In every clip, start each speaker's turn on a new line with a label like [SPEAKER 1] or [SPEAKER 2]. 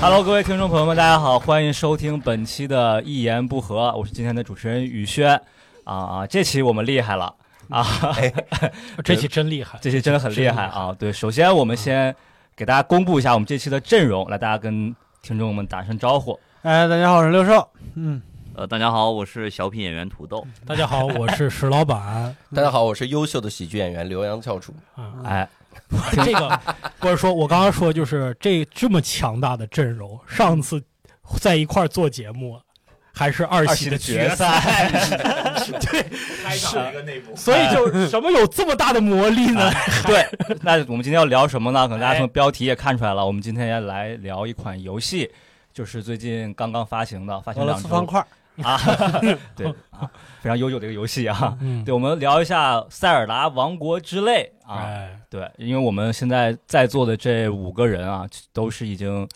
[SPEAKER 1] Hello，各位听众朋友们，大家好，欢迎收听本期的《一言不合》，我是今天的主持人宇轩。啊啊，这期我们厉害了啊！
[SPEAKER 2] 哎
[SPEAKER 3] 这期真厉害，
[SPEAKER 1] 这期真的很厉害啊！对，首先我们先给大家公布一下我们这期的阵容，来，大家跟听众们打声招呼。
[SPEAKER 2] 哎，大家好，我是六兽。嗯，
[SPEAKER 4] 呃，大家好，我是小品演员土豆。
[SPEAKER 3] 大 家好，我是石老板。
[SPEAKER 5] 大家好，我是优秀的喜剧演员刘洋翘楚。
[SPEAKER 3] 嗯，
[SPEAKER 1] 哎，
[SPEAKER 3] 这个不是说，我刚刚说就是这这么强大的阵容，上次在一块儿做节目还是二
[SPEAKER 1] 二
[SPEAKER 3] 喜
[SPEAKER 1] 的
[SPEAKER 3] 决
[SPEAKER 1] 决，赛，
[SPEAKER 6] 开场一个内部，
[SPEAKER 3] 所以
[SPEAKER 1] 哎
[SPEAKER 3] 就什么有这么大的魔力呢？
[SPEAKER 1] 对，那我们今天要聊什么呢？可能大家
[SPEAKER 2] 哎
[SPEAKER 1] 从标题也看出来了，我们今天要来聊一款游戏，就是最近刚刚发行的，发行
[SPEAKER 2] 俄罗
[SPEAKER 1] 两
[SPEAKER 2] 斯
[SPEAKER 1] 周
[SPEAKER 2] 方块，
[SPEAKER 1] 啊，对啊，非常悠久的一个游戏啊。
[SPEAKER 3] 嗯，
[SPEAKER 1] 对，我们聊一下《塞尔达王国之泪》啊。
[SPEAKER 3] 哎，
[SPEAKER 1] 对，因为我们现在在座的这五个人啊，都是已经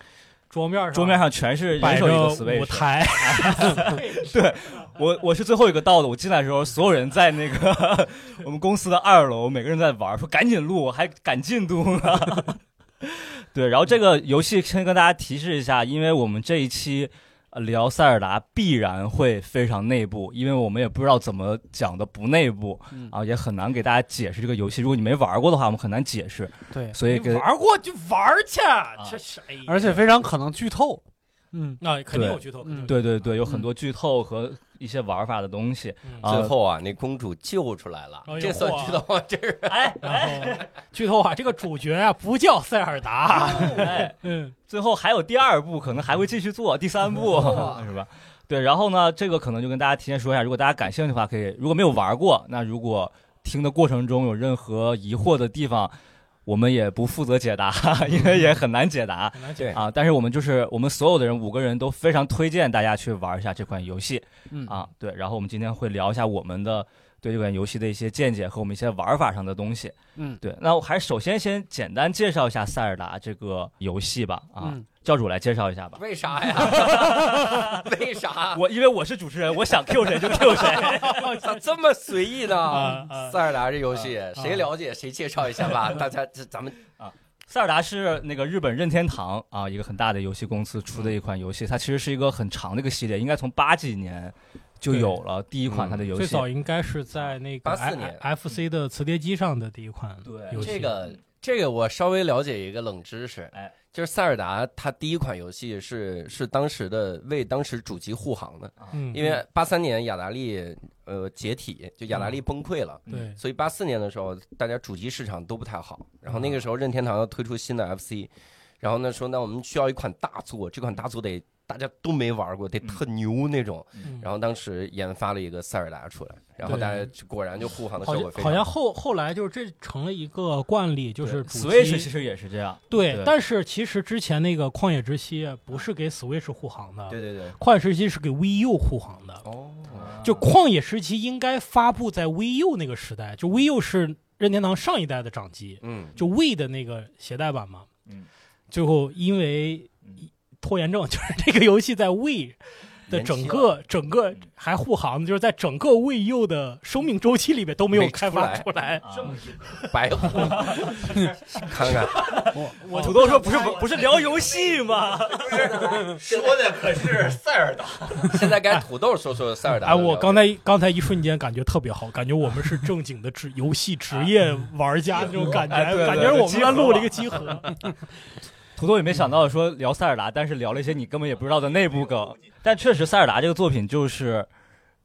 [SPEAKER 3] 桌面上
[SPEAKER 1] 桌面上全是人
[SPEAKER 3] 摆
[SPEAKER 1] 手一个
[SPEAKER 3] 着
[SPEAKER 1] Switch。
[SPEAKER 3] 舞台，
[SPEAKER 1] 我我是最后一个到的，我进来的时候，所有人在那个我们公司的二楼，每个人在玩，说赶紧录，还赶进度呢。对，然后这个游戏先跟大家提示一下，因为我们这一期呃聊塞尔达必然会非常内部，因为我们也不知道怎么讲的不内部
[SPEAKER 2] 嗯
[SPEAKER 1] 啊，也很难给大家解释这个游戏。如果你没玩过的话，我们很难解释，
[SPEAKER 2] 对，
[SPEAKER 1] 所以啊给
[SPEAKER 6] 玩过就玩去，
[SPEAKER 1] 这
[SPEAKER 6] 是
[SPEAKER 2] 而且非常可能剧透。嗯，
[SPEAKER 3] 那肯定
[SPEAKER 1] 对
[SPEAKER 3] 有剧透，
[SPEAKER 2] 嗯
[SPEAKER 1] 对对对，有很多剧透和一些玩法的东西
[SPEAKER 3] 嗯
[SPEAKER 1] 啊
[SPEAKER 5] 最。后啊，那公主救出来了
[SPEAKER 3] 哎，呦
[SPEAKER 5] 这算知道吗？这是
[SPEAKER 1] 哎
[SPEAKER 3] 然后剧透啊，这个主角啊不叫塞尔达，
[SPEAKER 1] 哎，
[SPEAKER 3] 嗯，
[SPEAKER 1] 最后还有第二部，可能还会继续做第三部，是吧？对，然后呢，这个可能就跟大家提前说一下，如果大家感兴趣的话，可以；如果没有玩过，那如果听的过程中有任何疑惑的地方，我们也不负责解答， 因为也很难解答
[SPEAKER 3] 很难
[SPEAKER 5] 对
[SPEAKER 1] 啊。但是我们就是我们所有的人五个人都非常推荐大家去玩一下这款游戏
[SPEAKER 2] 嗯
[SPEAKER 1] 啊。对，然后我们今天会聊一下我们的对这款游戏的一些见解和我们一些玩法上的东西。
[SPEAKER 2] 嗯
[SPEAKER 1] 对，那我还是首先先简单介绍一下塞尔达这个游戏吧啊。
[SPEAKER 2] 嗯，
[SPEAKER 1] 教主来介绍一下吧。
[SPEAKER 5] 为啥呀？ 为啥？
[SPEAKER 1] 啊我因为我是主持人，我想 Q 谁就 Q 谁。
[SPEAKER 5] 咋这么随意呢？
[SPEAKER 3] 啊啊
[SPEAKER 5] 塞尔达这游戏，谁了解谁介绍一 下吧。大家这咱们
[SPEAKER 1] 塞尔达是那个日本任天堂啊，一个很大的游戏公司出的一款游戏，它其实是一个很长的一个系列，应该从八几年就有了第一款它的游
[SPEAKER 3] 嗯最
[SPEAKER 1] 戏。
[SPEAKER 3] 早应该是在那个
[SPEAKER 5] 84年
[SPEAKER 3] F C 的磁碟机上的第一款
[SPEAKER 1] 对
[SPEAKER 3] 游戏，
[SPEAKER 5] 嗯这个这个我稍微了解一个冷知识，
[SPEAKER 1] 哎，
[SPEAKER 5] 就是塞尔达它第一款游戏是是当时的为当时主机护航的，
[SPEAKER 3] 嗯，
[SPEAKER 5] 因为八三年雅达利呃解体，就雅达利崩溃
[SPEAKER 1] 嗯
[SPEAKER 5] 了。
[SPEAKER 3] 对
[SPEAKER 5] 所以八四年的时候，大家主机市场都不太好，然
[SPEAKER 3] 嗯
[SPEAKER 5] 后那个时候任天堂要推出新的 FC，然后呢说那我们需要一款大作，这款大作得大家都没玩过，得特牛那种。
[SPEAKER 3] 嗯
[SPEAKER 5] 然后当时研发了一个塞尔达出来，然后
[SPEAKER 3] 对
[SPEAKER 5] 大家就果然就护航的
[SPEAKER 3] 好
[SPEAKER 5] 效
[SPEAKER 3] 像
[SPEAKER 5] 果非
[SPEAKER 3] 好像
[SPEAKER 5] 常好。
[SPEAKER 3] 后后来就是这成了一个惯例，就是主
[SPEAKER 1] Switch 其
[SPEAKER 3] 机
[SPEAKER 1] 实也是这样。
[SPEAKER 3] 对
[SPEAKER 1] 对，
[SPEAKER 3] 但是其实之前那个《旷野之息》啊不是给 Switch 护航的，
[SPEAKER 5] 对对对，
[SPEAKER 3] 旷野之息》是给 VU 护航的。
[SPEAKER 5] 哦，
[SPEAKER 1] 嗯
[SPEAKER 3] 就《旷野时期》应该发布在 VU 那个时代，就 VU 是任天堂上一代的掌机，
[SPEAKER 5] 嗯，
[SPEAKER 3] 就 V 的那个携带版嘛。
[SPEAKER 1] 嗯，
[SPEAKER 3] 最后因为
[SPEAKER 1] 嗯
[SPEAKER 3] 拖延症，就是这个游戏在 V 的
[SPEAKER 5] 延期
[SPEAKER 3] 整
[SPEAKER 5] 了
[SPEAKER 3] 个整个还护航，就是在整个 VU 的生命周期里面都没有
[SPEAKER 5] 没出
[SPEAKER 3] 开发
[SPEAKER 5] 来
[SPEAKER 3] 出来。
[SPEAKER 1] 啊
[SPEAKER 5] 白 护，看看
[SPEAKER 3] 我
[SPEAKER 1] 土豆说不是不是聊游戏 吗？
[SPEAKER 6] 说的可是塞尔达，
[SPEAKER 5] 现在该土豆说说塞尔达
[SPEAKER 3] 哎，
[SPEAKER 5] 的了。
[SPEAKER 3] 我刚才刚才一瞬间感觉特别好，感觉我们是正经的职游戏职业玩家那种感觉，
[SPEAKER 1] 哎对对
[SPEAKER 3] 感觉我们在录了一个集合。
[SPEAKER 1] 土豆也没想到说聊塞尔达，但是聊了一些你根本也不知道的内部梗。但确实，塞尔达这个作品就是，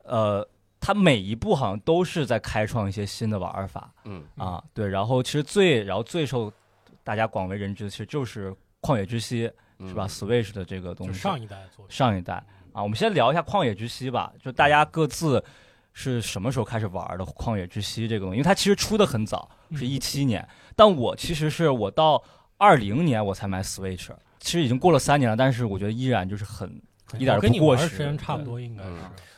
[SPEAKER 1] 呃，它每一步好像都是在开创一些新的玩法。
[SPEAKER 5] 嗯，
[SPEAKER 1] 啊，对，然后其实最然后最受大家广为人知的，其实就是《旷野之息》，
[SPEAKER 5] 嗯
[SPEAKER 1] 是吧？？Switch 的这个东
[SPEAKER 3] 就
[SPEAKER 1] 西，
[SPEAKER 3] 上一代的作品，
[SPEAKER 1] 上一代啊，我们先聊一下《旷野之息》吧，就大家各自是什么时候开始玩的《旷野之息》这个东西？因为它其实出的很早，是
[SPEAKER 3] 嗯
[SPEAKER 1] 一七年，但我其实是我到二零年我才买 Switch，其实已经过了三年了，但是我觉得依然就是很一点
[SPEAKER 3] 我
[SPEAKER 1] 儿都
[SPEAKER 3] 跟
[SPEAKER 1] 不
[SPEAKER 3] 你
[SPEAKER 1] 过
[SPEAKER 3] 玩的
[SPEAKER 1] 时
[SPEAKER 3] 时间差不多，应该是
[SPEAKER 5] 嗯。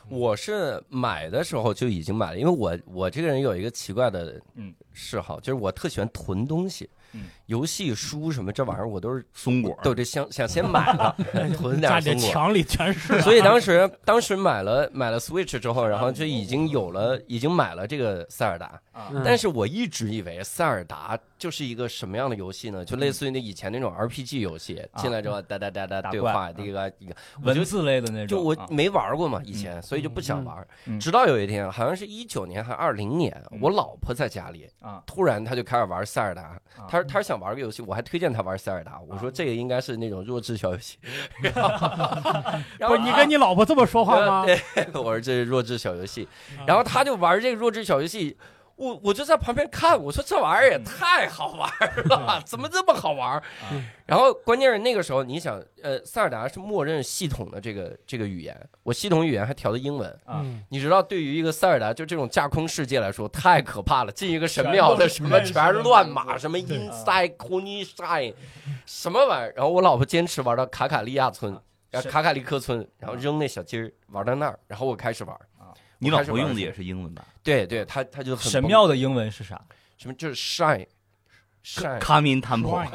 [SPEAKER 5] 我是买的时候就已经买了，因为我我这个人有一个奇怪的
[SPEAKER 1] 嗯
[SPEAKER 5] 嗜好，就是我特喜欢囤东西
[SPEAKER 1] 嗯，
[SPEAKER 5] 游戏、书什么这玩意儿我都是
[SPEAKER 4] 松果
[SPEAKER 5] 都得想想先 买了，囤点
[SPEAKER 3] 家
[SPEAKER 5] 儿
[SPEAKER 3] 里
[SPEAKER 5] 松果。
[SPEAKER 3] 墙里全是啊。
[SPEAKER 5] 所以当时当时买了买了 Switch 之后，然后就已经有了已经买了这个塞尔达，
[SPEAKER 4] 啊
[SPEAKER 1] 啊
[SPEAKER 2] 嗯
[SPEAKER 5] 但是我一直以为塞尔达就是一个什么样的游戏呢？就类似于那以前那种 RPG 游戏，
[SPEAKER 1] 啊
[SPEAKER 5] 进来之后哒哒哒哒
[SPEAKER 1] 打
[SPEAKER 5] 对
[SPEAKER 1] 怪
[SPEAKER 5] 话
[SPEAKER 1] 啊
[SPEAKER 5] 一个一个，我
[SPEAKER 1] 文
[SPEAKER 5] 就
[SPEAKER 1] 字类的那种，
[SPEAKER 5] 就我
[SPEAKER 1] 啊
[SPEAKER 5] 没玩过嘛以前，所以就不想玩
[SPEAKER 1] 嗯嗯。
[SPEAKER 5] 直到有一天，好像是一九年还二零年
[SPEAKER 1] 嗯，
[SPEAKER 5] 我老婆在家里，
[SPEAKER 1] 啊
[SPEAKER 5] 突然她就开始玩塞尔达
[SPEAKER 1] 啊，
[SPEAKER 5] 她她想玩个游戏，我还推荐她玩塞尔达，我说这个应该是那种弱智小 游戏。
[SPEAKER 3] 不
[SPEAKER 5] 然后
[SPEAKER 3] 是你跟你老婆这么说话吗？ 嗯
[SPEAKER 5] 对，我说这是弱智小游戏，然后他就玩这个弱智小游戏，我我就在旁边看，我说这玩意儿也太好玩了， 怎么这么好玩？然后关键是那个时候，你想，呃，塞尔达是默认系统的这个这个语言，我系统语言还调的英文。
[SPEAKER 1] 啊
[SPEAKER 3] 嗯，
[SPEAKER 5] 你知道，对于一个塞尔达就这种架空世界来说，太可怕了。进一个神庙的什么全是乱码，什么 inside c o n i s h i 什么玩意儿。然后我老婆坚持玩到卡卡利亚村，然后
[SPEAKER 1] 是
[SPEAKER 5] 卡卡利克村，然后扔那小鸡儿玩到那儿，然后我开始玩。
[SPEAKER 4] 啊你
[SPEAKER 5] 我
[SPEAKER 4] 老
[SPEAKER 5] 开始
[SPEAKER 4] 婆
[SPEAKER 5] 玩
[SPEAKER 4] 用的
[SPEAKER 5] 时
[SPEAKER 4] 也是英文吧？
[SPEAKER 5] 对对，他他就很
[SPEAKER 1] 神
[SPEAKER 5] 崩
[SPEAKER 1] 庙的英文是 啥？
[SPEAKER 5] 什么就是 shine shine。
[SPEAKER 4] Come in
[SPEAKER 2] 嗯
[SPEAKER 4] temple，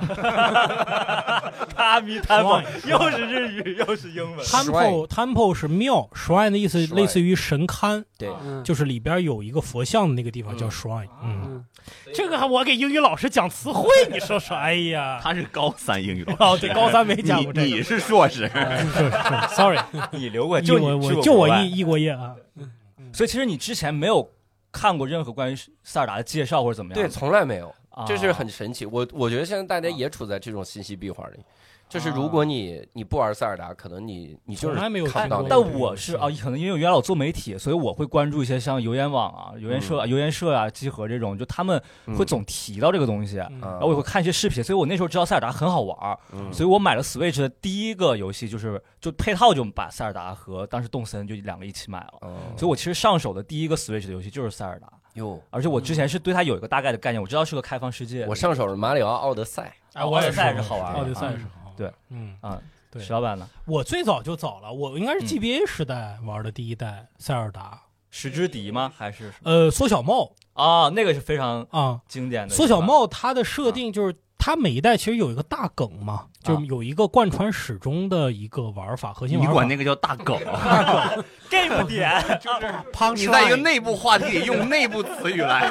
[SPEAKER 1] 阿弥陀佛，又是日语又是英 文
[SPEAKER 3] temple temple 是庙，shrine 的意思
[SPEAKER 5] Shrine
[SPEAKER 3] 类似于神龛，
[SPEAKER 5] 对，
[SPEAKER 2] 嗯
[SPEAKER 3] 就是里边有一个佛像的那个地方叫
[SPEAKER 5] 嗯
[SPEAKER 3] shrine。嗯，
[SPEAKER 1] 啊
[SPEAKER 2] 嗯
[SPEAKER 3] 这个我给英语老师讲 词汇，你说说，哎呀，
[SPEAKER 4] 他是高三英语老师。
[SPEAKER 3] 哦，对， 高三没讲过
[SPEAKER 4] 你
[SPEAKER 3] 这个
[SPEAKER 4] 你是硕士，
[SPEAKER 3] s o r r y
[SPEAKER 1] 你留过，
[SPEAKER 3] 就
[SPEAKER 1] 你
[SPEAKER 3] 我
[SPEAKER 1] 去过
[SPEAKER 3] 就
[SPEAKER 1] 国
[SPEAKER 3] 我
[SPEAKER 1] 外
[SPEAKER 3] 一一国业啊，
[SPEAKER 1] 所以其实你之前没有看过任何关于塞尔达的介绍或者怎么样
[SPEAKER 5] 对，
[SPEAKER 1] 的，
[SPEAKER 5] 从来没有，
[SPEAKER 1] 啊
[SPEAKER 5] 这是很神奇。我我觉得现在大家也处在这种信息闭环里，就是如果你你不玩塞尔达，可能你你就
[SPEAKER 3] 从
[SPEAKER 5] 是
[SPEAKER 3] 来没有
[SPEAKER 5] 看不
[SPEAKER 3] 听
[SPEAKER 5] 到
[SPEAKER 3] 过
[SPEAKER 5] 那
[SPEAKER 1] 但
[SPEAKER 5] 个。
[SPEAKER 1] 我是啊，可能因为原来我做媒体，所以我会关注一些像油烟网啊、油烟社、啊、油烟社啊、集合这种，就他们会
[SPEAKER 5] 嗯
[SPEAKER 1] 总提到这个东西，然
[SPEAKER 3] 嗯
[SPEAKER 5] 啊，
[SPEAKER 1] 后我也会看一些视频，所以我那时候知道塞尔达很好玩儿，
[SPEAKER 5] 嗯
[SPEAKER 1] 所以我买了 Switch 的第一个游戏就是就配套就把塞尔达和当时动森就两个一起买了，
[SPEAKER 5] 哦
[SPEAKER 1] 所以我其实上手的第一个 Switch 的游戏就是塞尔达，
[SPEAKER 5] 哟，
[SPEAKER 1] 而且我之前是对它有一个大概的概念，我知道是个开放世界，
[SPEAKER 5] 我上手是马里奥奥德赛，
[SPEAKER 3] 哎，我也
[SPEAKER 1] 奥德赛是好玩的
[SPEAKER 3] 奥德赛
[SPEAKER 1] 啊
[SPEAKER 3] 是好玩的，
[SPEAKER 1] 对，
[SPEAKER 3] 嗯
[SPEAKER 1] 啊，
[SPEAKER 3] 对
[SPEAKER 1] 石老板呢？
[SPEAKER 3] 我最早就早了，我应该是
[SPEAKER 1] 嗯
[SPEAKER 3] GBA 时代玩的第一代塞尔达，
[SPEAKER 1] 石之笛吗？还是什么？
[SPEAKER 3] 呃，缩小帽
[SPEAKER 1] 啊，那个是非常
[SPEAKER 3] 啊，
[SPEAKER 1] 经典的
[SPEAKER 3] 缩小帽它的
[SPEAKER 1] 啊
[SPEAKER 3] 设定就是。它每一代其实有一个大梗嘛，就是有一个贯穿始终的一个玩法，核心
[SPEAKER 4] 你
[SPEAKER 3] 玩法。
[SPEAKER 4] 管那个叫大梗，啊
[SPEAKER 1] game 点，啊
[SPEAKER 3] 胖
[SPEAKER 4] 你在一个内部话题里用内部词语 来。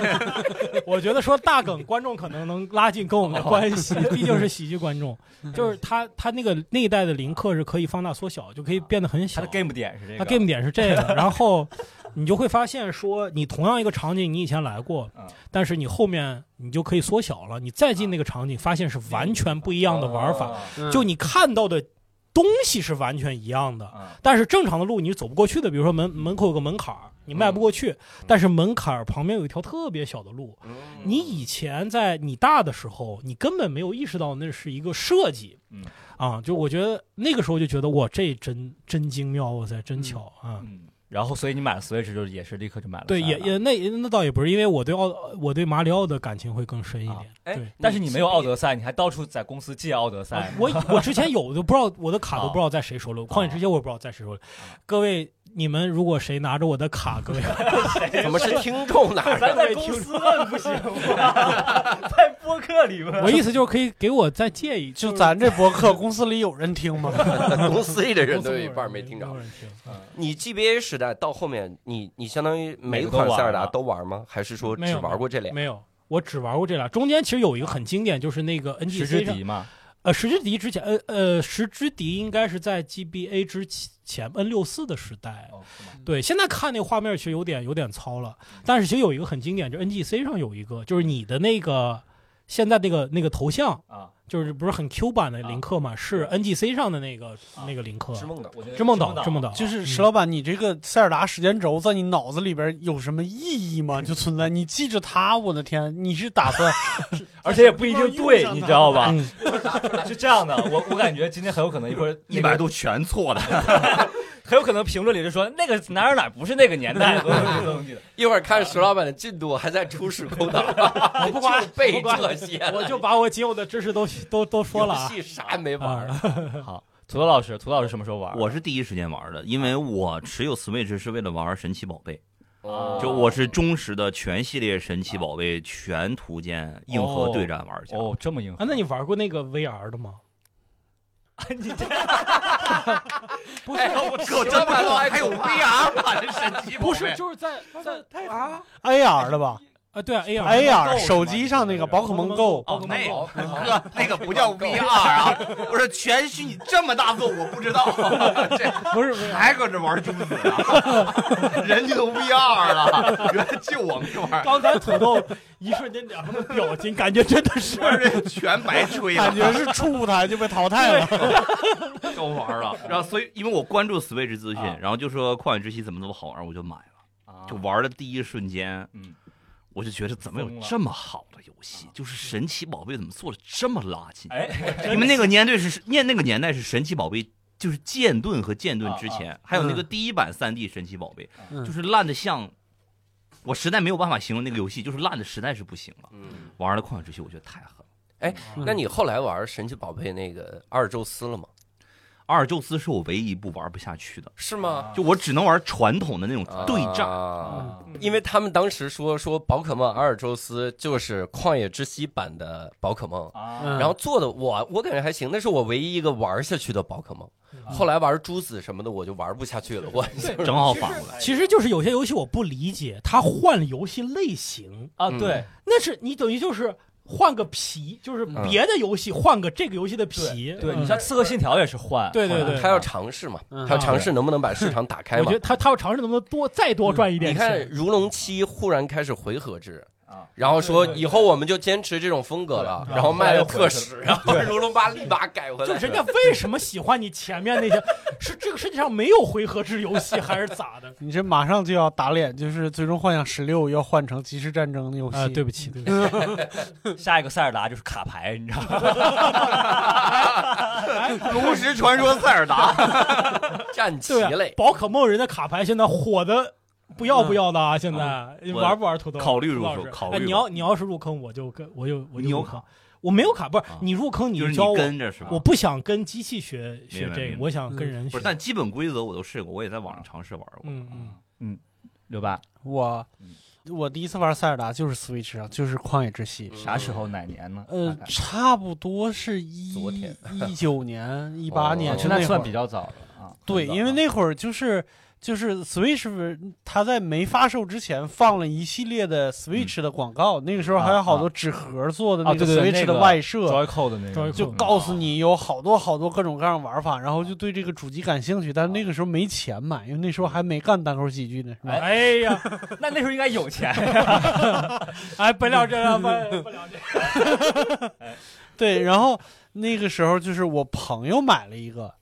[SPEAKER 3] 我觉得说大梗，观众可能能拉近跟我们的关 系，毕竟是喜剧观众。就是他他那个那一代的林克是可以放大缩小，就可以变得很
[SPEAKER 1] 他
[SPEAKER 3] 小
[SPEAKER 1] 的。game 点是这
[SPEAKER 3] 他
[SPEAKER 1] 个
[SPEAKER 3] game 点是这 个，然后你就会发现说，你同样一个场景你以前来过
[SPEAKER 1] 嗯，
[SPEAKER 3] 但是你后面你就可以缩小了，你再进那个场景，发现是完全不一样的玩法，
[SPEAKER 1] 啊
[SPEAKER 2] 嗯
[SPEAKER 3] 就你看到的东西是完全一样的。
[SPEAKER 1] 啊
[SPEAKER 3] 但是正常的路你是走不过去的，比如说门门口有个门槛儿，你
[SPEAKER 1] 嗯
[SPEAKER 3] 迈不过去，但是门槛儿旁边有一条特别小的路，
[SPEAKER 5] 嗯
[SPEAKER 3] 你以前在你大的时候，你根本没有意识到那是一个设计，
[SPEAKER 1] 嗯
[SPEAKER 3] 啊，就我觉得那个时候就觉得哇，这真真精妙，哇塞，真巧啊！
[SPEAKER 1] 嗯，然后所以你买了 Switch 就是也是立刻就买了，
[SPEAKER 3] 对，
[SPEAKER 5] 嗯
[SPEAKER 3] 也也。那那倒也不是，因为我对奥我对马里奥的感情会更深一点。
[SPEAKER 5] 哎
[SPEAKER 3] 对，
[SPEAKER 1] 但是你没有奥德赛，你还到处在公司借奥德赛，
[SPEAKER 3] 啊我我之前有的不知道我的卡都不知道在谁 手里，旷野之息我也不知道在谁
[SPEAKER 5] 啊
[SPEAKER 3] 手里。各位，你们如果谁拿着我的卡，各位
[SPEAKER 5] 怎么是听众哪儿的？
[SPEAKER 1] 咱在公司问不行吗？ 在播客里问，
[SPEAKER 3] 我意思就是可以给我再借一，
[SPEAKER 2] 就是咱这博客，公司里有人听 吗？
[SPEAKER 5] 公司里的人
[SPEAKER 3] 公司
[SPEAKER 5] 都有一
[SPEAKER 3] 人
[SPEAKER 5] 半没听着
[SPEAKER 3] 有。人听
[SPEAKER 5] 你 GBA 时代到后面，你你相当于每
[SPEAKER 1] 每
[SPEAKER 5] 一
[SPEAKER 1] 个都
[SPEAKER 5] 款
[SPEAKER 1] 玩
[SPEAKER 5] 塞尔达
[SPEAKER 1] 了
[SPEAKER 5] 都玩吗？还是说
[SPEAKER 3] 没
[SPEAKER 5] 只
[SPEAKER 3] 有
[SPEAKER 5] 玩过这俩？
[SPEAKER 3] 没有，我只玩过这俩。中间其实有一个很经典，就是那个
[SPEAKER 1] 石之
[SPEAKER 3] NGC 上，
[SPEAKER 1] 笛嘛，
[SPEAKER 3] 呃，石之笛之前，呃呃，石之笛应该是在 GBA 之前 N 六四的时代。
[SPEAKER 1] 哦是吗
[SPEAKER 3] 对，现在看那个画面其实有点有点糙了，但是其实有一个很经典，就 NGC 上有一个，就是你的那个现在那个那个头像，
[SPEAKER 1] 啊，
[SPEAKER 3] 就是不是很 Q 版的林克嘛，是 NGC 上的那个、那个林克。
[SPEAKER 5] 织梦岛，
[SPEAKER 1] 我觉得
[SPEAKER 3] 之梦岛，之梦岛，
[SPEAKER 2] 就是
[SPEAKER 3] 嗯
[SPEAKER 2] 石老板，你这个塞尔达时间轴在你脑子里边有什么意义吗？就存在？你记着它，我的天，你是打算
[SPEAKER 1] 而且也不一定对，你知道吧？
[SPEAKER 3] 嗯
[SPEAKER 1] 是这样的，我我感觉今天很有可能一会 儿
[SPEAKER 4] 一百度全错的，
[SPEAKER 1] 很有可能评论里就说那个哪儿哪儿不是那个年 代的东西的，
[SPEAKER 5] 一会儿看石老板的进度，还在出时 空岛，我
[SPEAKER 3] 啊不管
[SPEAKER 5] 就背这些了，
[SPEAKER 3] 我就把我仅有的知识都都都说了啊啊
[SPEAKER 5] 游。戏啥也没玩儿。
[SPEAKER 1] 好，土豆老师，土豆老师什么时候玩？啊
[SPEAKER 4] 我是第一时间玩的，因为我持有 Switch 是为了玩神奇宝贝，
[SPEAKER 5] 啊
[SPEAKER 1] 哦
[SPEAKER 4] 就我是忠实的全系列神奇宝贝全图鉴硬核对战玩家。
[SPEAKER 1] 哦，这么硬核
[SPEAKER 3] 啊，那你玩过那个 VR 的吗？
[SPEAKER 4] 不是，我靠，这么多还有 VR 版的神奇宝贝？
[SPEAKER 3] 不是，就是在在太啊
[SPEAKER 2] AR 的 吧
[SPEAKER 3] 啊，对啊，AR 的
[SPEAKER 2] ？AR 手机上那个宝可梦 Go，
[SPEAKER 4] 哦，那
[SPEAKER 5] 宝可梦
[SPEAKER 4] 哥那个不叫 VR 啊，不是全虚拟这么大作，我不知道， 这
[SPEAKER 3] 不是 VR，
[SPEAKER 4] 还搁这玩珠子啊？ 人家都 VR 了，原来就我没玩，
[SPEAKER 3] 刚才土豆一瞬间脸上的表情，感觉真的是
[SPEAKER 4] 不是这全白吹了
[SPEAKER 2] 感，觉是初舞台就被淘汰了。
[SPEAKER 4] 都玩了。然后所以因为我关注 Switch 资讯，然后就说《旷野之息》怎么怎么好玩，我就买了。
[SPEAKER 1] 啊
[SPEAKER 4] 就玩的第一瞬间，
[SPEAKER 1] 嗯，
[SPEAKER 4] 我就觉得怎么有
[SPEAKER 1] 疯了
[SPEAKER 4] 这么好的游戏？就是神奇宝贝怎么做的这么垃圾？
[SPEAKER 1] 哎，
[SPEAKER 4] 你们那个年代是念那个年代是神奇宝贝，就是剑盾和剑盾之前，还有那个第一版三 D 神奇宝贝，
[SPEAKER 2] 嗯
[SPEAKER 4] 就是烂的像，我实在没有办法形容那个游戏，就是烂的实在是不行了。
[SPEAKER 5] 嗯，
[SPEAKER 4] 玩了旷野之息，我觉得太狠了。
[SPEAKER 3] 嗯
[SPEAKER 5] 那你后来玩神奇宝贝那个阿尔宙斯了吗？
[SPEAKER 4] 阿尔宙斯是我唯一一部玩不下去的，
[SPEAKER 5] 是吗？
[SPEAKER 4] 就我只能玩传统的那种对战。
[SPEAKER 5] 战。
[SPEAKER 1] 啊
[SPEAKER 5] 啊因为他们当时说说宝可梦阿尔宙斯就是旷野之息版的宝可梦，
[SPEAKER 1] 啊，
[SPEAKER 3] 嗯
[SPEAKER 5] 然后做的我我感觉还行，那是我唯一一个玩下去的宝可梦。
[SPEAKER 3] 啊
[SPEAKER 5] 后来玩珠子什么的，我就玩不下去了。我
[SPEAKER 4] 正好反过来，
[SPEAKER 3] 其实就是有些游戏我不理解，它换了游戏类型，
[SPEAKER 1] 啊，
[SPEAKER 5] 嗯
[SPEAKER 1] 对，
[SPEAKER 3] 那是你等于就是换个皮，就是
[SPEAKER 2] 嗯
[SPEAKER 3] 别的游戏换个这个游戏的皮。
[SPEAKER 1] 对
[SPEAKER 3] 嗯
[SPEAKER 1] 你像《刺客信条》也是换，
[SPEAKER 3] 对对
[SPEAKER 1] 换
[SPEAKER 3] 对啊
[SPEAKER 5] 他要尝试嘛，
[SPEAKER 2] 嗯
[SPEAKER 5] 他要尝试能不能把市场打开
[SPEAKER 3] 我
[SPEAKER 5] 嘛
[SPEAKER 3] 觉得。他他要尝试能不能多再多赚一
[SPEAKER 5] 你
[SPEAKER 2] 嗯
[SPEAKER 3] 点
[SPEAKER 5] 看《
[SPEAKER 3] 钱。
[SPEAKER 5] 如龙七》忽然开始回合制
[SPEAKER 1] 啊，
[SPEAKER 5] 然后说以后我们就坚持这种风格了，
[SPEAKER 1] 对
[SPEAKER 5] 然后卖的
[SPEAKER 1] 然后后来
[SPEAKER 5] 特
[SPEAKER 1] 又
[SPEAKER 5] 屎，然后《如龙八》立马改回
[SPEAKER 3] 就
[SPEAKER 5] 来。
[SPEAKER 3] 人家为什么喜欢你前面那些？ 是这个世界上没有回合制游戏还是 咋的？
[SPEAKER 2] 你这马上就要打脸，就是《最终幻想十六》要换成即时战争的游戏。
[SPEAKER 3] 啊，对不起，对不起。
[SPEAKER 1] 下一个塞尔达就是卡牌，你知道吗？
[SPEAKER 4] 炉石传说塞尔达，
[SPEAKER 5] 战棋
[SPEAKER 3] 对啊
[SPEAKER 5] 类，
[SPEAKER 3] 宝可梦人的卡牌现在火的不要不要的啊！现在你
[SPEAKER 4] 嗯我
[SPEAKER 3] 玩不玩土豆？
[SPEAKER 4] 考虑入手
[SPEAKER 3] 土豆老师
[SPEAKER 4] 考虑
[SPEAKER 3] 哎你要你要是入坑，我就跟我就我就
[SPEAKER 4] 你有
[SPEAKER 3] 入坑。我没有卡，不是
[SPEAKER 4] 啊
[SPEAKER 3] 你入坑
[SPEAKER 4] 就是
[SPEAKER 3] 教
[SPEAKER 4] 你
[SPEAKER 3] 我，
[SPEAKER 4] 跟着是吧？
[SPEAKER 3] 我不想跟机器学学
[SPEAKER 4] 明白
[SPEAKER 3] 这
[SPEAKER 4] 明
[SPEAKER 3] 个，
[SPEAKER 4] 白
[SPEAKER 3] 我想跟人
[SPEAKER 4] 不
[SPEAKER 3] 学
[SPEAKER 4] 是，。但基本规则我都试过，我也在网上尝试玩过。
[SPEAKER 3] 嗯嗯，
[SPEAKER 1] 刘爸，
[SPEAKER 2] 我
[SPEAKER 5] 嗯
[SPEAKER 2] 我第一次玩塞尔达就是 Switch 上，就是《旷野之息》。
[SPEAKER 1] 啥时候哪年呢？
[SPEAKER 2] 呃
[SPEAKER 1] 大，概
[SPEAKER 2] 差不多是一
[SPEAKER 5] 嗯昨天
[SPEAKER 2] 一九年、一八年，
[SPEAKER 5] 哦
[SPEAKER 2] 就
[SPEAKER 1] 那
[SPEAKER 2] 会
[SPEAKER 1] 算
[SPEAKER 2] 儿
[SPEAKER 1] 比较早了啊。
[SPEAKER 2] 对，
[SPEAKER 1] 很早
[SPEAKER 2] 因为
[SPEAKER 1] 了
[SPEAKER 2] 那会儿就是就是 Switch，它在没发售之前放了一系列的 Switch 的广告，那个时候还有好多纸盒做的
[SPEAKER 1] 嗯啊
[SPEAKER 2] 那个
[SPEAKER 1] 对对对
[SPEAKER 2] Switch
[SPEAKER 1] 那
[SPEAKER 2] 的
[SPEAKER 1] 个
[SPEAKER 2] 外设，
[SPEAKER 1] Joyco 的那个
[SPEAKER 3] Joy-Con
[SPEAKER 2] 就 告诉你有好多好多各种各样玩法，然后就对这个主机感兴趣，但是那个时候没钱买，因为那时候还没干单口喜剧呢。是吧
[SPEAKER 3] 啊嗯哎呀，
[SPEAKER 1] 那那时候应该有 钱。
[SPEAKER 3] 哎，不聊这了，不不聊这。
[SPEAKER 2] 对，然后那个时候就是我朋友买了一个，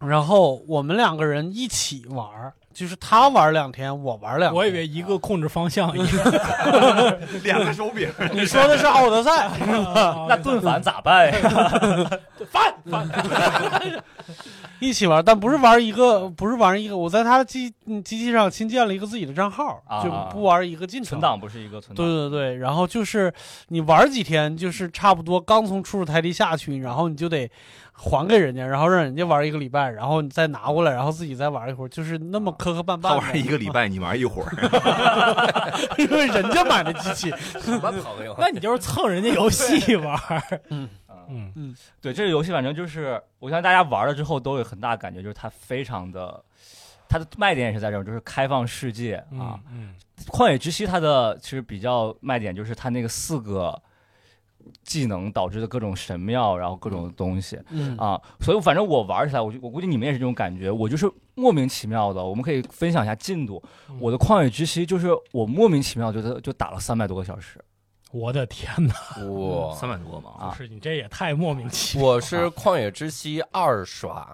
[SPEAKER 2] 然后我们两个人一起玩儿，就是他玩两天，我玩两天。
[SPEAKER 3] 我以为一个控制方 向，一 个
[SPEAKER 4] 两个手柄，
[SPEAKER 2] 你说的是奥德 赛，
[SPEAKER 1] 那盾反咋办 呀？
[SPEAKER 3] 翻翻。
[SPEAKER 2] 一起玩，但不是玩一个，不是玩一个。我在他的机嗯机器上新建了一个自己的账号，
[SPEAKER 1] 啊
[SPEAKER 2] 就不玩一个进程
[SPEAKER 1] 存。档不是一个存
[SPEAKER 2] 对
[SPEAKER 1] 档。
[SPEAKER 2] 对对，然后就是你玩几天，就是差不多刚从初始台历下去，然后你就得还给人家，然后让人家玩一个礼拜，然后你再拿过来，然后自己再玩一会儿，就是那么磕磕绊
[SPEAKER 4] 他
[SPEAKER 2] 绊
[SPEAKER 4] 玩一
[SPEAKER 2] 的。
[SPEAKER 4] 个礼拜，你玩一会儿，
[SPEAKER 2] 因为人家买的机器，
[SPEAKER 5] 什么朋友？
[SPEAKER 3] 那你就是蹭人家游戏玩儿。嗯
[SPEAKER 1] 嗯嗯，对，这个游戏反正就是，我相信大家玩了之后都有很大感觉，就是它非常的，它的卖点也是在这儿，就是开放世界啊。
[SPEAKER 3] 嗯嗯，
[SPEAKER 1] 旷野之息它的其实比较卖点就是它那个四个技能导致的各种神庙，然后各种东西
[SPEAKER 2] 嗯
[SPEAKER 1] 啊，所以反正我玩起来，我就我估计你们也是这种感觉，我就是莫名其妙的。我们可以分享一下进度
[SPEAKER 3] 嗯，
[SPEAKER 1] 我的旷野之息就是我莫名其妙就就打了三百多个小时
[SPEAKER 3] 我的天哪！
[SPEAKER 5] 哇
[SPEAKER 4] 三百多嘛啊！
[SPEAKER 1] 啊
[SPEAKER 3] 不是你这也太莫名其妙。
[SPEAKER 5] 我是旷野之息二刷，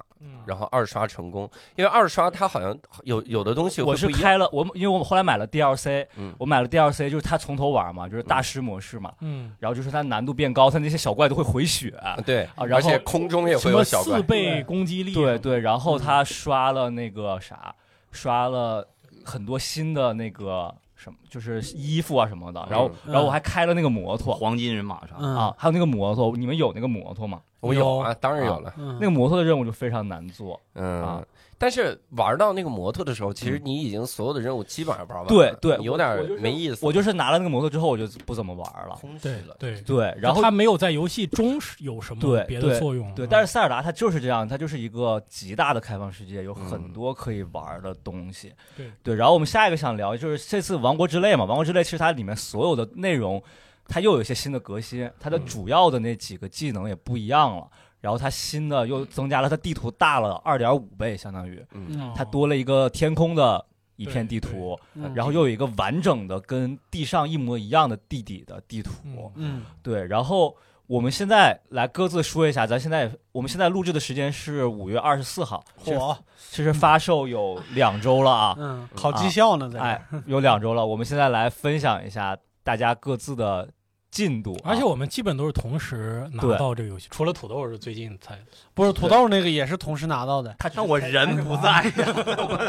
[SPEAKER 5] 然后二刷成功，因为二刷它好像有有的东西会
[SPEAKER 1] 我是
[SPEAKER 5] 不一样。
[SPEAKER 1] 开了我，因为我后来买了 DLC，、
[SPEAKER 5] 嗯
[SPEAKER 1] 我买了 DLC，就是它从头玩嘛，就是大师模式嘛，
[SPEAKER 3] 嗯，
[SPEAKER 1] 然后就是它难度变高，它那些小怪都会回血，
[SPEAKER 5] 对，
[SPEAKER 1] 啊然后
[SPEAKER 5] 而且空中也
[SPEAKER 3] 什
[SPEAKER 5] 会有
[SPEAKER 3] 么
[SPEAKER 5] 小怪
[SPEAKER 3] 四。倍攻击力？啊
[SPEAKER 1] 对对，然
[SPEAKER 2] 嗯
[SPEAKER 1] 后他刷了那个啥，刷了很多新的那个什么，就是衣服啊什么的，然后、
[SPEAKER 2] 嗯
[SPEAKER 1] 然后我还开了那个摩托。
[SPEAKER 4] 黄金人马啥的，
[SPEAKER 2] 嗯
[SPEAKER 1] 啊，还有那个摩托，你们有那个摩托吗？
[SPEAKER 5] 我有啊，当然有了，
[SPEAKER 1] 那个摩托的任务就非常难做。
[SPEAKER 5] 嗯
[SPEAKER 1] 啊。嗯
[SPEAKER 5] 但是玩到那个摩托的时候，其实你已经所有的任务基本上玩完了，
[SPEAKER 1] 对对
[SPEAKER 5] 你有点
[SPEAKER 1] 我就是
[SPEAKER 5] 没意思，
[SPEAKER 1] 我就是拿了那个摩托之后，我就不怎么玩了。
[SPEAKER 5] 空虚
[SPEAKER 3] 对
[SPEAKER 5] 了。
[SPEAKER 3] 对，
[SPEAKER 1] 对，然后
[SPEAKER 3] 它没有在游戏中是有什么
[SPEAKER 1] 对
[SPEAKER 3] 别的作用。
[SPEAKER 1] 对，
[SPEAKER 3] 嗯
[SPEAKER 1] 但是塞尔达它就是这样，它就是一个极大的开放世界，有很多可以玩的东西。
[SPEAKER 3] 嗯对
[SPEAKER 1] 然后我们下一个想聊就是这次《王国之泪》嘛，《王国之泪》其实它里面所有的内容，它又有一些新的革新，它
[SPEAKER 3] 嗯
[SPEAKER 1] 的主要的那几个技能也不一样了。然后它新的又增加了，它地图大了二点五倍，相当于
[SPEAKER 3] 嗯
[SPEAKER 1] 它多了一个天空的一片
[SPEAKER 3] 对
[SPEAKER 1] 地图，
[SPEAKER 2] 嗯
[SPEAKER 1] 然后又有一个完整的跟地上一模一样的地底的地图。
[SPEAKER 3] 嗯
[SPEAKER 2] 嗯
[SPEAKER 1] 对，然后我们现在来各自说一下，咱现在我们现在录制的时间是五月二十四号，其实
[SPEAKER 2] 嚯，
[SPEAKER 1] 其实发售有两周了啊，
[SPEAKER 2] 嗯，好绩效呢，在这儿
[SPEAKER 1] 哎，有两周了。我们现在来分享一下大家各自的进度啊、
[SPEAKER 3] 而且我们基本都是同时拿
[SPEAKER 1] 对
[SPEAKER 3] 到这个游戏，除了土豆是最近才
[SPEAKER 2] 不是土豆那个也是同时拿到的，
[SPEAKER 4] 但我人不在呀，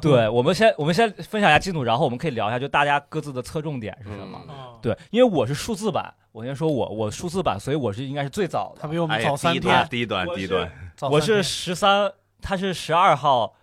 [SPEAKER 1] 对，我们先我们先分享一下进度，然后我们可以聊一下，就大家各自的侧重点是什么。
[SPEAKER 3] 哦
[SPEAKER 5] 嗯
[SPEAKER 1] 对，因为我是数字版，我先说我我数字版，所以我是应该是最早
[SPEAKER 2] 他
[SPEAKER 1] 的，
[SPEAKER 2] 比我们
[SPEAKER 4] 哎呀
[SPEAKER 2] 早三
[SPEAKER 4] 低
[SPEAKER 2] 天
[SPEAKER 4] 端，，低端，低端，
[SPEAKER 2] 早
[SPEAKER 1] 我
[SPEAKER 2] 三
[SPEAKER 1] 是
[SPEAKER 2] 天
[SPEAKER 1] 十三，它是十二号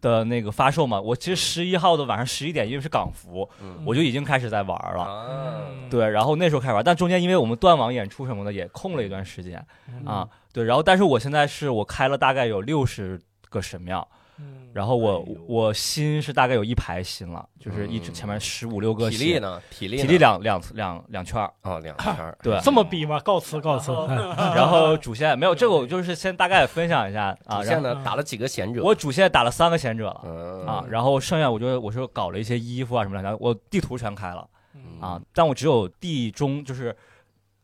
[SPEAKER 1] 的那个发售嘛，我其实十一号的晚上十一点，因为是港服，
[SPEAKER 5] 嗯
[SPEAKER 1] 我就已经开始在玩儿了。
[SPEAKER 5] 啊，
[SPEAKER 3] 嗯
[SPEAKER 1] 对，然后那时候开始玩，但中间因为我们断网演出什么的也空了一段时间
[SPEAKER 3] 嗯
[SPEAKER 5] 嗯
[SPEAKER 1] 啊，对，然后但是我现在是我开了大概有六十个神庙，
[SPEAKER 3] 嗯
[SPEAKER 1] 然后我
[SPEAKER 4] 哎呦
[SPEAKER 1] 我心是大概有一排心了，就是一直
[SPEAKER 5] 嗯
[SPEAKER 1] 前面十五六个
[SPEAKER 5] 体力
[SPEAKER 1] 心，
[SPEAKER 5] 呢？体力
[SPEAKER 1] 体
[SPEAKER 5] 呢
[SPEAKER 1] 力两两两两圈儿，
[SPEAKER 5] 哦，两圈儿
[SPEAKER 1] 对，
[SPEAKER 3] 这么比吗？告辞告辞。哎
[SPEAKER 1] 然后主线没有这个，我就是先大概分享一下啊，
[SPEAKER 5] 主
[SPEAKER 1] 然
[SPEAKER 5] 线
[SPEAKER 1] 后
[SPEAKER 5] 呢
[SPEAKER 3] 嗯
[SPEAKER 5] 打了几个贤者？
[SPEAKER 1] 我主线打了三个贤者了。
[SPEAKER 5] 嗯
[SPEAKER 1] 啊，然后剩下我就我是搞了一些衣服啊什么的，我地图全开了
[SPEAKER 3] 嗯
[SPEAKER 1] 啊，但我只有地中就是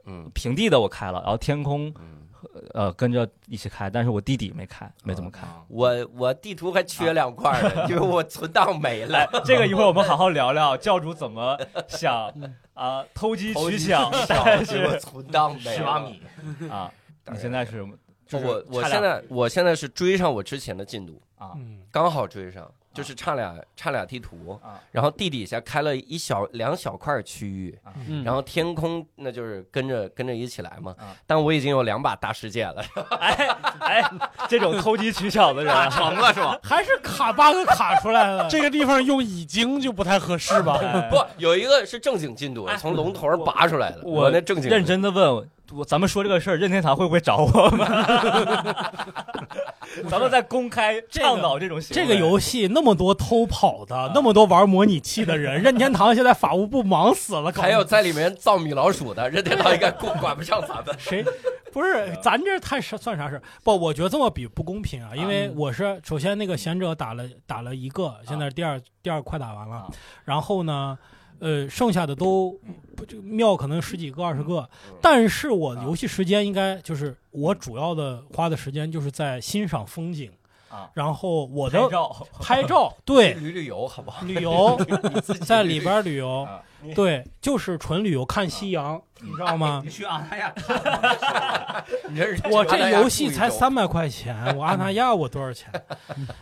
[SPEAKER 5] 嗯
[SPEAKER 1] 平地的我开了，然后天空
[SPEAKER 5] 嗯，
[SPEAKER 1] 呃跟着一起开，但是我地底没开，没怎么开。
[SPEAKER 5] 我我地图还缺两块 儿呢，因为我存档没了
[SPEAKER 1] 来。， 这个一会儿我们好好聊聊教主怎么想啊偷鸡
[SPEAKER 5] 投
[SPEAKER 1] 取
[SPEAKER 5] 机
[SPEAKER 1] 巧，但
[SPEAKER 5] 但 是
[SPEAKER 1] 是
[SPEAKER 5] 我存档没
[SPEAKER 4] 十八米，
[SPEAKER 1] 啊，
[SPEAKER 5] 当
[SPEAKER 1] 你
[SPEAKER 5] 然
[SPEAKER 1] 现在是就是
[SPEAKER 5] 我我
[SPEAKER 1] 差
[SPEAKER 5] 现
[SPEAKER 1] 两
[SPEAKER 5] 在我现在是追上我之前的进度，
[SPEAKER 1] 啊
[SPEAKER 3] 嗯
[SPEAKER 5] 刚好追上，就是差俩差俩地图
[SPEAKER 1] 啊，
[SPEAKER 5] 然后地底下开了一小两小块区域，
[SPEAKER 2] 嗯
[SPEAKER 5] 然后天空那就是跟着跟着一起来嘛
[SPEAKER 1] 啊。
[SPEAKER 5] 但我已经有两把大世界了，
[SPEAKER 1] 哎哎这种偷鸡取巧的人啊
[SPEAKER 4] 成了是吧？
[SPEAKER 3] 还是卡 bug 卡出来 了。
[SPEAKER 2] 这个地方用已经就不太合适 吧？
[SPEAKER 1] 哎
[SPEAKER 5] 不有一个是正经进度，从龙头上拔出来的。
[SPEAKER 1] 我
[SPEAKER 5] 那正经
[SPEAKER 1] 认真的问我，我咱们说这个事儿，任天堂会不会找我 们？咱们在公开倡导这种行为。
[SPEAKER 3] 这个游戏那么多偷跑的，那么多玩模拟器的人，任天堂现在法务部忙死了，搞
[SPEAKER 5] 还有在里面造米老鼠的，任天堂应该管管不上咱们。
[SPEAKER 3] 谁？ 不是，咱这太是算啥事儿？不，我觉得这么比不公平啊，因为我是首先那个贤者打了打了一个，现在第二、第二快打完了
[SPEAKER 1] 啊，
[SPEAKER 3] 然后呢，呃，剩下的都不就庙可能十几个二十个，但是我游戏时间应该就是我主要的花的时间就是在欣赏风景
[SPEAKER 1] 啊，
[SPEAKER 3] 然后我
[SPEAKER 1] 拍
[SPEAKER 3] 的
[SPEAKER 1] 照，
[SPEAKER 3] 拍照对
[SPEAKER 5] 旅旅游好不好？
[SPEAKER 3] 旅游
[SPEAKER 5] 自己
[SPEAKER 3] 在里边儿旅游
[SPEAKER 1] 啊，
[SPEAKER 3] 对，就是纯旅游看夕阳，你知道吗？
[SPEAKER 4] 你去啊，哎呀，
[SPEAKER 5] 你这是
[SPEAKER 3] 我
[SPEAKER 5] 去
[SPEAKER 3] 这
[SPEAKER 5] 阿那亚
[SPEAKER 3] 游戏
[SPEAKER 5] 住一
[SPEAKER 3] 才
[SPEAKER 5] 周
[SPEAKER 3] 三百块钱，我阿那亚我多少钱？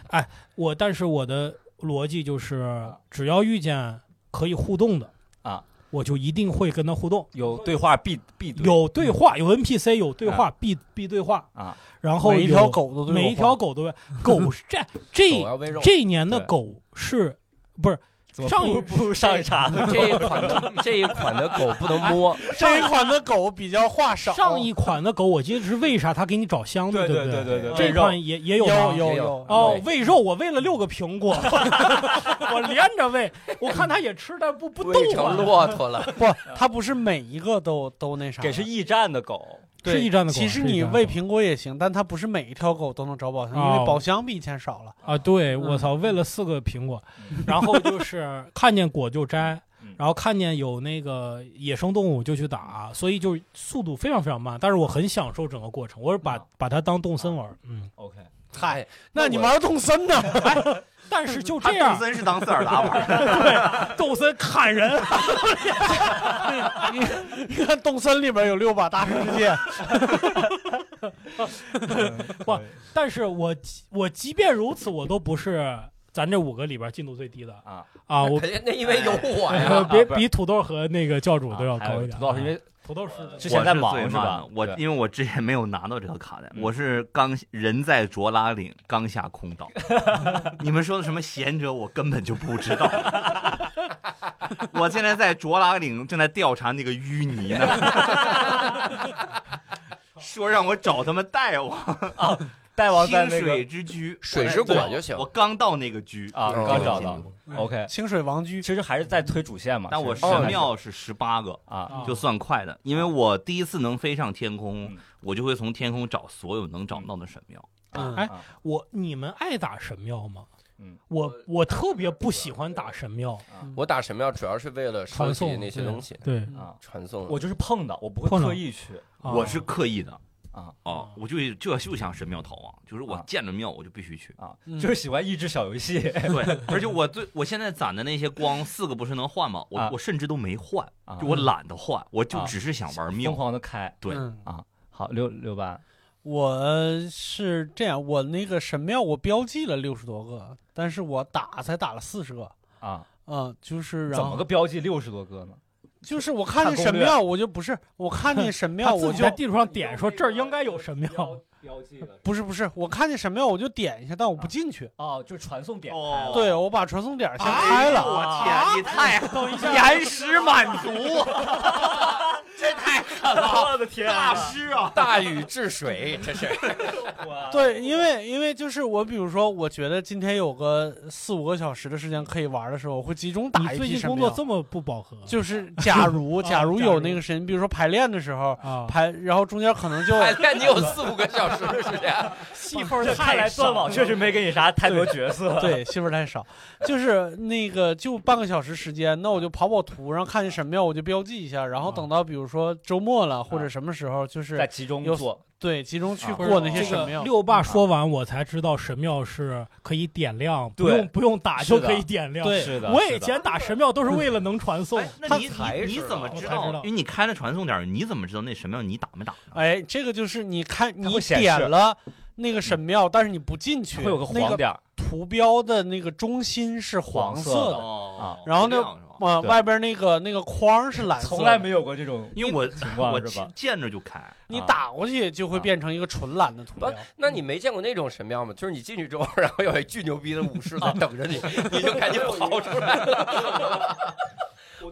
[SPEAKER 3] 哎，我但是我的逻辑就是，只要遇见可以互动的
[SPEAKER 1] 啊，
[SPEAKER 3] 我就一定会跟他互动。
[SPEAKER 1] 有对话必必对
[SPEAKER 3] 有对话，有 NPC，有对话，必必对话
[SPEAKER 1] 啊。
[SPEAKER 3] 然后
[SPEAKER 2] 每一
[SPEAKER 3] 有
[SPEAKER 2] 条狗都对我
[SPEAKER 3] 每一条狗都狗是这
[SPEAKER 5] 狗
[SPEAKER 3] 这
[SPEAKER 5] 要喂肉。
[SPEAKER 3] 这年的
[SPEAKER 1] 对
[SPEAKER 3] 狗是不是
[SPEAKER 1] 怎么
[SPEAKER 3] 上
[SPEAKER 1] 不
[SPEAKER 3] 一
[SPEAKER 1] 不如上一场。
[SPEAKER 5] 这一款的 这一款的狗不能摸，
[SPEAKER 2] 这一款的狗比较话少，
[SPEAKER 3] 上一款的狗？我记得是为啥他给你找箱子，不
[SPEAKER 1] 对对对对，
[SPEAKER 3] 这
[SPEAKER 1] 肉
[SPEAKER 3] 款也也
[SPEAKER 2] 有
[SPEAKER 3] 有吗
[SPEAKER 2] 有
[SPEAKER 5] 也有
[SPEAKER 2] 有
[SPEAKER 3] 哦
[SPEAKER 5] 对，
[SPEAKER 3] 喂肉，我喂了六个苹 果，我连着喂，我看它也吃，但不不动
[SPEAKER 5] 喂成
[SPEAKER 3] 啊。
[SPEAKER 5] 骆驼了。
[SPEAKER 2] 不，它不是每一个都都那啥的，
[SPEAKER 1] 给是驿站的狗，
[SPEAKER 2] 对
[SPEAKER 3] 是驿站的狗
[SPEAKER 2] 其
[SPEAKER 3] 是
[SPEAKER 2] 实
[SPEAKER 3] 驿
[SPEAKER 2] 你
[SPEAKER 3] 站的
[SPEAKER 2] 喂
[SPEAKER 3] 狗
[SPEAKER 2] 苹果也行，但它不是每一条狗都能找宝箱，因
[SPEAKER 3] 哦
[SPEAKER 2] 为宝箱比以前少了。
[SPEAKER 3] 啊，对，我操，喂了四个苹果，然后就是看见果就摘
[SPEAKER 1] 嗯，
[SPEAKER 3] 然后看见有那个野生动物就去打，所以就是速度非常非常慢，但是我很享受整个过程，我是把
[SPEAKER 1] 啊
[SPEAKER 3] 把它当动森玩，嗯，
[SPEAKER 1] ，OK，
[SPEAKER 5] 嗨，
[SPEAKER 2] 那你玩动森呢？
[SPEAKER 3] 但是就
[SPEAKER 4] 他
[SPEAKER 3] 这
[SPEAKER 4] 动
[SPEAKER 3] 样，
[SPEAKER 4] 森是当塞尔达玩的，啊
[SPEAKER 3] 动森砍人，
[SPEAKER 2] 你看动森里边有六把大世界，
[SPEAKER 3] 不，但是我我即便如此，我都不是咱这五个里边进度最低的
[SPEAKER 1] 啊
[SPEAKER 3] 啊，我
[SPEAKER 5] 肯定那因为有我呀。
[SPEAKER 3] 比
[SPEAKER 1] 不是
[SPEAKER 3] 比土豆和那个教主都要
[SPEAKER 1] 啊还
[SPEAKER 3] 高
[SPEAKER 1] 有
[SPEAKER 3] 一点。
[SPEAKER 1] 土豆老师因为
[SPEAKER 3] 土豆是
[SPEAKER 1] 之前在忙
[SPEAKER 4] 我是最
[SPEAKER 1] 是
[SPEAKER 4] 慢
[SPEAKER 1] 吧
[SPEAKER 4] 的我
[SPEAKER 1] 对
[SPEAKER 4] 因为我之前没有拿到这个卡带，我是刚人在卓拉岭，刚下空岛。你们说的什么贤者，我根本就不知道。我现在在卓拉岭正在调查那个淤泥呢，说让我找他们带我
[SPEAKER 1] 大王在
[SPEAKER 4] 清
[SPEAKER 1] 那
[SPEAKER 4] 水
[SPEAKER 1] 个
[SPEAKER 4] 之居，
[SPEAKER 5] 水之
[SPEAKER 4] 我
[SPEAKER 5] 果
[SPEAKER 4] 在
[SPEAKER 5] 就行
[SPEAKER 4] 我。刚到那个居
[SPEAKER 1] 啊，
[SPEAKER 5] 嗯
[SPEAKER 1] 刚找到。
[SPEAKER 3] 嗯
[SPEAKER 1] OK，
[SPEAKER 2] 清水王居
[SPEAKER 1] 其实还是在推主线嘛。
[SPEAKER 4] 但我
[SPEAKER 1] 是哦
[SPEAKER 4] 神庙是十八个，
[SPEAKER 1] 啊，
[SPEAKER 4] 就算快的，因为我第一次能飞上天空
[SPEAKER 1] 嗯，
[SPEAKER 4] 我就会从天空找所有能找到的神庙。
[SPEAKER 1] 啊
[SPEAKER 2] 嗯
[SPEAKER 3] 哎，我你们爱打神庙吗？
[SPEAKER 1] 嗯
[SPEAKER 3] 我我特别不喜欢打神庙，
[SPEAKER 5] 我打神庙主要是为了
[SPEAKER 3] 传
[SPEAKER 5] 收集
[SPEAKER 3] 送
[SPEAKER 5] 那些东西，
[SPEAKER 3] 对，
[SPEAKER 1] 啊，
[SPEAKER 5] 传送。
[SPEAKER 1] 我就是碰到，我不会
[SPEAKER 3] 碰到
[SPEAKER 1] 刻意去。
[SPEAKER 3] 啊
[SPEAKER 4] 我是刻意的
[SPEAKER 1] 嗯啊
[SPEAKER 4] 哦，我就就要就想神庙逃亡，就是我
[SPEAKER 1] 啊。
[SPEAKER 4] 见了庙我就必须去
[SPEAKER 1] 啊，
[SPEAKER 2] 嗯
[SPEAKER 1] 就是喜欢益智小游戏
[SPEAKER 4] 对，而且我最我现在攒的那些光四个不是能换吗？我
[SPEAKER 1] 啊
[SPEAKER 4] 我甚至都没换
[SPEAKER 1] 啊，
[SPEAKER 4] 就我懒得换，我就
[SPEAKER 1] 啊
[SPEAKER 4] 只是想玩
[SPEAKER 1] 疯
[SPEAKER 4] 庙。
[SPEAKER 1] 狂的开。
[SPEAKER 4] 对
[SPEAKER 2] 嗯
[SPEAKER 1] 好，六六八
[SPEAKER 2] 我是这样，我那个神庙我标记了六十多个，但是我打才打了四十个。
[SPEAKER 1] 啊，
[SPEAKER 2] 嗯，就是
[SPEAKER 1] 怎
[SPEAKER 2] 然
[SPEAKER 1] 么
[SPEAKER 2] 后
[SPEAKER 1] 个标记六十多个呢？
[SPEAKER 2] 就是我看见
[SPEAKER 1] 看
[SPEAKER 2] 神
[SPEAKER 1] 攻略
[SPEAKER 2] 庙，我就不是我看见神庙
[SPEAKER 3] 他
[SPEAKER 2] 我
[SPEAKER 3] 自己
[SPEAKER 2] 就
[SPEAKER 3] 在地图上 点说这儿应该有神庙，
[SPEAKER 1] 标记的
[SPEAKER 2] 不是不是，我看见神庙我就点一下，但我不进去。
[SPEAKER 1] 哦，就是传送点
[SPEAKER 4] 哦
[SPEAKER 1] 开了
[SPEAKER 2] 对，我把传送点先
[SPEAKER 4] 哎
[SPEAKER 2] 开
[SPEAKER 4] 呦
[SPEAKER 2] 了。
[SPEAKER 4] 我
[SPEAKER 1] 啊
[SPEAKER 4] 天，你太
[SPEAKER 3] 等一下，
[SPEAKER 4] 延时满
[SPEAKER 5] 啊
[SPEAKER 4] 足，这太狠了！哎我的天，大师啊！
[SPEAKER 5] 大禹治水，这是
[SPEAKER 2] 对，因为因为就是我，比如说，我觉得今天有个四五个小时的时间可以玩的时候，我会集中打
[SPEAKER 3] 你
[SPEAKER 2] 一
[SPEAKER 3] 最
[SPEAKER 2] 批
[SPEAKER 3] 近
[SPEAKER 2] 神
[SPEAKER 3] 工作
[SPEAKER 2] 庙。
[SPEAKER 3] 这么不饱和，
[SPEAKER 2] 就是假 如
[SPEAKER 3] 啊
[SPEAKER 2] 假如
[SPEAKER 3] 假如
[SPEAKER 2] 有那个时间，比如说排练的时候，
[SPEAKER 3] 啊，
[SPEAKER 2] 排然后中间可能 就
[SPEAKER 5] 排哎练 你有四五个小时的时间，
[SPEAKER 3] 戏份
[SPEAKER 1] 这看来断网确实没给你啥太多角色。
[SPEAKER 2] 对戏份太少，就是那个就半个小时时间，那我就跑跑图，然后看见神庙我就标记一下，然后
[SPEAKER 3] 嗯
[SPEAKER 2] 等到比如说周末了或者什么时候，就
[SPEAKER 1] 在
[SPEAKER 2] 是
[SPEAKER 1] 集中
[SPEAKER 2] 有
[SPEAKER 1] 做
[SPEAKER 2] 对集中去
[SPEAKER 1] 啊
[SPEAKER 2] 过那些
[SPEAKER 3] 这
[SPEAKER 2] 神
[SPEAKER 3] 个
[SPEAKER 2] 庙。
[SPEAKER 3] 六爸说完，我才知道神庙是可以点亮，不
[SPEAKER 1] 对
[SPEAKER 3] 用不用打就可以点亮。
[SPEAKER 2] 对
[SPEAKER 1] 是的，
[SPEAKER 3] 我
[SPEAKER 1] 是
[SPEAKER 3] 以
[SPEAKER 1] 的
[SPEAKER 3] 前打神庙都是为了能传送
[SPEAKER 1] 啊
[SPEAKER 4] 哎，那
[SPEAKER 5] 他
[SPEAKER 4] 你
[SPEAKER 5] 才
[SPEAKER 4] 你你
[SPEAKER 5] 知
[SPEAKER 4] 怎么
[SPEAKER 5] 道
[SPEAKER 4] 知
[SPEAKER 3] 我才知
[SPEAKER 4] 道
[SPEAKER 3] 道？
[SPEAKER 4] 因为你开了传送点儿，你怎么知道那神庙你打没打呢？
[SPEAKER 2] 哎，这个就是你看
[SPEAKER 1] 它
[SPEAKER 2] 你
[SPEAKER 1] 会显示
[SPEAKER 2] 点了那个神庙，但是你不进去，
[SPEAKER 1] 会有个
[SPEAKER 2] 那
[SPEAKER 1] 黄
[SPEAKER 2] 个
[SPEAKER 1] 点儿
[SPEAKER 2] 图标的那个中心是黄
[SPEAKER 1] 黄
[SPEAKER 2] 色
[SPEAKER 1] 色
[SPEAKER 2] 的，
[SPEAKER 4] 哦
[SPEAKER 2] 然后
[SPEAKER 4] 是
[SPEAKER 2] 呢
[SPEAKER 4] 这样是吧
[SPEAKER 2] 往
[SPEAKER 1] 对
[SPEAKER 2] 外边那个那个框是蓝色的，啊
[SPEAKER 1] 从来没有过这种
[SPEAKER 4] 因为我
[SPEAKER 1] 情
[SPEAKER 4] 我
[SPEAKER 1] 况是吧？
[SPEAKER 4] 见着就开，
[SPEAKER 2] 你打过去就会变成一个纯蓝的图标嗯
[SPEAKER 5] 不。，那你没见过那种神庙吗？就是你进去之后，然后有一巨牛逼的武
[SPEAKER 1] 啊
[SPEAKER 5] 士在等着你，你就 赶紧
[SPEAKER 1] 哦
[SPEAKER 5] 跑出来了。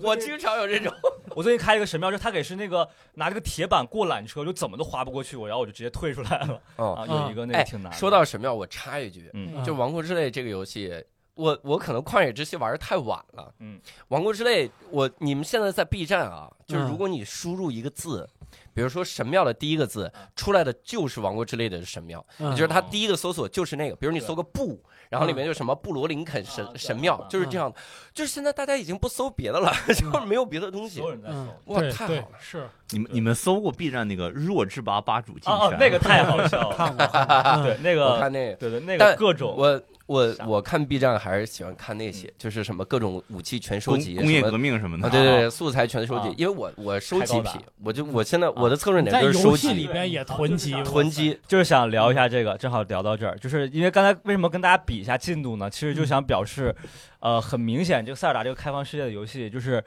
[SPEAKER 5] 我经常有这种，
[SPEAKER 1] 我最近开了一个神庙，就是他给是那个拿这个铁板过缆车，就怎么都滑不过去我，然后我就直接退出来了啊。
[SPEAKER 5] 哦，
[SPEAKER 1] 有一个那
[SPEAKER 5] 哎
[SPEAKER 1] 个挺难的，
[SPEAKER 5] 说到神庙，我插一句，
[SPEAKER 1] 嗯
[SPEAKER 5] 就《王国之泪》这个游戏，我我可能《旷野之息》玩的太晚了。
[SPEAKER 1] 嗯，
[SPEAKER 5] 《王国之泪》，我你们现在在 B 站啊，就是
[SPEAKER 2] 嗯
[SPEAKER 5] 如果你输入一个字，比如说神庙的第一个字，
[SPEAKER 1] 嗯
[SPEAKER 5] 出来的就是《王国之泪》的神庙，也就是
[SPEAKER 1] 哦
[SPEAKER 5] 它第一个搜索就是那个。比如你搜个布，然后里面就什么布罗林肯神
[SPEAKER 1] 啊对
[SPEAKER 5] 神庙
[SPEAKER 1] 嗯，
[SPEAKER 5] 就是这样的。就是现在大家已经不搜别的了， 就是没有别的东西
[SPEAKER 1] 所有。人在搜
[SPEAKER 2] 嗯
[SPEAKER 5] 哇，
[SPEAKER 3] 对
[SPEAKER 5] 太好
[SPEAKER 3] 对
[SPEAKER 5] 了！
[SPEAKER 3] 是
[SPEAKER 4] 你们你们搜过 B 站那个弱智吧吧主进
[SPEAKER 1] 啊啊，那个太好笑 了，
[SPEAKER 2] 看过看过，
[SPEAKER 1] 对那
[SPEAKER 5] 我
[SPEAKER 1] 个
[SPEAKER 5] 看那个，
[SPEAKER 1] 对对那个
[SPEAKER 5] 但
[SPEAKER 1] 各种嗯
[SPEAKER 5] 我我
[SPEAKER 1] 啥
[SPEAKER 5] 我看 B 站还是喜欢看那些，就是什么各种武器全收
[SPEAKER 4] 工
[SPEAKER 5] 集，
[SPEAKER 4] 工业
[SPEAKER 5] 什么
[SPEAKER 4] 革命什么 的，
[SPEAKER 5] 啊，对对对，素材全收集
[SPEAKER 1] 啊，
[SPEAKER 5] 因为我我收集
[SPEAKER 1] 太高啊
[SPEAKER 5] 癖
[SPEAKER 1] 了，
[SPEAKER 5] 我就我现在我的侧重点
[SPEAKER 3] 嗯在
[SPEAKER 5] 就是收
[SPEAKER 3] 游戏里
[SPEAKER 5] 集
[SPEAKER 3] 边也囤积，
[SPEAKER 5] 囤积，
[SPEAKER 1] 就是想聊
[SPEAKER 5] 嗯
[SPEAKER 1] 一下这个，正好聊到这儿，就是因为刚才为什么跟大家比一下进度呢？其
[SPEAKER 5] 嗯
[SPEAKER 1] 实就想表示，呃，很明显，这个塞尔达这个开放世界的游戏就是。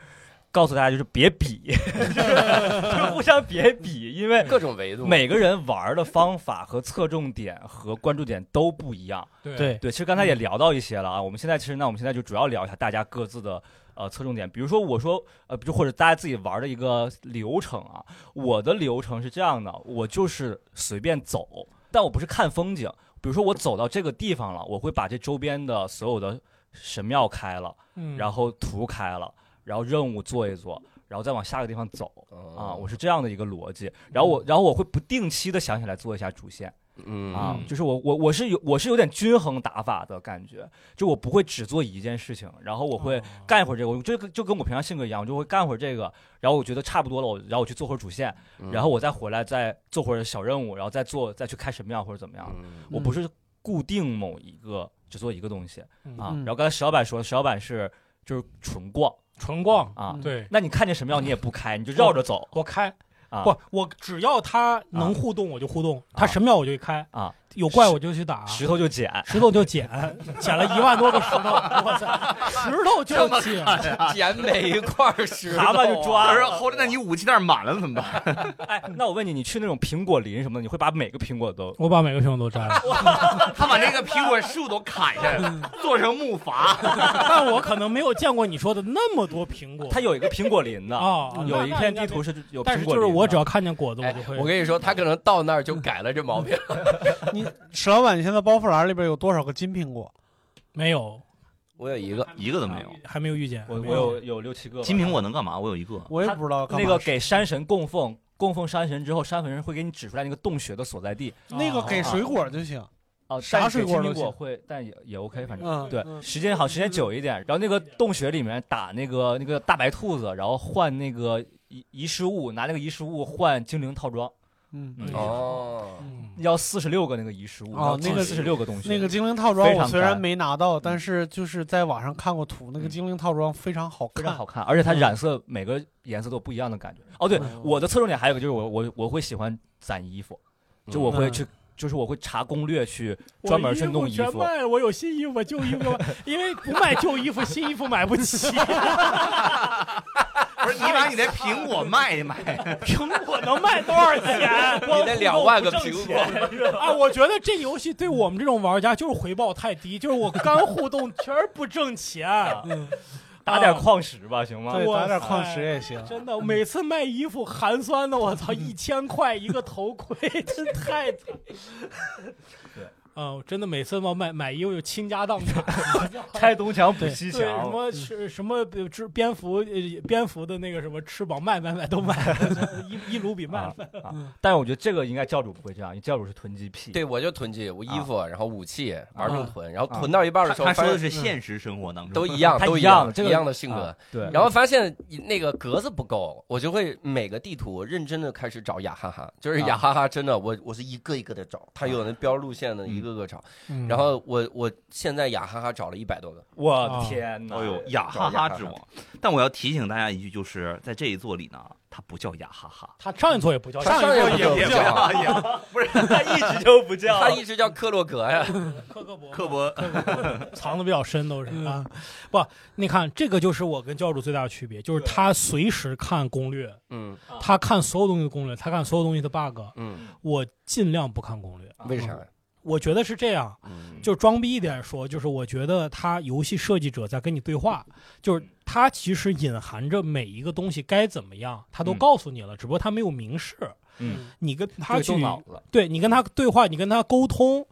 [SPEAKER 1] 告诉大家就是别比， 就是互相别比，因 为
[SPEAKER 5] 各种维度。
[SPEAKER 1] 每个人玩的方法和侧重点和关注点都不一样。
[SPEAKER 3] 对
[SPEAKER 2] 对，
[SPEAKER 1] 对，其实刚才也聊到一些了啊。我们现在其实那我们现在就主要聊一下大家各自的呃侧重点，比如说我说呃，就或者大家自己玩的一个流程啊。我的流程是这样的，我就是随便走，但我不是看风景。比如说我走到这个地方了，我会把这周边的所有的神庙开了，
[SPEAKER 3] 嗯
[SPEAKER 1] 然后图开了，然后任务做一做，然后再往下个地方走。啊，
[SPEAKER 5] 啊
[SPEAKER 1] 我是这样的一个逻辑。然后我，然后我会不定期的想起来做一下主线
[SPEAKER 5] 嗯
[SPEAKER 1] 啊
[SPEAKER 3] 嗯，
[SPEAKER 1] 就是我我我是有我是有点均衡打法的感觉，就我不会只做一件事情，然后我会
[SPEAKER 3] 哦
[SPEAKER 1] 干一会儿这个，我就跟就跟我平常性格一样，我就会干会儿这个，然后我觉得差不多了，我然后我去做会儿主线，
[SPEAKER 5] 嗯
[SPEAKER 1] 然后我再回来再做会儿小任务，然后再做再去开神庙或者怎么样。
[SPEAKER 5] 嗯
[SPEAKER 1] 我不是固定某一个只做一个东西啊。
[SPEAKER 2] 嗯
[SPEAKER 1] 然后刚才石老板说，石老板是就是纯逛
[SPEAKER 3] 纯逛
[SPEAKER 1] 啊，
[SPEAKER 3] 对。嗯
[SPEAKER 1] 那你看见神庙你也不开，你就绕着走。
[SPEAKER 3] 我开，
[SPEAKER 1] 啊
[SPEAKER 3] 不，我只要他能互动我就互动，他神庙我就开
[SPEAKER 1] 啊，
[SPEAKER 3] 有怪我就去
[SPEAKER 5] 啊
[SPEAKER 3] 打，
[SPEAKER 1] 石头就捡，
[SPEAKER 3] 石头就捡， 捡了一万多个石 头，我操，石头就捡，
[SPEAKER 5] 捡嗯 每一块儿 石头
[SPEAKER 1] 蛤
[SPEAKER 5] 啊，
[SPEAKER 1] 蟆就抓
[SPEAKER 4] 我说后来那你武器袋满了怎么办？
[SPEAKER 1] 哎，那我问你，你去那种苹果林什么的，你会把每个苹果都
[SPEAKER 3] 我把每个熊都摘了，
[SPEAKER 4] 他把那个苹果树都砍下来了，做成木筏。
[SPEAKER 3] 但我可能没有见过你说的那么多苹果。
[SPEAKER 1] 它有一个苹果林的，
[SPEAKER 2] 哦
[SPEAKER 1] 嗯
[SPEAKER 3] 啊，
[SPEAKER 1] 有一片地
[SPEAKER 3] 是。
[SPEAKER 1] 图是有苹果林的
[SPEAKER 3] 但是就是我只要看见果子，我
[SPEAKER 5] 哎
[SPEAKER 3] 就会。
[SPEAKER 5] 我跟你说，他可能到那儿就改了这毛 病。
[SPEAKER 2] 史老板，你现在包袱栏里边有多少个金苹果？
[SPEAKER 3] 没有，
[SPEAKER 5] 我有一个，
[SPEAKER 4] 一个都没有。
[SPEAKER 3] 还没有遇见。
[SPEAKER 1] 我
[SPEAKER 3] 还没
[SPEAKER 1] 我有有六七个吧
[SPEAKER 4] 金苹果能干嘛？我有一个，
[SPEAKER 2] 我也不知道干嘛
[SPEAKER 1] 那个给山神供奉，供奉山神之后，山神会给你指出来那个洞穴的所在地
[SPEAKER 2] 啊那个给水果就行，
[SPEAKER 1] 啊。
[SPEAKER 2] 啥
[SPEAKER 1] 但是
[SPEAKER 2] 水果
[SPEAKER 1] 金
[SPEAKER 2] 都
[SPEAKER 1] 苹果
[SPEAKER 2] 行
[SPEAKER 1] 会，但也也 OK，反正。
[SPEAKER 2] 嗯，
[SPEAKER 1] 对，
[SPEAKER 2] 嗯
[SPEAKER 1] 时间好，时间久一点，然后那个洞穴里面打那个那个大白兔子，然后换那个遗遗失物，拿那个遗失物换精灵套装，
[SPEAKER 2] 嗯，
[SPEAKER 1] 嗯
[SPEAKER 5] 哦，
[SPEAKER 3] 嗯
[SPEAKER 1] 要四十六个那个遗失物，
[SPEAKER 2] 哦那个
[SPEAKER 1] 四十六个洞穴，
[SPEAKER 2] 那个精灵套装
[SPEAKER 1] 非常
[SPEAKER 2] 我虽然
[SPEAKER 1] 干
[SPEAKER 2] 没拿到，但是就是在网上看过图，那个
[SPEAKER 1] 嗯
[SPEAKER 2] 精灵套装非常好
[SPEAKER 1] 非常
[SPEAKER 2] 看。
[SPEAKER 1] 好看，而且它
[SPEAKER 3] 嗯
[SPEAKER 1] 染色每个颜色都有不一样的感觉。哦，对，
[SPEAKER 2] 嗯
[SPEAKER 1] 我的侧重点还有一个就是我我我会喜欢攒衣服，就我会去，就是我会查攻略去专门去弄衣
[SPEAKER 3] 嗯我全
[SPEAKER 1] 服。
[SPEAKER 3] 卖了，我有新衣服，把旧衣服卖，因为不卖旧衣服，新衣服买 不起。
[SPEAKER 4] 不是你把你的苹果卖一 卖，
[SPEAKER 3] 苹果能卖多少钱？
[SPEAKER 5] 嗯你那两万个苹果，
[SPEAKER 3] 啊，我觉得这游戏对我们这种玩家就是回报太低，就是我刚互动全是不 挣钱。
[SPEAKER 1] 打点矿石吧，行吗
[SPEAKER 2] 对，？
[SPEAKER 3] 哇
[SPEAKER 2] 打点
[SPEAKER 3] 塞
[SPEAKER 2] 矿石也行。
[SPEAKER 3] 真的，每次卖衣服寒酸的，我操，一千块一个头盔， 真太惨。
[SPEAKER 1] 对，
[SPEAKER 3] 嗯，真的每次嘛买买衣服就倾家荡产，
[SPEAKER 1] 拆东墙补西
[SPEAKER 3] 对
[SPEAKER 1] 墙，啊
[SPEAKER 3] 什么是什么呃之蝙蝠呃蝙蝠的那个什么翅膀卖卖卖都卖， 一一卢比卖
[SPEAKER 1] 啊
[SPEAKER 3] 卖。嗯
[SPEAKER 1] 啊！但是我觉得这个应该教主不会这样，因为教主是囤积癖。
[SPEAKER 5] 对我就囤积我
[SPEAKER 1] 啊
[SPEAKER 5] 衣服，然后武器玩命囤，然后囤到一半
[SPEAKER 4] 他
[SPEAKER 5] 的时候，
[SPEAKER 4] 他说
[SPEAKER 5] 发
[SPEAKER 4] 的
[SPEAKER 5] 现
[SPEAKER 4] 是现实生活当中
[SPEAKER 5] 都一样，
[SPEAKER 1] 他
[SPEAKER 5] 都
[SPEAKER 1] 一样
[SPEAKER 5] 样，
[SPEAKER 1] 这个
[SPEAKER 5] 一样的性格
[SPEAKER 1] 啊。对，
[SPEAKER 5] 然后发现那个格子不够，我就会每个地图认真的开始找雅哈哈，就是雅哈哈真的，我我是一个一个的找，它有那标路线的，一个个找。然后我我现在雅哈哈找了一百多个，
[SPEAKER 1] 我
[SPEAKER 3] 啊
[SPEAKER 1] 天哪！
[SPEAKER 5] 哎
[SPEAKER 4] 哦呦，雅哈哈之王！但我要提醒大家一句，就是在这一座里呢，它不叫雅哈哈，
[SPEAKER 3] 他上一座也不叫，
[SPEAKER 5] 他上
[SPEAKER 3] 一座
[SPEAKER 5] 一座也不叫
[SPEAKER 4] 雅哈哈，
[SPEAKER 1] 他一直就不叫
[SPEAKER 5] 它一直叫克洛格呀。
[SPEAKER 3] 克格勃，
[SPEAKER 4] 刻薄。
[SPEAKER 3] 藏的比较深都是啊。不，你看这个就是我跟教主最大的区别，就是他随时看攻略，
[SPEAKER 5] 嗯
[SPEAKER 3] 他看所有东西的攻略，他看所有东西的 bug，
[SPEAKER 5] 嗯，
[SPEAKER 3] 我尽量不看攻略。
[SPEAKER 5] 为啥？
[SPEAKER 3] 我觉得是这样，
[SPEAKER 5] 嗯
[SPEAKER 3] 就装逼一点说，就是我觉得他游戏设计者在跟你对话，
[SPEAKER 1] 嗯
[SPEAKER 3] 就是他其实隐含着每一个东西该怎么样，他都
[SPEAKER 1] 嗯
[SPEAKER 3] 告诉你了，只不过他没有明示。
[SPEAKER 1] 嗯，
[SPEAKER 3] 你跟他
[SPEAKER 1] 对
[SPEAKER 3] 去
[SPEAKER 1] 动脑子了。
[SPEAKER 3] 对你跟他对话，你跟他沟通，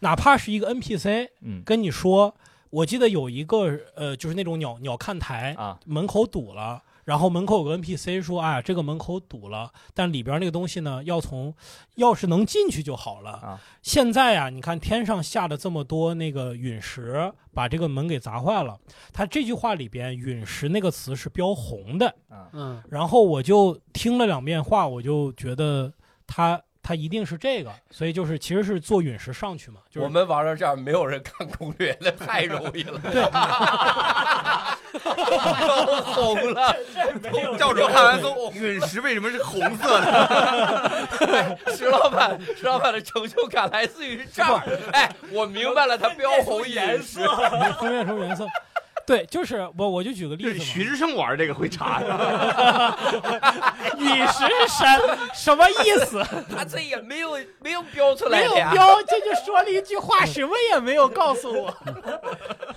[SPEAKER 3] 哪怕是一个 NPC
[SPEAKER 1] 嗯
[SPEAKER 3] 跟你说，我记得有一个呃，就是那种鸟鸟看台
[SPEAKER 1] 啊，
[SPEAKER 3] 门口堵了。然后门口有个 NPC 说：“啊，这个门口堵了，但里边那个东西呢，要从要是能进去就好了。
[SPEAKER 1] 啊
[SPEAKER 3] 现在啊，你看天上下了这么多那个陨石，把这个门给砸坏了。他这句话里边‘陨石’那个词是标红的，
[SPEAKER 2] 嗯，
[SPEAKER 3] 然后我就听了两遍话，我就觉得他他一定是这个，所以就是其实是坐陨石上去嘛，就是
[SPEAKER 5] 我们玩到这儿，没有人看攻略的，太容易了。对， 都红 了，
[SPEAKER 4] 教主看完说， 陨石为什么是红色的？
[SPEAKER 5] 石老板，石老板的成就感来自于这儿。哎，我明白了，他标红颜色。
[SPEAKER 3] 分辨出颜色。对，就是我我就举个
[SPEAKER 4] 就是
[SPEAKER 3] 例子
[SPEAKER 4] 徐
[SPEAKER 3] 嘛，
[SPEAKER 4] 志胜玩这个会查的，
[SPEAKER 3] 陨石什什么意 思？
[SPEAKER 5] 他这也没有没有标出
[SPEAKER 3] 没
[SPEAKER 5] 来
[SPEAKER 3] 有
[SPEAKER 5] 呀。
[SPEAKER 3] 标，这就说了一句话，什么也没有告诉 我。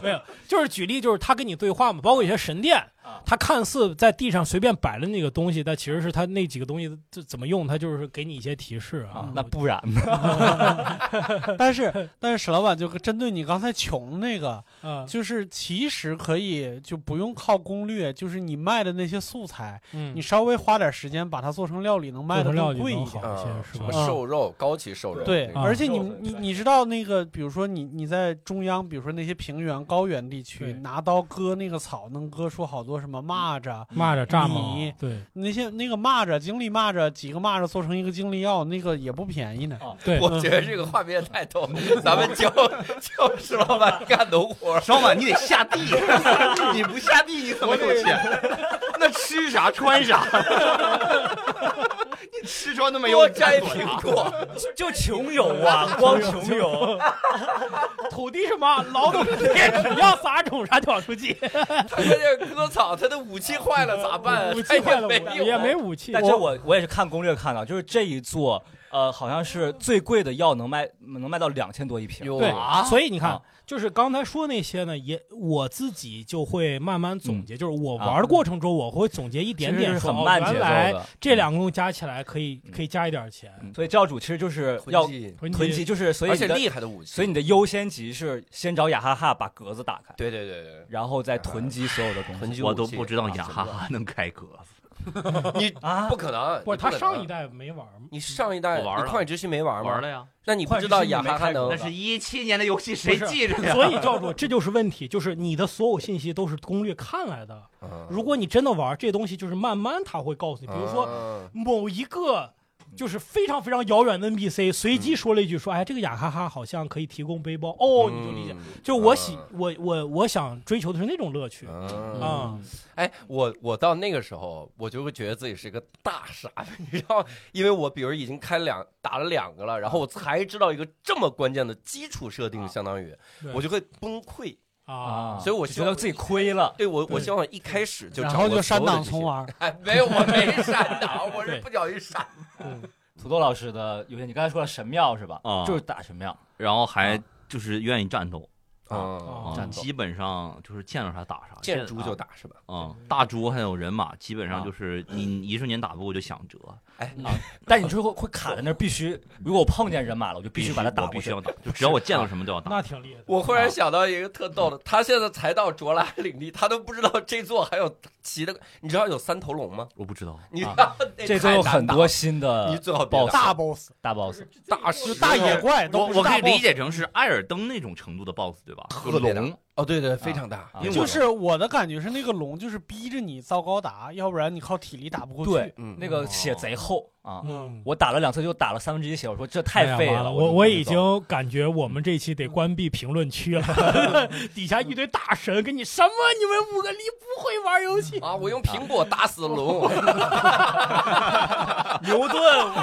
[SPEAKER 3] 没有，就是举例，就是他跟你对话嘛，包括有些神殿，他看似在地上随便摆了那个东西，但其实是他那几个东西这怎么用，他就是给你一些提示啊
[SPEAKER 1] 啊。，那不然呢？
[SPEAKER 2] 但是 但是史老板就针对你刚才穷那个，
[SPEAKER 3] 啊，
[SPEAKER 2] 就是其实可以就不用靠攻略，就是你卖的那些素材，
[SPEAKER 3] 嗯
[SPEAKER 2] 你稍微花点时间把它做成料理，能卖
[SPEAKER 3] 做
[SPEAKER 2] 的
[SPEAKER 3] 成料
[SPEAKER 2] 更
[SPEAKER 3] 理
[SPEAKER 2] 贵一
[SPEAKER 3] 能
[SPEAKER 2] 点。
[SPEAKER 3] 好一些
[SPEAKER 5] 啊，
[SPEAKER 3] 是
[SPEAKER 5] 什
[SPEAKER 3] 吧嗯
[SPEAKER 5] 么？瘦肉，高级瘦肉。
[SPEAKER 2] 对，
[SPEAKER 3] 啊
[SPEAKER 2] 而且你
[SPEAKER 1] 肉的
[SPEAKER 2] 你
[SPEAKER 1] 对
[SPEAKER 2] 你知道那个，比如说你你在中央，比如说那些平原、高原地
[SPEAKER 3] 对
[SPEAKER 2] 区，拿刀割那个草，能割出好多什么蚂蚱，
[SPEAKER 3] 蚂蚱、蚱
[SPEAKER 2] 你
[SPEAKER 3] 蜢，对
[SPEAKER 2] 那些那个蚂蚱、精力蚂蚱，几个蚂蚱做成一个精力药，那个也不便宜呢。
[SPEAKER 3] 对，
[SPEAKER 5] 我觉得这个画面太逗，咱们教教石老板干农活，
[SPEAKER 4] 石老板你得下地，你不下地你怎么有钱？那吃啥穿啥？你吃穿都没有
[SPEAKER 5] 多
[SPEAKER 4] 你
[SPEAKER 5] 摘
[SPEAKER 4] 干多
[SPEAKER 5] 苹
[SPEAKER 4] 大
[SPEAKER 5] 果，
[SPEAKER 1] 就穷游 啊，光穷游，
[SPEAKER 3] 土地是嘛？劳动 力，要撒种啥就往出寄，
[SPEAKER 5] 他在这儿割草，他的武器坏了咋办？
[SPEAKER 3] 武
[SPEAKER 5] 他
[SPEAKER 3] 器坏了
[SPEAKER 5] 没啊有，
[SPEAKER 3] 也没武器。
[SPEAKER 1] 但这我我也是看攻略看到，就是这一座，呃，好像是最贵的药能卖能卖到两千多一瓶，
[SPEAKER 5] 有
[SPEAKER 3] 对
[SPEAKER 5] 啊，
[SPEAKER 3] 所以你看
[SPEAKER 1] 啊，
[SPEAKER 3] 就是刚才说那些呢，也我自己就会慢慢总结，就是我
[SPEAKER 1] 啊
[SPEAKER 3] 玩的过程中，我会总结一点
[SPEAKER 1] 其
[SPEAKER 3] 点
[SPEAKER 1] 实是
[SPEAKER 3] 说，
[SPEAKER 1] 很
[SPEAKER 3] 哦
[SPEAKER 1] 慢节奏
[SPEAKER 3] 原来
[SPEAKER 1] 的。
[SPEAKER 3] 这两个东西加起来可以
[SPEAKER 1] 嗯
[SPEAKER 3] 可以加一点钱，
[SPEAKER 1] 嗯所以教主其实就是要
[SPEAKER 5] 要，
[SPEAKER 3] 囤
[SPEAKER 1] 囤积，
[SPEAKER 3] 积
[SPEAKER 1] 就是所以
[SPEAKER 5] 而
[SPEAKER 1] 你
[SPEAKER 5] 且
[SPEAKER 1] 的
[SPEAKER 5] 厉害的武器。
[SPEAKER 1] 所以你的优先级是先找雅哈哈把格子打开，
[SPEAKER 5] 对对对对，
[SPEAKER 1] 然后再囤积所有的东
[SPEAKER 5] 囤
[SPEAKER 1] 西
[SPEAKER 5] 积
[SPEAKER 4] 我
[SPEAKER 5] 武
[SPEAKER 4] 都
[SPEAKER 5] 器
[SPEAKER 4] 不知道雅哈，
[SPEAKER 5] 啊
[SPEAKER 4] 哈能开格子。
[SPEAKER 5] 你
[SPEAKER 1] 啊
[SPEAKER 5] 不。可能，
[SPEAKER 3] 不是
[SPEAKER 5] 你
[SPEAKER 3] 他
[SPEAKER 5] 可能
[SPEAKER 3] 上
[SPEAKER 1] 嗯
[SPEAKER 3] 一。代没玩吗？
[SPEAKER 5] 你上一代
[SPEAKER 4] 我玩了
[SPEAKER 5] 你旷野之息没玩吗？
[SPEAKER 4] 玩了呀，
[SPEAKER 5] 那你不知道雅哈哈能
[SPEAKER 4] 那是一七年的游戏，谁
[SPEAKER 3] 不是
[SPEAKER 4] 记着呀？
[SPEAKER 3] 所以教主，这就是问题，就是你的所有信息都是攻略看来的。
[SPEAKER 5] 嗯
[SPEAKER 3] 如果你真的玩这东西，就是慢慢他会告诉你，比如说
[SPEAKER 5] 嗯
[SPEAKER 3] 某一个就是非常非常遥远的 NPC 随
[SPEAKER 1] 嗯
[SPEAKER 3] 机说了一句说，哎，这个雅哈哈好像可以提供背包，哦，你就理解。
[SPEAKER 5] 嗯
[SPEAKER 3] 就我喜我我我想追求的是那种乐趣
[SPEAKER 5] 嗯
[SPEAKER 3] 啊，
[SPEAKER 5] 哎，我我到那个时候，我就会觉得自己是个大傻， 你知道吗，因为我比如已经开两打了两个了，然后我才知道一个这么关键的基础设定，相当于
[SPEAKER 3] 啊对
[SPEAKER 5] 我就会崩溃。
[SPEAKER 3] 啊，
[SPEAKER 5] 所以我
[SPEAKER 1] 就
[SPEAKER 5] 希
[SPEAKER 1] 觉
[SPEAKER 5] 望
[SPEAKER 1] 得自己亏了，
[SPEAKER 5] 对我，我希望一开始就
[SPEAKER 2] 然
[SPEAKER 5] 掌握
[SPEAKER 2] 后就删
[SPEAKER 5] 所有的
[SPEAKER 2] 档
[SPEAKER 5] 这
[SPEAKER 2] 重
[SPEAKER 5] 些。
[SPEAKER 2] 玩儿，
[SPEAKER 5] 哎，没有，我没删档，我是
[SPEAKER 3] 对
[SPEAKER 5] 不小心删。
[SPEAKER 1] 土豆老师的游戏，你刚才说了神庙是吧？
[SPEAKER 4] 啊
[SPEAKER 1] 就是打神庙，
[SPEAKER 4] 然后还就是愿意战斗
[SPEAKER 5] 嗯，
[SPEAKER 4] 啊，
[SPEAKER 1] 战斗
[SPEAKER 4] 基本上就是见着啥打啥，
[SPEAKER 5] 见猪就打是吧？
[SPEAKER 4] 啊，嗯大猪还有人马，基本上
[SPEAKER 1] 啊
[SPEAKER 4] 就是你一瞬间打不过就想辙，
[SPEAKER 5] 哎，
[SPEAKER 1] 但你最后会卡在那儿，必须如果我碰见人马了，我就必须把他打
[SPEAKER 4] 我
[SPEAKER 1] 过
[SPEAKER 4] 必须
[SPEAKER 1] 去
[SPEAKER 4] 要。打，啊就只要我见到什么就要打。
[SPEAKER 3] 那挺厉害的。
[SPEAKER 5] 我忽然想到一个特逗的，他现在才到卓拉领地，他都不知道这座还有骑的，你知道有三头龙吗？
[SPEAKER 4] 我不知道，
[SPEAKER 5] 你知
[SPEAKER 1] 啊
[SPEAKER 5] 道那
[SPEAKER 1] 这
[SPEAKER 5] 太
[SPEAKER 1] 周有
[SPEAKER 5] 难
[SPEAKER 1] 很
[SPEAKER 5] 打
[SPEAKER 1] 多
[SPEAKER 5] 了
[SPEAKER 1] 新
[SPEAKER 5] 你
[SPEAKER 1] 的
[SPEAKER 5] 最好别
[SPEAKER 1] 爆
[SPEAKER 5] 打
[SPEAKER 1] 大
[SPEAKER 2] boss，
[SPEAKER 1] 大 boss，
[SPEAKER 5] 大
[SPEAKER 2] 就
[SPEAKER 5] 石
[SPEAKER 2] 大野
[SPEAKER 5] 头
[SPEAKER 2] 怪都
[SPEAKER 4] 我
[SPEAKER 2] 不是
[SPEAKER 4] 我可
[SPEAKER 2] 大
[SPEAKER 4] 以
[SPEAKER 2] boss
[SPEAKER 4] 理解成是艾尔登那种程度的 BOSS 对吧？
[SPEAKER 5] 特别大
[SPEAKER 4] 龙，
[SPEAKER 5] 哦，对对，非常大。
[SPEAKER 1] 啊
[SPEAKER 4] 因为
[SPEAKER 2] 就
[SPEAKER 4] 我
[SPEAKER 2] 是我的感觉是那个龙就是逼着你造高达，要不然你靠体力打不过去。
[SPEAKER 1] 对
[SPEAKER 5] 嗯
[SPEAKER 1] 那个血贼厚啊！
[SPEAKER 3] 哦嗯，
[SPEAKER 1] 我打了两次就打了三分之一血，我说这
[SPEAKER 3] 哎
[SPEAKER 1] 太
[SPEAKER 3] 呀
[SPEAKER 1] 废
[SPEAKER 3] 完
[SPEAKER 1] 了。
[SPEAKER 3] 我
[SPEAKER 1] 我
[SPEAKER 3] 我已经感觉我们这期得关闭评论区了，底下一堆大神跟你什么？你们五个离不会玩游戏，
[SPEAKER 5] 啊！我用苹果打死龙，
[SPEAKER 1] 牛顿，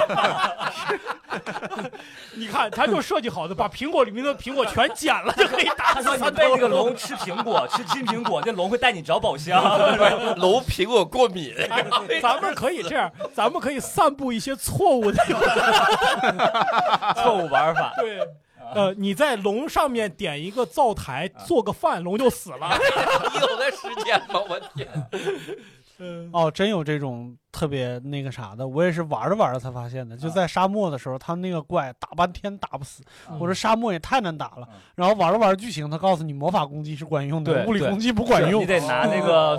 [SPEAKER 3] 你看他就设计好的，把苹果里面的苹果全剪了就可以打
[SPEAKER 1] 他
[SPEAKER 3] 死
[SPEAKER 1] 说你
[SPEAKER 3] 三
[SPEAKER 1] 被
[SPEAKER 3] 头
[SPEAKER 1] 那个 龙吃苹果，吃金苹果，那龙会带你找宝箱。
[SPEAKER 5] 哎龙苹果过敏。
[SPEAKER 3] 哎咱们可以这样，咱们可以散布一些错误的游戏
[SPEAKER 1] 错误玩 法，
[SPEAKER 3] 对，呃，你在龙上面点一个灶台，做个饭，龙就死了。
[SPEAKER 5] 你有那时间吗？我天！
[SPEAKER 2] 哦，真有这种特别那个啥的，我也是玩着玩着才发现
[SPEAKER 1] 啊
[SPEAKER 2] 的。就在沙漠的时候，他们那个怪打半天打不死，我说沙漠也太难打了
[SPEAKER 1] 嗯。
[SPEAKER 2] 然后玩着玩着剧情，他告诉你魔法攻击是管用的，
[SPEAKER 1] 对
[SPEAKER 2] 物理
[SPEAKER 1] 对
[SPEAKER 2] 攻击不管
[SPEAKER 1] 你
[SPEAKER 2] 用。
[SPEAKER 1] 得拿那个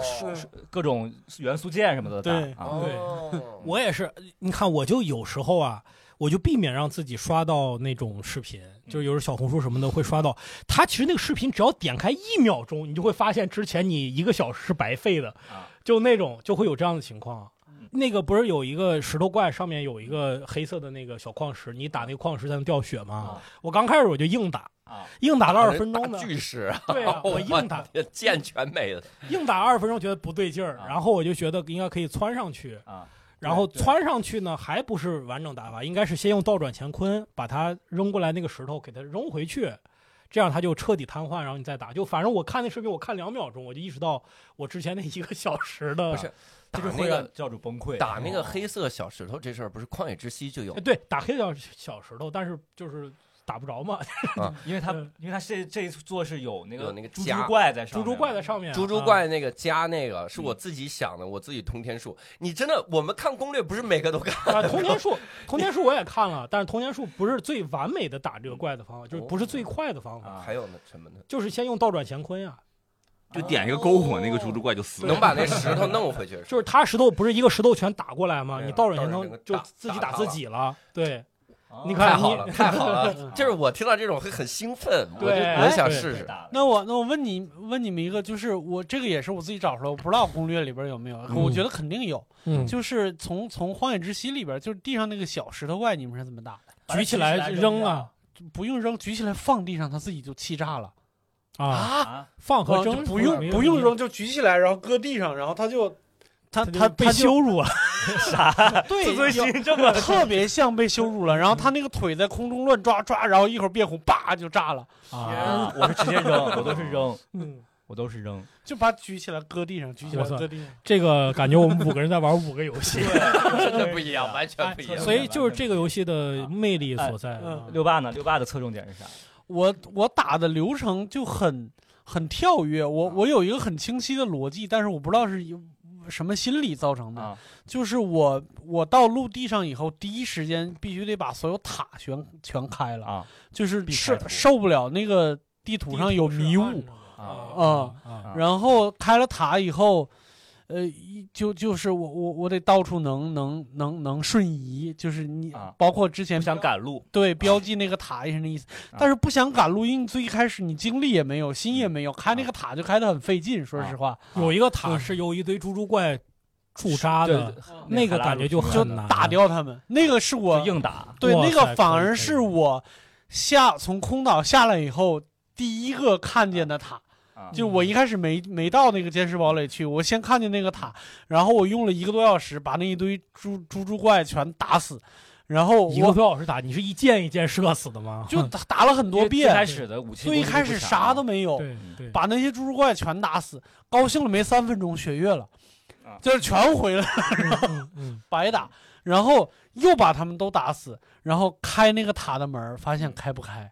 [SPEAKER 1] 各种元素键什么的打
[SPEAKER 2] 对
[SPEAKER 1] 啊。
[SPEAKER 3] 对
[SPEAKER 5] 哦哦，
[SPEAKER 3] 我也是，你看，我就有时候啊，我就避免让自己刷到那种视频，就是有时候小红书什么的会刷到。它其实那个视频只要点开一秒钟，你就会发现之前你一个小时是白费的
[SPEAKER 1] 啊，
[SPEAKER 3] 就那种就会有这样的情况。啊那个不是有一个石头怪，上面有一个黑色的那个小矿石，你打那个矿石才能掉血吗
[SPEAKER 1] 啊？
[SPEAKER 3] 我刚开始我就硬打
[SPEAKER 1] 啊，
[SPEAKER 3] 硬打了二十分钟
[SPEAKER 5] 大
[SPEAKER 3] 呢，
[SPEAKER 5] 巨石，
[SPEAKER 3] 对 啊，我硬打，
[SPEAKER 5] 天剑全没了。
[SPEAKER 3] 硬打二十分钟觉得不对劲儿，
[SPEAKER 1] 啊
[SPEAKER 3] 然后我就觉得应该可以窜上去
[SPEAKER 1] 啊，
[SPEAKER 3] 然后
[SPEAKER 1] 对对
[SPEAKER 3] 窜上去呢还不是完整打法，应该是先用倒转乾坤把它扔过来那个石头给它扔回去，这样它就彻底瘫痪，然后你再打。就反正我看那视频，我看两秒钟，我就意识到我之前那一个小时的
[SPEAKER 5] 不是
[SPEAKER 1] 这
[SPEAKER 5] 打
[SPEAKER 1] 就
[SPEAKER 5] 那
[SPEAKER 1] 会
[SPEAKER 5] 个
[SPEAKER 1] 让教主崩溃。
[SPEAKER 5] 打那个黑色小石头这事儿，不是旷野之息就有
[SPEAKER 3] 哎对打黑小小石头，但是就是打不着 嘛，
[SPEAKER 1] 因为他
[SPEAKER 3] 嗯
[SPEAKER 1] 因为他这这一座是有那个
[SPEAKER 5] 有那个
[SPEAKER 1] 猪
[SPEAKER 5] 夹
[SPEAKER 1] 猪怪在上
[SPEAKER 3] 猪
[SPEAKER 1] 面，
[SPEAKER 3] 猪怪在上面啊，
[SPEAKER 5] 猪猪
[SPEAKER 3] 啊
[SPEAKER 5] 怪那个加那个是我自己想的，我自己通天术。你真的，我们看攻略不是每个都看，
[SPEAKER 3] 啊，通天 术，通天术我也看了，但是通天术不是最完美的打这个怪的方法，就是不是
[SPEAKER 5] 哦
[SPEAKER 3] 最快的方法。
[SPEAKER 1] 啊
[SPEAKER 5] 还有呢什么呢？
[SPEAKER 3] 就是先用倒转乾坤啊呀、
[SPEAKER 4] 就点一个篝火，那个猪猪怪就死
[SPEAKER 5] 能
[SPEAKER 4] 了。
[SPEAKER 5] 把那石头弄回去？
[SPEAKER 3] 就是他石头不是一个石头全打过来吗？
[SPEAKER 5] 对啊
[SPEAKER 3] 你倒转乾
[SPEAKER 5] 倒
[SPEAKER 3] 坤
[SPEAKER 5] 转乾
[SPEAKER 3] 就
[SPEAKER 5] 坤
[SPEAKER 3] 自己打自己了。对，
[SPEAKER 1] 啊，
[SPEAKER 3] 你看
[SPEAKER 5] 太好了，太好了！就是我听到这种会很兴奋，我就
[SPEAKER 3] 对
[SPEAKER 5] 我就想
[SPEAKER 3] 对
[SPEAKER 5] 试试。
[SPEAKER 1] 那
[SPEAKER 2] 那我那我问你问你们一个，就是我这个也是我自己找出来，我不知道攻略里边有没有，我觉得肯定有。
[SPEAKER 3] 嗯
[SPEAKER 2] 就是从从荒野之息里边，就是地上那个小石头怪，你们是怎么打的？
[SPEAKER 3] 举起来扔啊
[SPEAKER 2] 就不用扔，举起来放地上，它自己就气炸了。
[SPEAKER 3] 啊，哦
[SPEAKER 1] 啊，
[SPEAKER 3] 放和
[SPEAKER 2] 啊就
[SPEAKER 3] 扔
[SPEAKER 2] 不用
[SPEAKER 3] 没有
[SPEAKER 2] 不用
[SPEAKER 3] 意义
[SPEAKER 2] 扔，就举起来，然后搁地上，然后它就他
[SPEAKER 3] 就
[SPEAKER 2] 他
[SPEAKER 3] 被
[SPEAKER 2] 他就
[SPEAKER 3] 羞辱了，
[SPEAKER 2] 对
[SPEAKER 1] 自尊
[SPEAKER 2] 有
[SPEAKER 1] 心这么
[SPEAKER 2] 特别像被羞辱了，然后他那个腿在空中乱抓抓，然后一会儿变红，叭就炸了，
[SPEAKER 1] 啊！我是直接扔，我都是扔，
[SPEAKER 2] 嗯，
[SPEAKER 1] 我都是扔。
[SPEAKER 2] 就把他举起来搁地上，举起来
[SPEAKER 3] 我操
[SPEAKER 2] 搁地上，
[SPEAKER 3] 这个感觉我们五个人在玩五个游 戏，
[SPEAKER 5] 真的不一样，完全不
[SPEAKER 1] 哎
[SPEAKER 5] 一样。
[SPEAKER 3] 所以就是这个游戏的魅力所在。
[SPEAKER 2] 嗯，
[SPEAKER 1] 六八呢？六八的侧重点是啥？
[SPEAKER 2] 我我打的流程就很很跳跃，
[SPEAKER 1] 啊
[SPEAKER 2] 我我有一个很清晰的逻辑，但是我不知道是由什么心理造成的，
[SPEAKER 1] 啊
[SPEAKER 2] 就是我我到陆地上以后，第一时间必须得把所有塔全全开了，
[SPEAKER 1] 啊
[SPEAKER 2] 就是
[SPEAKER 1] 必
[SPEAKER 2] 受
[SPEAKER 1] 开图
[SPEAKER 2] 受不了那个地图上有迷雾
[SPEAKER 1] 啊！
[SPEAKER 2] 啊、
[SPEAKER 3] 啊
[SPEAKER 1] 啊
[SPEAKER 2] 然后开了塔以后。呃，一就就是我我我得到处能能能能瞬移，就是你、
[SPEAKER 1] 啊
[SPEAKER 2] 包括之前
[SPEAKER 1] 不想赶路，
[SPEAKER 2] 对，标记那个塔也是那意思。但是不想赶路，因为最一开始你精力也没有，心也没
[SPEAKER 1] 啊
[SPEAKER 2] 有，开那个塔就开得很费劲。说实话，
[SPEAKER 3] 有一个塔是由一堆猪猪怪驻扎
[SPEAKER 1] 对
[SPEAKER 3] 的，，
[SPEAKER 1] 对
[SPEAKER 3] 那个感觉就
[SPEAKER 1] 就
[SPEAKER 2] 就
[SPEAKER 3] 很难
[SPEAKER 2] 打掉他们。那个是我
[SPEAKER 1] 就硬打，
[SPEAKER 2] 对
[SPEAKER 3] 哇
[SPEAKER 2] 那
[SPEAKER 3] 塞
[SPEAKER 2] 个反
[SPEAKER 3] 可以可
[SPEAKER 2] 而
[SPEAKER 3] 以
[SPEAKER 2] 是我下从空岛下来以后第一个看见的塔。
[SPEAKER 1] 啊
[SPEAKER 2] 就我一开始没没到那个监视堡垒去，我先看见那个塔，然后我用了一个多小时把那一堆猪猪猪怪全打死，然后
[SPEAKER 3] 一个
[SPEAKER 2] 我
[SPEAKER 3] 多小时打，你是一箭一箭射死的吗？
[SPEAKER 2] 就打打了很
[SPEAKER 1] 因
[SPEAKER 2] 多
[SPEAKER 1] 为最开
[SPEAKER 2] 遍，
[SPEAKER 1] 始的武器
[SPEAKER 2] 最
[SPEAKER 1] 攻
[SPEAKER 2] 一
[SPEAKER 1] 击
[SPEAKER 2] 开
[SPEAKER 1] 不
[SPEAKER 2] 始
[SPEAKER 1] 强
[SPEAKER 2] 啥都没有，
[SPEAKER 3] 对对，
[SPEAKER 2] 把那些猪猪怪全打死，高兴了没三分钟，血月了
[SPEAKER 1] 啊，
[SPEAKER 2] 就是全回来了，
[SPEAKER 3] 嗯嗯
[SPEAKER 2] 白打，然后又把他们都打死，然后开那个塔的门儿，发
[SPEAKER 1] 嗯
[SPEAKER 2] 现开不开，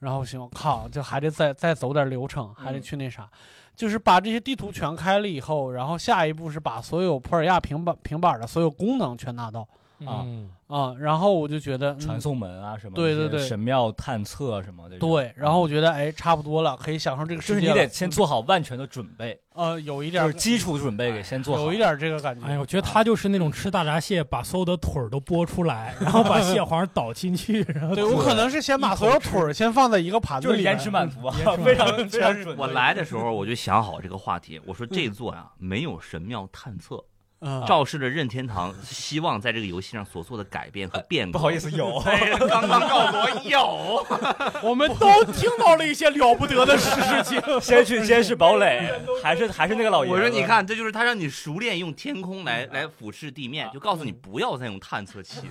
[SPEAKER 2] 然后行，我靠，就还得再再走点流程，还
[SPEAKER 1] 嗯
[SPEAKER 2] 得去那啥，就是把这些地图全开了以后，然后下一步是把所有普尔亚平板平板的所有功能全拿到
[SPEAKER 3] 嗯
[SPEAKER 1] 啊
[SPEAKER 3] 嗯
[SPEAKER 2] 啊、然后我就觉得、嗯
[SPEAKER 1] 传送门啊什么，
[SPEAKER 2] 对对
[SPEAKER 1] 这些
[SPEAKER 2] 对
[SPEAKER 1] 神庙探测啊什么的，嗯
[SPEAKER 2] 对，然后我觉得哎，差不多了，可以享受这个
[SPEAKER 1] 就是
[SPEAKER 2] 世
[SPEAKER 1] 你
[SPEAKER 2] 界了。
[SPEAKER 1] 得先做好万全的准备，
[SPEAKER 2] 呃，有一点
[SPEAKER 1] 就
[SPEAKER 2] 儿
[SPEAKER 1] 是基础准备给先做好，
[SPEAKER 2] 有一点儿这个感觉。
[SPEAKER 3] 哎呀，我觉得他就是那种吃大闸蟹，把所有的腿儿都剥出来，然后把蟹黄倒进去，然后
[SPEAKER 2] 对我可能是先把所有腿儿先放在一个盘子
[SPEAKER 1] 就
[SPEAKER 2] 里
[SPEAKER 1] 是
[SPEAKER 2] 边，
[SPEAKER 1] 延迟满足啊
[SPEAKER 3] 延迟满，足
[SPEAKER 1] 非常非常准。
[SPEAKER 4] 我来的时候我就想好这个话题，我说这座呀、没有神庙探测，
[SPEAKER 2] 嗯，
[SPEAKER 4] 肇事的任天堂希望在这个游戏上所做的改变和变
[SPEAKER 1] 不
[SPEAKER 4] 革。
[SPEAKER 1] 好意思， 有
[SPEAKER 4] 哎，刚刚告诉我有，
[SPEAKER 2] 我们
[SPEAKER 3] 都听到了一些了不得的事情。
[SPEAKER 1] 先去监视堡垒，还是还是那个老爷子。
[SPEAKER 4] 我说你看，这就是他让你熟练用天空来来俯视地面，就告诉你不要再用探测器。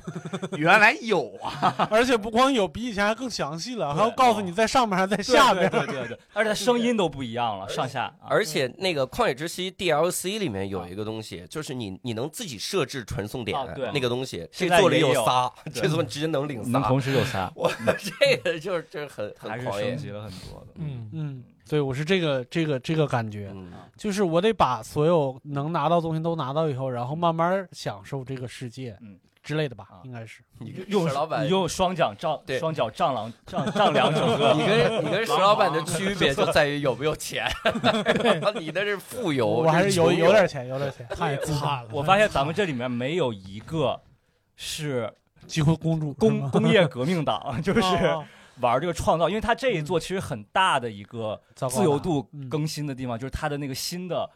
[SPEAKER 4] 原来有啊，
[SPEAKER 2] 而且不光有，比以前还更详细了，还要告诉你在上面还在下
[SPEAKER 1] 哦对
[SPEAKER 2] 面。
[SPEAKER 1] 对对 对，而且它声音都不一样了，上下啊
[SPEAKER 5] 而且那个《旷野之息》DLC 里面有一个东西，就是你你能自己设置传送点
[SPEAKER 1] 啊对，
[SPEAKER 5] 那个东西，这
[SPEAKER 1] 现在
[SPEAKER 5] 座里
[SPEAKER 1] 也有
[SPEAKER 5] 仨，
[SPEAKER 1] 对
[SPEAKER 5] 这座直接能领
[SPEAKER 1] 能
[SPEAKER 5] 仨。
[SPEAKER 1] 同时有仨，
[SPEAKER 5] 我 这个就是就是很
[SPEAKER 1] 还
[SPEAKER 5] 很
[SPEAKER 1] 是
[SPEAKER 5] 狂
[SPEAKER 1] 升
[SPEAKER 5] 野，
[SPEAKER 1] 级了很多的。
[SPEAKER 3] 嗯，
[SPEAKER 2] 嗯，对，我是这个这个这个感觉，
[SPEAKER 5] 嗯，
[SPEAKER 2] 就是我得把所有能拿到东西都拿到以后，然后慢慢享受这个世界，
[SPEAKER 1] 嗯
[SPEAKER 2] 之类的吧
[SPEAKER 1] 啊，
[SPEAKER 2] 应该是。
[SPEAKER 5] 你跟
[SPEAKER 1] 用
[SPEAKER 5] 石老板
[SPEAKER 1] 你用双脚丈
[SPEAKER 5] 对
[SPEAKER 1] 双脚丈量丈 丈量整个，
[SPEAKER 5] 你跟你跟石老板的区别就在于有没 有钱，你的是富有，
[SPEAKER 2] 我还
[SPEAKER 5] 这
[SPEAKER 2] 是
[SPEAKER 5] 穷
[SPEAKER 2] 有
[SPEAKER 5] 游
[SPEAKER 2] 有点钱，有点 钱，
[SPEAKER 3] 太惨了。
[SPEAKER 1] 我发现咱们这里面没有一个是
[SPEAKER 2] 几乎公
[SPEAKER 3] 嗯
[SPEAKER 2] 主
[SPEAKER 1] 工工业革命党， 就
[SPEAKER 2] 不
[SPEAKER 5] 哦
[SPEAKER 1] 是玩这个创造，因为它这一
[SPEAKER 5] 嗯
[SPEAKER 1] 座其实很大的一个自由度更新的地方，就是它的那个新的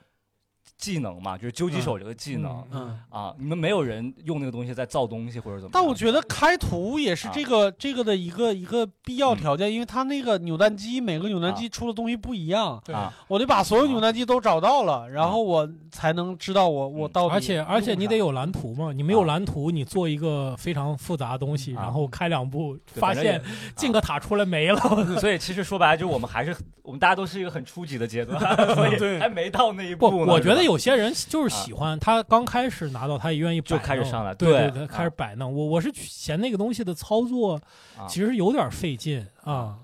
[SPEAKER 1] 技能嘛，就是狙击手这个技能。
[SPEAKER 2] 嗯。
[SPEAKER 1] 啊，你们没有人用那个东西在造东西或者怎么样？
[SPEAKER 2] 但我觉得开图也是
[SPEAKER 1] 啊嗯
[SPEAKER 2] 这个、这个的一个一个必要条件，因为它那个扭蛋机每个扭蛋机出的东西不一样，
[SPEAKER 3] 对
[SPEAKER 1] 啊
[SPEAKER 2] 我得把所有扭蛋机都找到了，然后我才能知道我我
[SPEAKER 1] 嗯
[SPEAKER 2] 到底。
[SPEAKER 3] 而且而且你得有蓝图嘛，你没有蓝图，你做一个非常复杂的东西，
[SPEAKER 1] 啊
[SPEAKER 3] 然后开两步，
[SPEAKER 1] 对
[SPEAKER 3] 发
[SPEAKER 1] 反正也啊
[SPEAKER 3] 现进个塔出来没了。
[SPEAKER 1] 所以其实说白了，就是我们还是我们大家都是一个很初级的阶 段，所以还没到那一
[SPEAKER 3] 不，
[SPEAKER 1] 步呢。
[SPEAKER 3] 我觉得
[SPEAKER 1] 是吧
[SPEAKER 3] 有些人就是喜欢，他刚开始拿到，他也愿意摆
[SPEAKER 1] 啊就
[SPEAKER 3] 弄
[SPEAKER 1] 开始上来
[SPEAKER 3] 对
[SPEAKER 1] 对
[SPEAKER 3] 对，
[SPEAKER 1] 啊
[SPEAKER 3] 他开始摆弄。我我是嫌那个东西的操作
[SPEAKER 1] 啊
[SPEAKER 3] 其实有点费劲啊，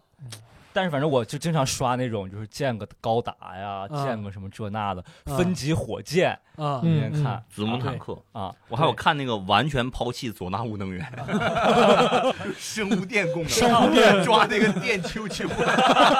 [SPEAKER 1] 但是反正我就经常刷那种，就是建个高达呀，
[SPEAKER 2] 嗯
[SPEAKER 1] 建个什么这那的，
[SPEAKER 2] 嗯
[SPEAKER 1] 分级火箭，
[SPEAKER 2] 啊，
[SPEAKER 1] 你
[SPEAKER 3] 嗯
[SPEAKER 1] 们看
[SPEAKER 4] 子母坦克，
[SPEAKER 1] 啊，
[SPEAKER 4] 我还有看那个完全抛弃佐纳无能源，生物电功能，
[SPEAKER 2] 生物电
[SPEAKER 4] 抓那个电球球。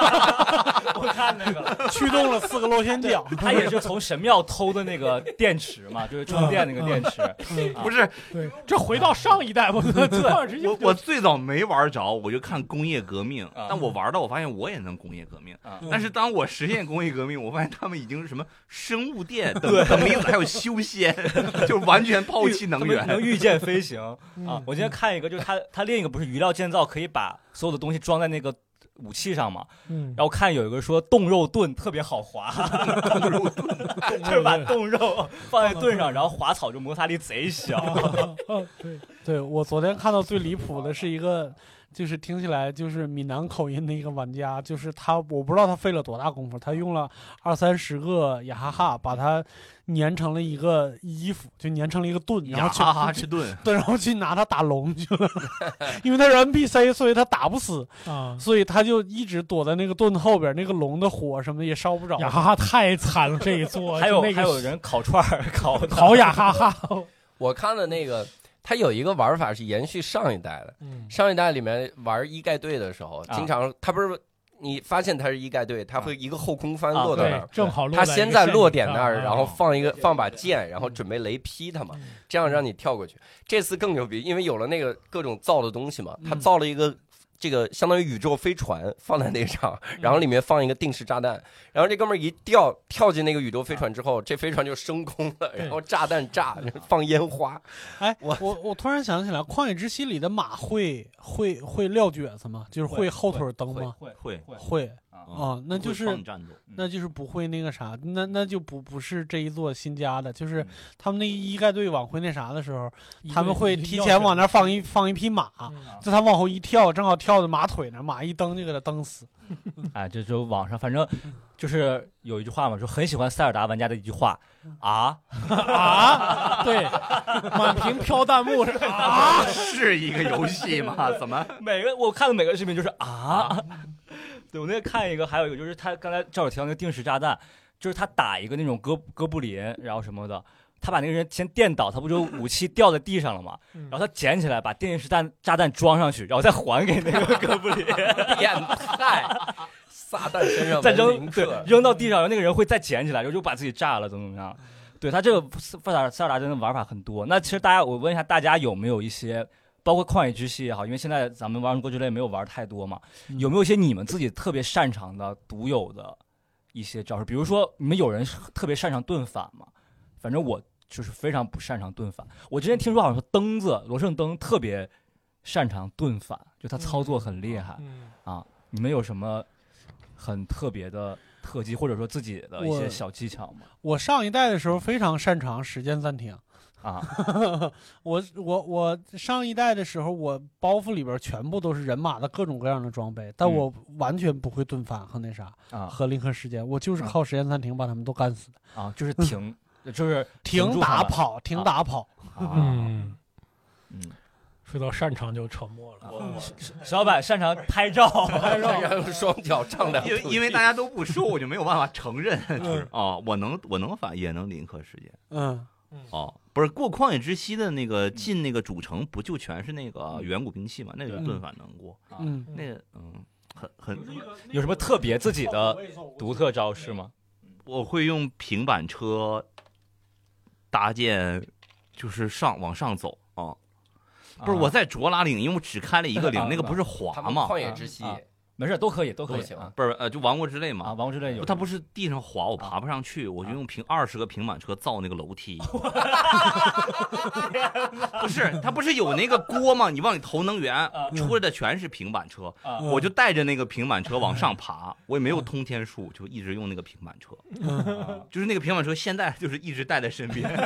[SPEAKER 1] 我看那个，
[SPEAKER 2] 驱动了四个螺旋桨。
[SPEAKER 1] 他也是从神庙偷的那个电池嘛，就是充电那个电
[SPEAKER 2] 嗯
[SPEAKER 1] 池。
[SPEAKER 3] 嗯
[SPEAKER 4] 不是
[SPEAKER 3] 对，这回到上一代吧， 对，直接
[SPEAKER 4] 我，我最早没玩着，我就看工业革命，
[SPEAKER 1] 啊
[SPEAKER 4] 但我玩到我发现我也能工业革命
[SPEAKER 1] 啊。
[SPEAKER 4] 但是当我实现工业革命，我发现他们已经是什么生物电等等离子，还有修仙， 就完全抛弃能
[SPEAKER 1] 他们能
[SPEAKER 4] 源。
[SPEAKER 1] 预见
[SPEAKER 3] 嗯
[SPEAKER 1] 飞行啊！我今天看一个，就是他他另一个不是鱼料建造，可以把所有的东西装在那个武器上嘛，
[SPEAKER 3] 嗯
[SPEAKER 1] 然后看有一个说冻肉炖特别好 滑，就是把冻肉放在炖 上，然后滑草就摩擦力贼小。
[SPEAKER 3] 哦对，
[SPEAKER 2] 对我昨天看到最离谱的是一个，就是听起来就是闽南口音的一个玩家，就是他，我不知道他费了多大功夫，他用了二三十个雅哈哈把它粘成了一个衣服，就粘成了一个盾，然
[SPEAKER 4] 呀
[SPEAKER 2] 后去
[SPEAKER 4] 哈哈吃盾，
[SPEAKER 2] 对，然后去拿它打龙去了， 因为他是 NPC，所以他打不死，
[SPEAKER 3] 啊，
[SPEAKER 2] 所以他就一直躲在那个盾后边，那个龙的火什么的也烧不着。
[SPEAKER 3] 雅哈哈太惨了，这一座
[SPEAKER 1] 还有
[SPEAKER 3] 就那个
[SPEAKER 1] 还有人烤串儿烤的
[SPEAKER 3] 烤雅哈哈，
[SPEAKER 5] 我看的那个，它有一个玩法是延续上一代的。
[SPEAKER 3] 嗯
[SPEAKER 5] 上一代里面玩一盖队的时候，经常他不是你发现他是一盖队，他会一个后空翻
[SPEAKER 1] 啊
[SPEAKER 5] 落到那
[SPEAKER 3] 对
[SPEAKER 5] 儿，，
[SPEAKER 3] 正好落
[SPEAKER 5] 他
[SPEAKER 3] 在
[SPEAKER 5] 先
[SPEAKER 3] 一个
[SPEAKER 5] 在
[SPEAKER 3] 陷
[SPEAKER 5] 落
[SPEAKER 3] 阱
[SPEAKER 5] 点
[SPEAKER 3] 上
[SPEAKER 5] 那儿，
[SPEAKER 3] 啊
[SPEAKER 5] 然后放一个放把箭，然后准备雷劈他嘛，
[SPEAKER 3] 嗯
[SPEAKER 5] 这样让你跳过去。这次更牛逼，因为有了那个各种造的东西嘛，他
[SPEAKER 3] 嗯
[SPEAKER 5] 造了一个。这个相当于宇宙飞船放在那上，
[SPEAKER 4] 嗯
[SPEAKER 5] 然后里面放一个定时炸弹，然后这哥们儿一掉跳进那个宇宙飞
[SPEAKER 4] 嗯
[SPEAKER 5] 船之后，这飞船就升空了，然后炸弹 炸，放烟花，
[SPEAKER 2] 哎，
[SPEAKER 5] 我
[SPEAKER 2] 我 我突然想起来，《旷野之息》里的马会会会撂蹶子吗？就是
[SPEAKER 1] 会
[SPEAKER 2] 后腿蹬吗？
[SPEAKER 1] 会
[SPEAKER 4] 会
[SPEAKER 1] 会
[SPEAKER 2] 会
[SPEAKER 1] 啊，
[SPEAKER 2] 啊，那就
[SPEAKER 4] 会
[SPEAKER 2] 是
[SPEAKER 4] 放战斗
[SPEAKER 2] 那就是不会那个啥，那那就不不是这一座新加的，就是
[SPEAKER 1] 嗯
[SPEAKER 2] 他们那一盖队往回那啥的时候，
[SPEAKER 3] 一
[SPEAKER 2] 他
[SPEAKER 3] 个
[SPEAKER 2] 们会
[SPEAKER 3] 一个
[SPEAKER 2] 提
[SPEAKER 3] 钥
[SPEAKER 2] 前
[SPEAKER 3] 匙
[SPEAKER 2] 往那儿放一放一匹马，
[SPEAKER 3] 嗯
[SPEAKER 2] 就他往后一跳，正好跳到马腿那儿，马一蹬就给他蹬死。
[SPEAKER 1] 哎，这就网上反正就是有一句话嘛，说很喜欢塞尔达玩家的一句话
[SPEAKER 3] 嗯
[SPEAKER 1] 啊，
[SPEAKER 3] 啊，对， 满屏飘弹幕是啊，
[SPEAKER 4] 啊， 是一个游戏 吗？怎么？
[SPEAKER 1] 每个我看的每个视频就是啊， 对我那天看一个，还有一个就是他刚才赵友提到那个定时炸弹，就是他打一个那种哥哥布林，然后什么的，他把那个人先电倒，他不就武器掉在地上了吗？
[SPEAKER 3] 嗯
[SPEAKER 1] 然后他捡起来，把定时炸炸弹装上去，然后再还给那个哥布林，
[SPEAKER 5] 变态，撒旦身 上
[SPEAKER 1] 再
[SPEAKER 5] 文
[SPEAKER 1] 扔
[SPEAKER 5] 明
[SPEAKER 1] 对
[SPEAKER 5] 课
[SPEAKER 1] 扔到地上，然后那个人会再捡起来，然后就把自己炸了，怎么怎么样？对他这个塞塞尔塞尔达真的玩法很多。那其实大家，我问一下大家有没有一些，包括旷野之息也好，因为现在咱们玩过之类没有玩太多嘛，有没有一些你们自己特别擅长的、独有的一些招式？比如说，你们有人是特别擅长盾反吗？反正我就是非常不擅长盾反。我之前听说好像说灯子罗胜灯特别擅长盾反，就他操作很厉害。
[SPEAKER 3] 嗯
[SPEAKER 1] 你们有什么很特别的特技，或者说自己的一些
[SPEAKER 2] 我
[SPEAKER 1] 小技巧吗？
[SPEAKER 2] 我上一代的时候非常擅长时间暂停，
[SPEAKER 1] 啊，
[SPEAKER 2] 我我我上一代的时候，我包袱里边全部都是人马的各种各样的装备，但
[SPEAKER 1] 嗯
[SPEAKER 2] 我完全不会盾反和那啥
[SPEAKER 1] 啊
[SPEAKER 2] 和零和时间，我就是
[SPEAKER 1] 嗯
[SPEAKER 2] 靠时间暂停把他们都干死的，
[SPEAKER 1] 啊，就是停，就是
[SPEAKER 2] 停
[SPEAKER 1] 住
[SPEAKER 2] 打
[SPEAKER 1] 他们
[SPEAKER 2] 跑，停打跑。
[SPEAKER 1] 啊。
[SPEAKER 3] 嗯，
[SPEAKER 1] 嗯
[SPEAKER 3] 说到擅长就沉默 了，
[SPEAKER 6] 我
[SPEAKER 1] 小板擅长拍照，
[SPEAKER 5] 然后双脚丈量
[SPEAKER 4] 因为
[SPEAKER 5] 土地
[SPEAKER 4] 因为大家都不说，我就没有办法承认，就是 哦，我能我能反也能临刻时间
[SPEAKER 2] 嗯，
[SPEAKER 4] 哦，不是过旷野之息的那个进那个主城，不就全是那个远古兵器嘛？那个
[SPEAKER 2] 嗯
[SPEAKER 4] 盾反能过，
[SPEAKER 1] 啊
[SPEAKER 2] 嗯，
[SPEAKER 4] 那个嗯，很很，
[SPEAKER 1] 有什么特别自己的独特招式吗？
[SPEAKER 4] 我会用平板车搭建，就是上往上走啊。不是我
[SPEAKER 1] 啊，
[SPEAKER 4] 在卓拉岭，因为我只开了一个
[SPEAKER 1] 啊
[SPEAKER 4] 岭，那个
[SPEAKER 1] 啊
[SPEAKER 4] 不是
[SPEAKER 5] 他
[SPEAKER 4] 滑
[SPEAKER 5] 们
[SPEAKER 4] 嘛
[SPEAKER 5] 旷，野之息
[SPEAKER 4] 嗯
[SPEAKER 1] 啊没事，都可以，都可以
[SPEAKER 5] 都行
[SPEAKER 1] 啊。
[SPEAKER 4] 不是呃，就王国之泪嘛
[SPEAKER 1] 啊，。王之类有，
[SPEAKER 4] 它不是地上滑，
[SPEAKER 1] 啊
[SPEAKER 4] 我爬不上去，我就用平二十个平板车造那个楼 梯。不是，它不是有那个锅吗？你往里投能源
[SPEAKER 1] 啊，
[SPEAKER 4] 出来的全是平板车，
[SPEAKER 1] 啊
[SPEAKER 4] 我就带着那个平板车往上
[SPEAKER 1] 嗯
[SPEAKER 4] 爬。我也没有通天术，就一直用那个平板车。
[SPEAKER 1] 啊
[SPEAKER 4] 就是那个平板车，现在就是一直带在身边。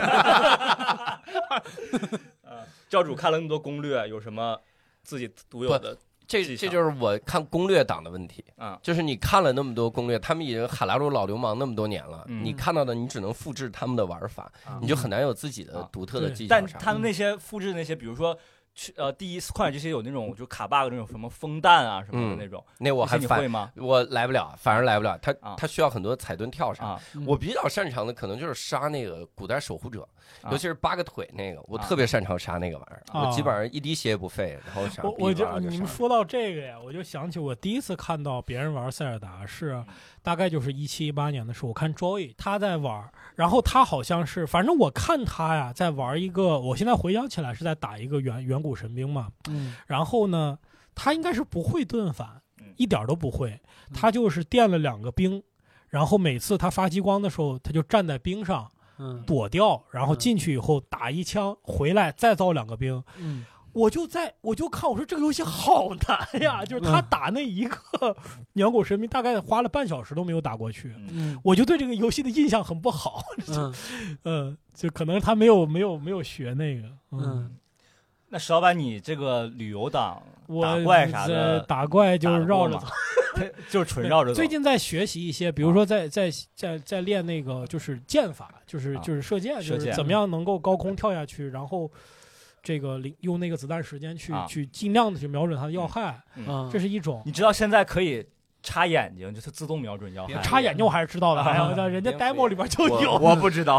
[SPEAKER 1] 教主看了那么多攻略，有什么自己独有的？
[SPEAKER 5] 这
[SPEAKER 1] 技巧
[SPEAKER 5] 这就是我看攻略党的问题
[SPEAKER 1] 啊
[SPEAKER 5] 就是你看了那么多攻略，他们已经海拉鲁老流氓那么多年了，
[SPEAKER 1] 嗯
[SPEAKER 5] 你看到的你只能复制他们的玩法，
[SPEAKER 1] 啊
[SPEAKER 5] 你就很难有自己的
[SPEAKER 1] 啊
[SPEAKER 5] 独特的
[SPEAKER 3] 对
[SPEAKER 5] 技巧
[SPEAKER 1] 但
[SPEAKER 5] 啥
[SPEAKER 1] 他
[SPEAKER 5] 的。
[SPEAKER 1] 们那些复制那些，比如说去呃第一旷野之息有那种就卡 bug 那种什么风弹啊什么的那种，
[SPEAKER 5] 那我
[SPEAKER 1] 那些你
[SPEAKER 5] 还反
[SPEAKER 1] 会吗？
[SPEAKER 5] 我来不了，反而来不了。他
[SPEAKER 1] 啊
[SPEAKER 5] 他需要很多踩蹲跳啥。
[SPEAKER 1] 啊
[SPEAKER 5] 我比较擅长的可能就是杀那个古代守护者，
[SPEAKER 1] 啊
[SPEAKER 5] 尤其是八个腿那个，我
[SPEAKER 1] 啊
[SPEAKER 5] 特别擅长杀那个玩意儿。
[SPEAKER 3] 啊
[SPEAKER 5] 我基本上一滴血也不费，然后啥
[SPEAKER 3] 我
[SPEAKER 5] 逼
[SPEAKER 3] 我
[SPEAKER 5] 玩意
[SPEAKER 3] 就
[SPEAKER 5] 儿就
[SPEAKER 3] 你们
[SPEAKER 5] 杀
[SPEAKER 3] 说到这个呀，我就想起我第一次看到别人玩塞尔达是大概就是一七一八年的时候，我看 Joy 他在玩儿，然后他好像是，反正我看他呀在玩一个，我现在回想起来是在打一个远远古神兵嘛，
[SPEAKER 2] 嗯，
[SPEAKER 3] 然后呢，他应该是不会盾反
[SPEAKER 1] 嗯，
[SPEAKER 3] 一点儿都不会，他就是垫了两个兵，然后每次他发激光的时候，他就站在冰上
[SPEAKER 2] 嗯
[SPEAKER 3] 躲掉，然后
[SPEAKER 2] 嗯
[SPEAKER 3] 进去以后打一枪回来再造两个兵。
[SPEAKER 2] 嗯
[SPEAKER 3] 我就在我就看我说这个游戏好难呀，就是
[SPEAKER 1] 嗯
[SPEAKER 3] 他打那一个 鸟狗神兵，大概花了半小时都没有打过去。
[SPEAKER 2] 嗯
[SPEAKER 3] 我就对这个游戏的印象很不好，
[SPEAKER 2] 嗯
[SPEAKER 3] 嗯，就可能他没有没有没有学那个，嗯，
[SPEAKER 2] 嗯，
[SPEAKER 1] 那石老板，你这个旅游 党
[SPEAKER 3] 我
[SPEAKER 1] 打怪啥
[SPEAKER 3] 呃
[SPEAKER 1] 的，
[SPEAKER 3] 打怪就是绕着
[SPEAKER 1] 打
[SPEAKER 3] 走，
[SPEAKER 1] 他就是纯绕着走。
[SPEAKER 3] 最近在学习一些，比
[SPEAKER 1] 啊
[SPEAKER 3] 如说在在在在练那个就是箭法，就是
[SPEAKER 1] 啊
[SPEAKER 3] 就是射箭，
[SPEAKER 1] 射
[SPEAKER 3] 就
[SPEAKER 1] 箭
[SPEAKER 3] 是怎么样能够高空跳下去，然后这个零用那个子弹时间去
[SPEAKER 1] 啊
[SPEAKER 3] 去尽量的去瞄准它的要害，
[SPEAKER 2] 嗯
[SPEAKER 3] 这是一种。
[SPEAKER 1] 你知道现在可以插眼睛，就是自动瞄准要害。
[SPEAKER 3] 插眼睛我还是知道的，哎呀，那人家
[SPEAKER 5] 蝙蝠
[SPEAKER 3] demo
[SPEAKER 5] 眼
[SPEAKER 3] 里边就
[SPEAKER 4] 我
[SPEAKER 3] 有
[SPEAKER 4] 我不知道，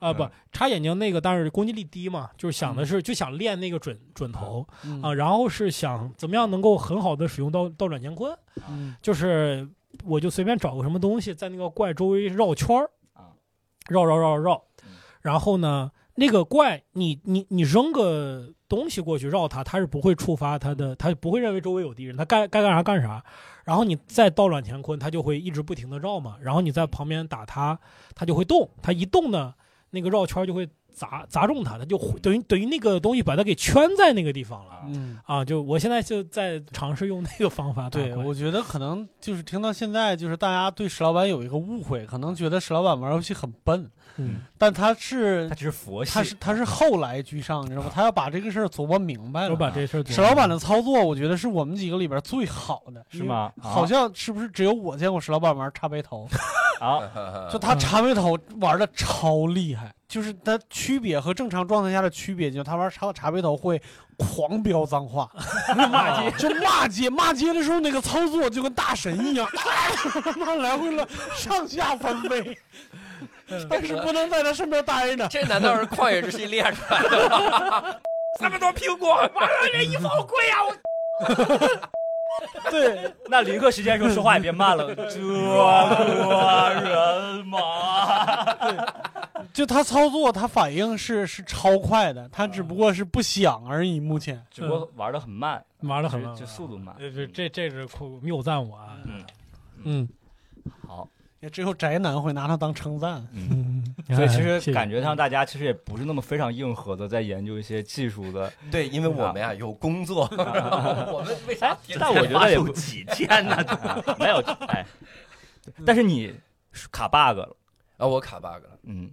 [SPEAKER 3] 啊，不
[SPEAKER 1] 嗯
[SPEAKER 3] 插眼睛那个，当然攻击力低嘛，就是想的是就想练那个准准头
[SPEAKER 2] 嗯
[SPEAKER 3] 啊，然后是想怎么样能够很好的使用到倒转乾坤，
[SPEAKER 2] 嗯
[SPEAKER 3] 就是我就随便找个什么东西，在那个怪周围绕圈儿
[SPEAKER 1] 啊，
[SPEAKER 3] 绕绕绕绕
[SPEAKER 1] 嗯，
[SPEAKER 3] 然后呢，那个怪你你你扔个东西过去绕它，它是不会触发它的，它不会认为周围有敌人，它该该干啥干啥。然后你再倒转乾坤，它就会一直不停的绕嘛。然后你在旁边打它，它就会动，它一动呢，那个绕圈就会砸砸中它，它就回等于等于那个东西把它给圈在那个地方了。
[SPEAKER 2] 嗯，
[SPEAKER 3] 啊，就我现在就在尝试用那个方法打
[SPEAKER 2] 对，
[SPEAKER 3] 怪
[SPEAKER 2] 我觉得可能就是听到现在，就是大家对史老板有一个误会，可能觉得史老板玩游戏很笨，
[SPEAKER 3] 嗯
[SPEAKER 2] 但他是
[SPEAKER 1] 他只是佛系，
[SPEAKER 2] 他是他是后来居上，你知道吗？他要把这个事儿琢磨明白
[SPEAKER 3] 我
[SPEAKER 2] 了。啊
[SPEAKER 3] 把这事儿做
[SPEAKER 2] 史老板的操作，我觉得是我们几个里边最好的，
[SPEAKER 1] 是？吗？啊
[SPEAKER 2] 好像是不是只有我见过史老板玩茶杯头？
[SPEAKER 1] 啊，
[SPEAKER 2] 就他茶杯头玩的超厉害，就是他区别和正常状态下的区别，就是他玩茶茶杯头会狂飙脏话， 骂街，就骂街，骂街的时候那个操作就跟大神一样， 那来回了上下翻飞，但是不能在他身边待着。
[SPEAKER 5] 这难道是旷野之心练出来的吗？ 那么多啊苹果，哇，这衣服好贵呀、我
[SPEAKER 2] 对，
[SPEAKER 1] 那旅客时间的时候说话也别慢了，这国人 马。
[SPEAKER 2] 就他操作，他反应是是超快的，他只不过是不想而已。目前，
[SPEAKER 1] 只不过玩的很慢，
[SPEAKER 3] 玩的很
[SPEAKER 1] 就
[SPEAKER 3] 慢，
[SPEAKER 1] 就速度慢。
[SPEAKER 3] 这这这是酷谬赞我啊！
[SPEAKER 1] 嗯，
[SPEAKER 2] 嗯，
[SPEAKER 1] 好，
[SPEAKER 2] 也只有宅男会拿他当称赞。
[SPEAKER 3] 嗯，
[SPEAKER 1] 所以其实感觉上大家其实也不是那么非常硬核的，在研究一些技术的。
[SPEAKER 5] 对，因为我们呀有工作， 我们为啥
[SPEAKER 1] 哎
[SPEAKER 5] 天天
[SPEAKER 1] 但我觉得也
[SPEAKER 4] 有
[SPEAKER 1] 不
[SPEAKER 4] 几天 呢？
[SPEAKER 1] 啊没有哎， 但是你卡 bug 了，
[SPEAKER 5] 啊，我卡 bug 了。
[SPEAKER 1] 嗯，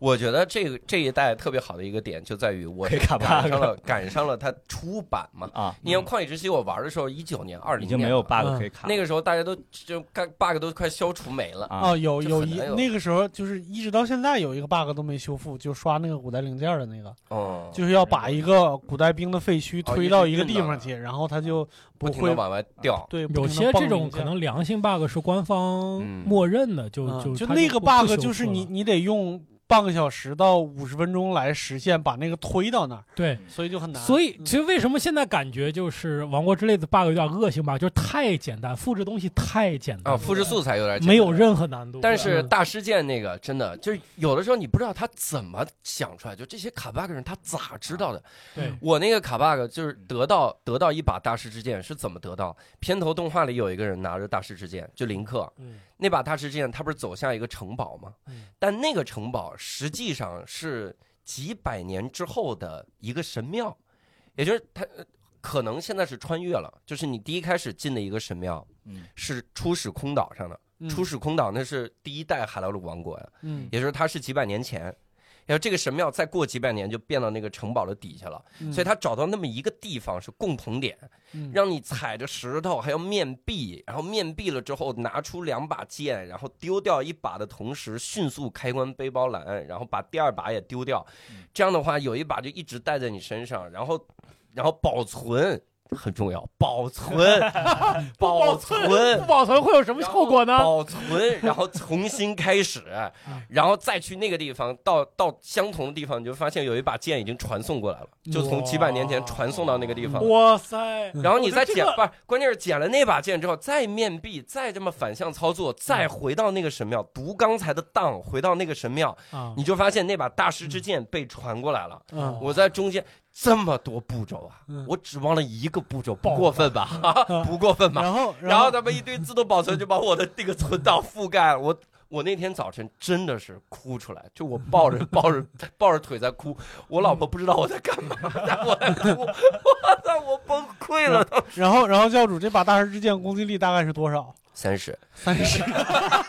[SPEAKER 5] 我觉得这个这一代特别好的一个点就在于我
[SPEAKER 1] 可以卡 bug
[SPEAKER 5] 赶上了赶上了它出版嘛。
[SPEAKER 1] 啊，
[SPEAKER 5] 你像《旷野之息》，我玩的时候一九年、二
[SPEAKER 1] 已
[SPEAKER 5] 零
[SPEAKER 1] 经
[SPEAKER 5] 年
[SPEAKER 1] 没有
[SPEAKER 5] 了
[SPEAKER 1] bug
[SPEAKER 2] 嗯
[SPEAKER 1] 可以卡了
[SPEAKER 5] 那个时候大家都就干 bug 都快消除没了。
[SPEAKER 1] 啊
[SPEAKER 2] 哦，有
[SPEAKER 5] 就
[SPEAKER 2] 有
[SPEAKER 5] 很
[SPEAKER 2] 一
[SPEAKER 5] 难有
[SPEAKER 2] 那个时候就是一直到现在有一个 bug 都没修复，就刷那个古代零件的那个，
[SPEAKER 5] 哦，
[SPEAKER 2] 就是要把一个古代兵的废墟推到哦一个地
[SPEAKER 5] 一
[SPEAKER 2] 方
[SPEAKER 5] 直
[SPEAKER 2] 去，然后它就
[SPEAKER 5] 不
[SPEAKER 2] 不
[SPEAKER 5] 停的
[SPEAKER 2] 会
[SPEAKER 5] 往外掉。
[SPEAKER 2] 对不
[SPEAKER 3] 有
[SPEAKER 2] 停地
[SPEAKER 3] 些
[SPEAKER 2] 蹦
[SPEAKER 3] 这种
[SPEAKER 2] 零件
[SPEAKER 3] 可能良性 bug 是官方
[SPEAKER 5] 嗯
[SPEAKER 3] 默认的，就
[SPEAKER 2] 嗯
[SPEAKER 3] 就
[SPEAKER 2] 就
[SPEAKER 3] 它
[SPEAKER 2] 那个
[SPEAKER 3] 不不
[SPEAKER 2] bug
[SPEAKER 3] 修
[SPEAKER 2] 就是
[SPEAKER 3] 复
[SPEAKER 2] 你
[SPEAKER 3] 了
[SPEAKER 2] 你得用半个小时到五十分钟来实现把那个推到那儿，
[SPEAKER 3] 对。
[SPEAKER 2] 所以就很难。
[SPEAKER 3] 所以，
[SPEAKER 2] 嗯
[SPEAKER 3] 其实为什么现在感觉就是《王国之泪》的 bug 有点恶性吧？就是太简单，复制东西太简
[SPEAKER 1] 嗯
[SPEAKER 3] 单
[SPEAKER 5] 啊，复制素材有点简单
[SPEAKER 3] 没有任何难度。
[SPEAKER 5] 但是
[SPEAKER 3] 嗯
[SPEAKER 5] 大事件那个真的就是有的时候你不知道他怎么想出来，就这些卡 bug 人他咋知道的？
[SPEAKER 3] 对
[SPEAKER 5] 我那个卡 bug 就是得到得到一把大师之剑是怎么得到？片头动画里有一个人拿着大师之剑，就林克
[SPEAKER 3] 嗯，
[SPEAKER 5] 那把大师之剑，他不是走向一个城堡吗
[SPEAKER 3] 嗯？
[SPEAKER 5] 但那个城堡实际上是几百年之后的一个神庙，也就是他呃可能现在是穿越了，就是你第一开始进的一个神庙
[SPEAKER 1] 嗯
[SPEAKER 5] 是初始空岛上的。出使空岛那是第一代海拉鲁王国呀，
[SPEAKER 2] 嗯
[SPEAKER 5] 也就是它是几百年前，然后这个神庙再过几百年就变到那个城堡的底下了，
[SPEAKER 2] 嗯
[SPEAKER 5] 所以他找到那么一个地方是共同点，
[SPEAKER 2] 嗯
[SPEAKER 5] 让你踩着石头还要面壁，然后面壁了之后拿出两把剑，然后丢掉一把的同时迅速开关背包篮，然后把第二把也丢掉
[SPEAKER 1] 嗯，
[SPEAKER 5] 这样的话有一把就一直带在你身上，然后然后保存。 很重要，保 存，保存，
[SPEAKER 3] 保存会有什么效果呢？啊
[SPEAKER 5] 保存，然后重新开 始，然后再去那个地方，到到相同的地方，你就发现有一把剑已经传送过来了，就从几百年前传送到那个地方。
[SPEAKER 3] 哇塞！
[SPEAKER 2] 嗯
[SPEAKER 5] 然后你再
[SPEAKER 3] 嗯我觉得这，
[SPEAKER 5] 捡
[SPEAKER 3] 个
[SPEAKER 5] 不是，关键是捡了那把剑之后，再面壁，再这么反向操作，再回到那个神庙，读刚才的当，回到那个神庙，
[SPEAKER 3] 啊
[SPEAKER 5] 你，就发现那把大师之剑被传过来了。
[SPEAKER 2] 嗯
[SPEAKER 5] 我在中间这么多步骤啊
[SPEAKER 2] 嗯，
[SPEAKER 5] 我指望了一个步骤，不过分吧？
[SPEAKER 3] 嗯
[SPEAKER 5] 不过分吧？
[SPEAKER 2] 然后
[SPEAKER 5] 然后他们一堆自动保存就把我的那个存档覆盖了，我我那天早晨真的是哭出来，就我 抱着抱着抱着腿在哭，我老婆不知道我在干嘛，但我在哭，我操，我崩溃了都。
[SPEAKER 2] 然后，然后教主这把大师之剑攻击力大概是多少？
[SPEAKER 5] 三十，
[SPEAKER 2] 三十。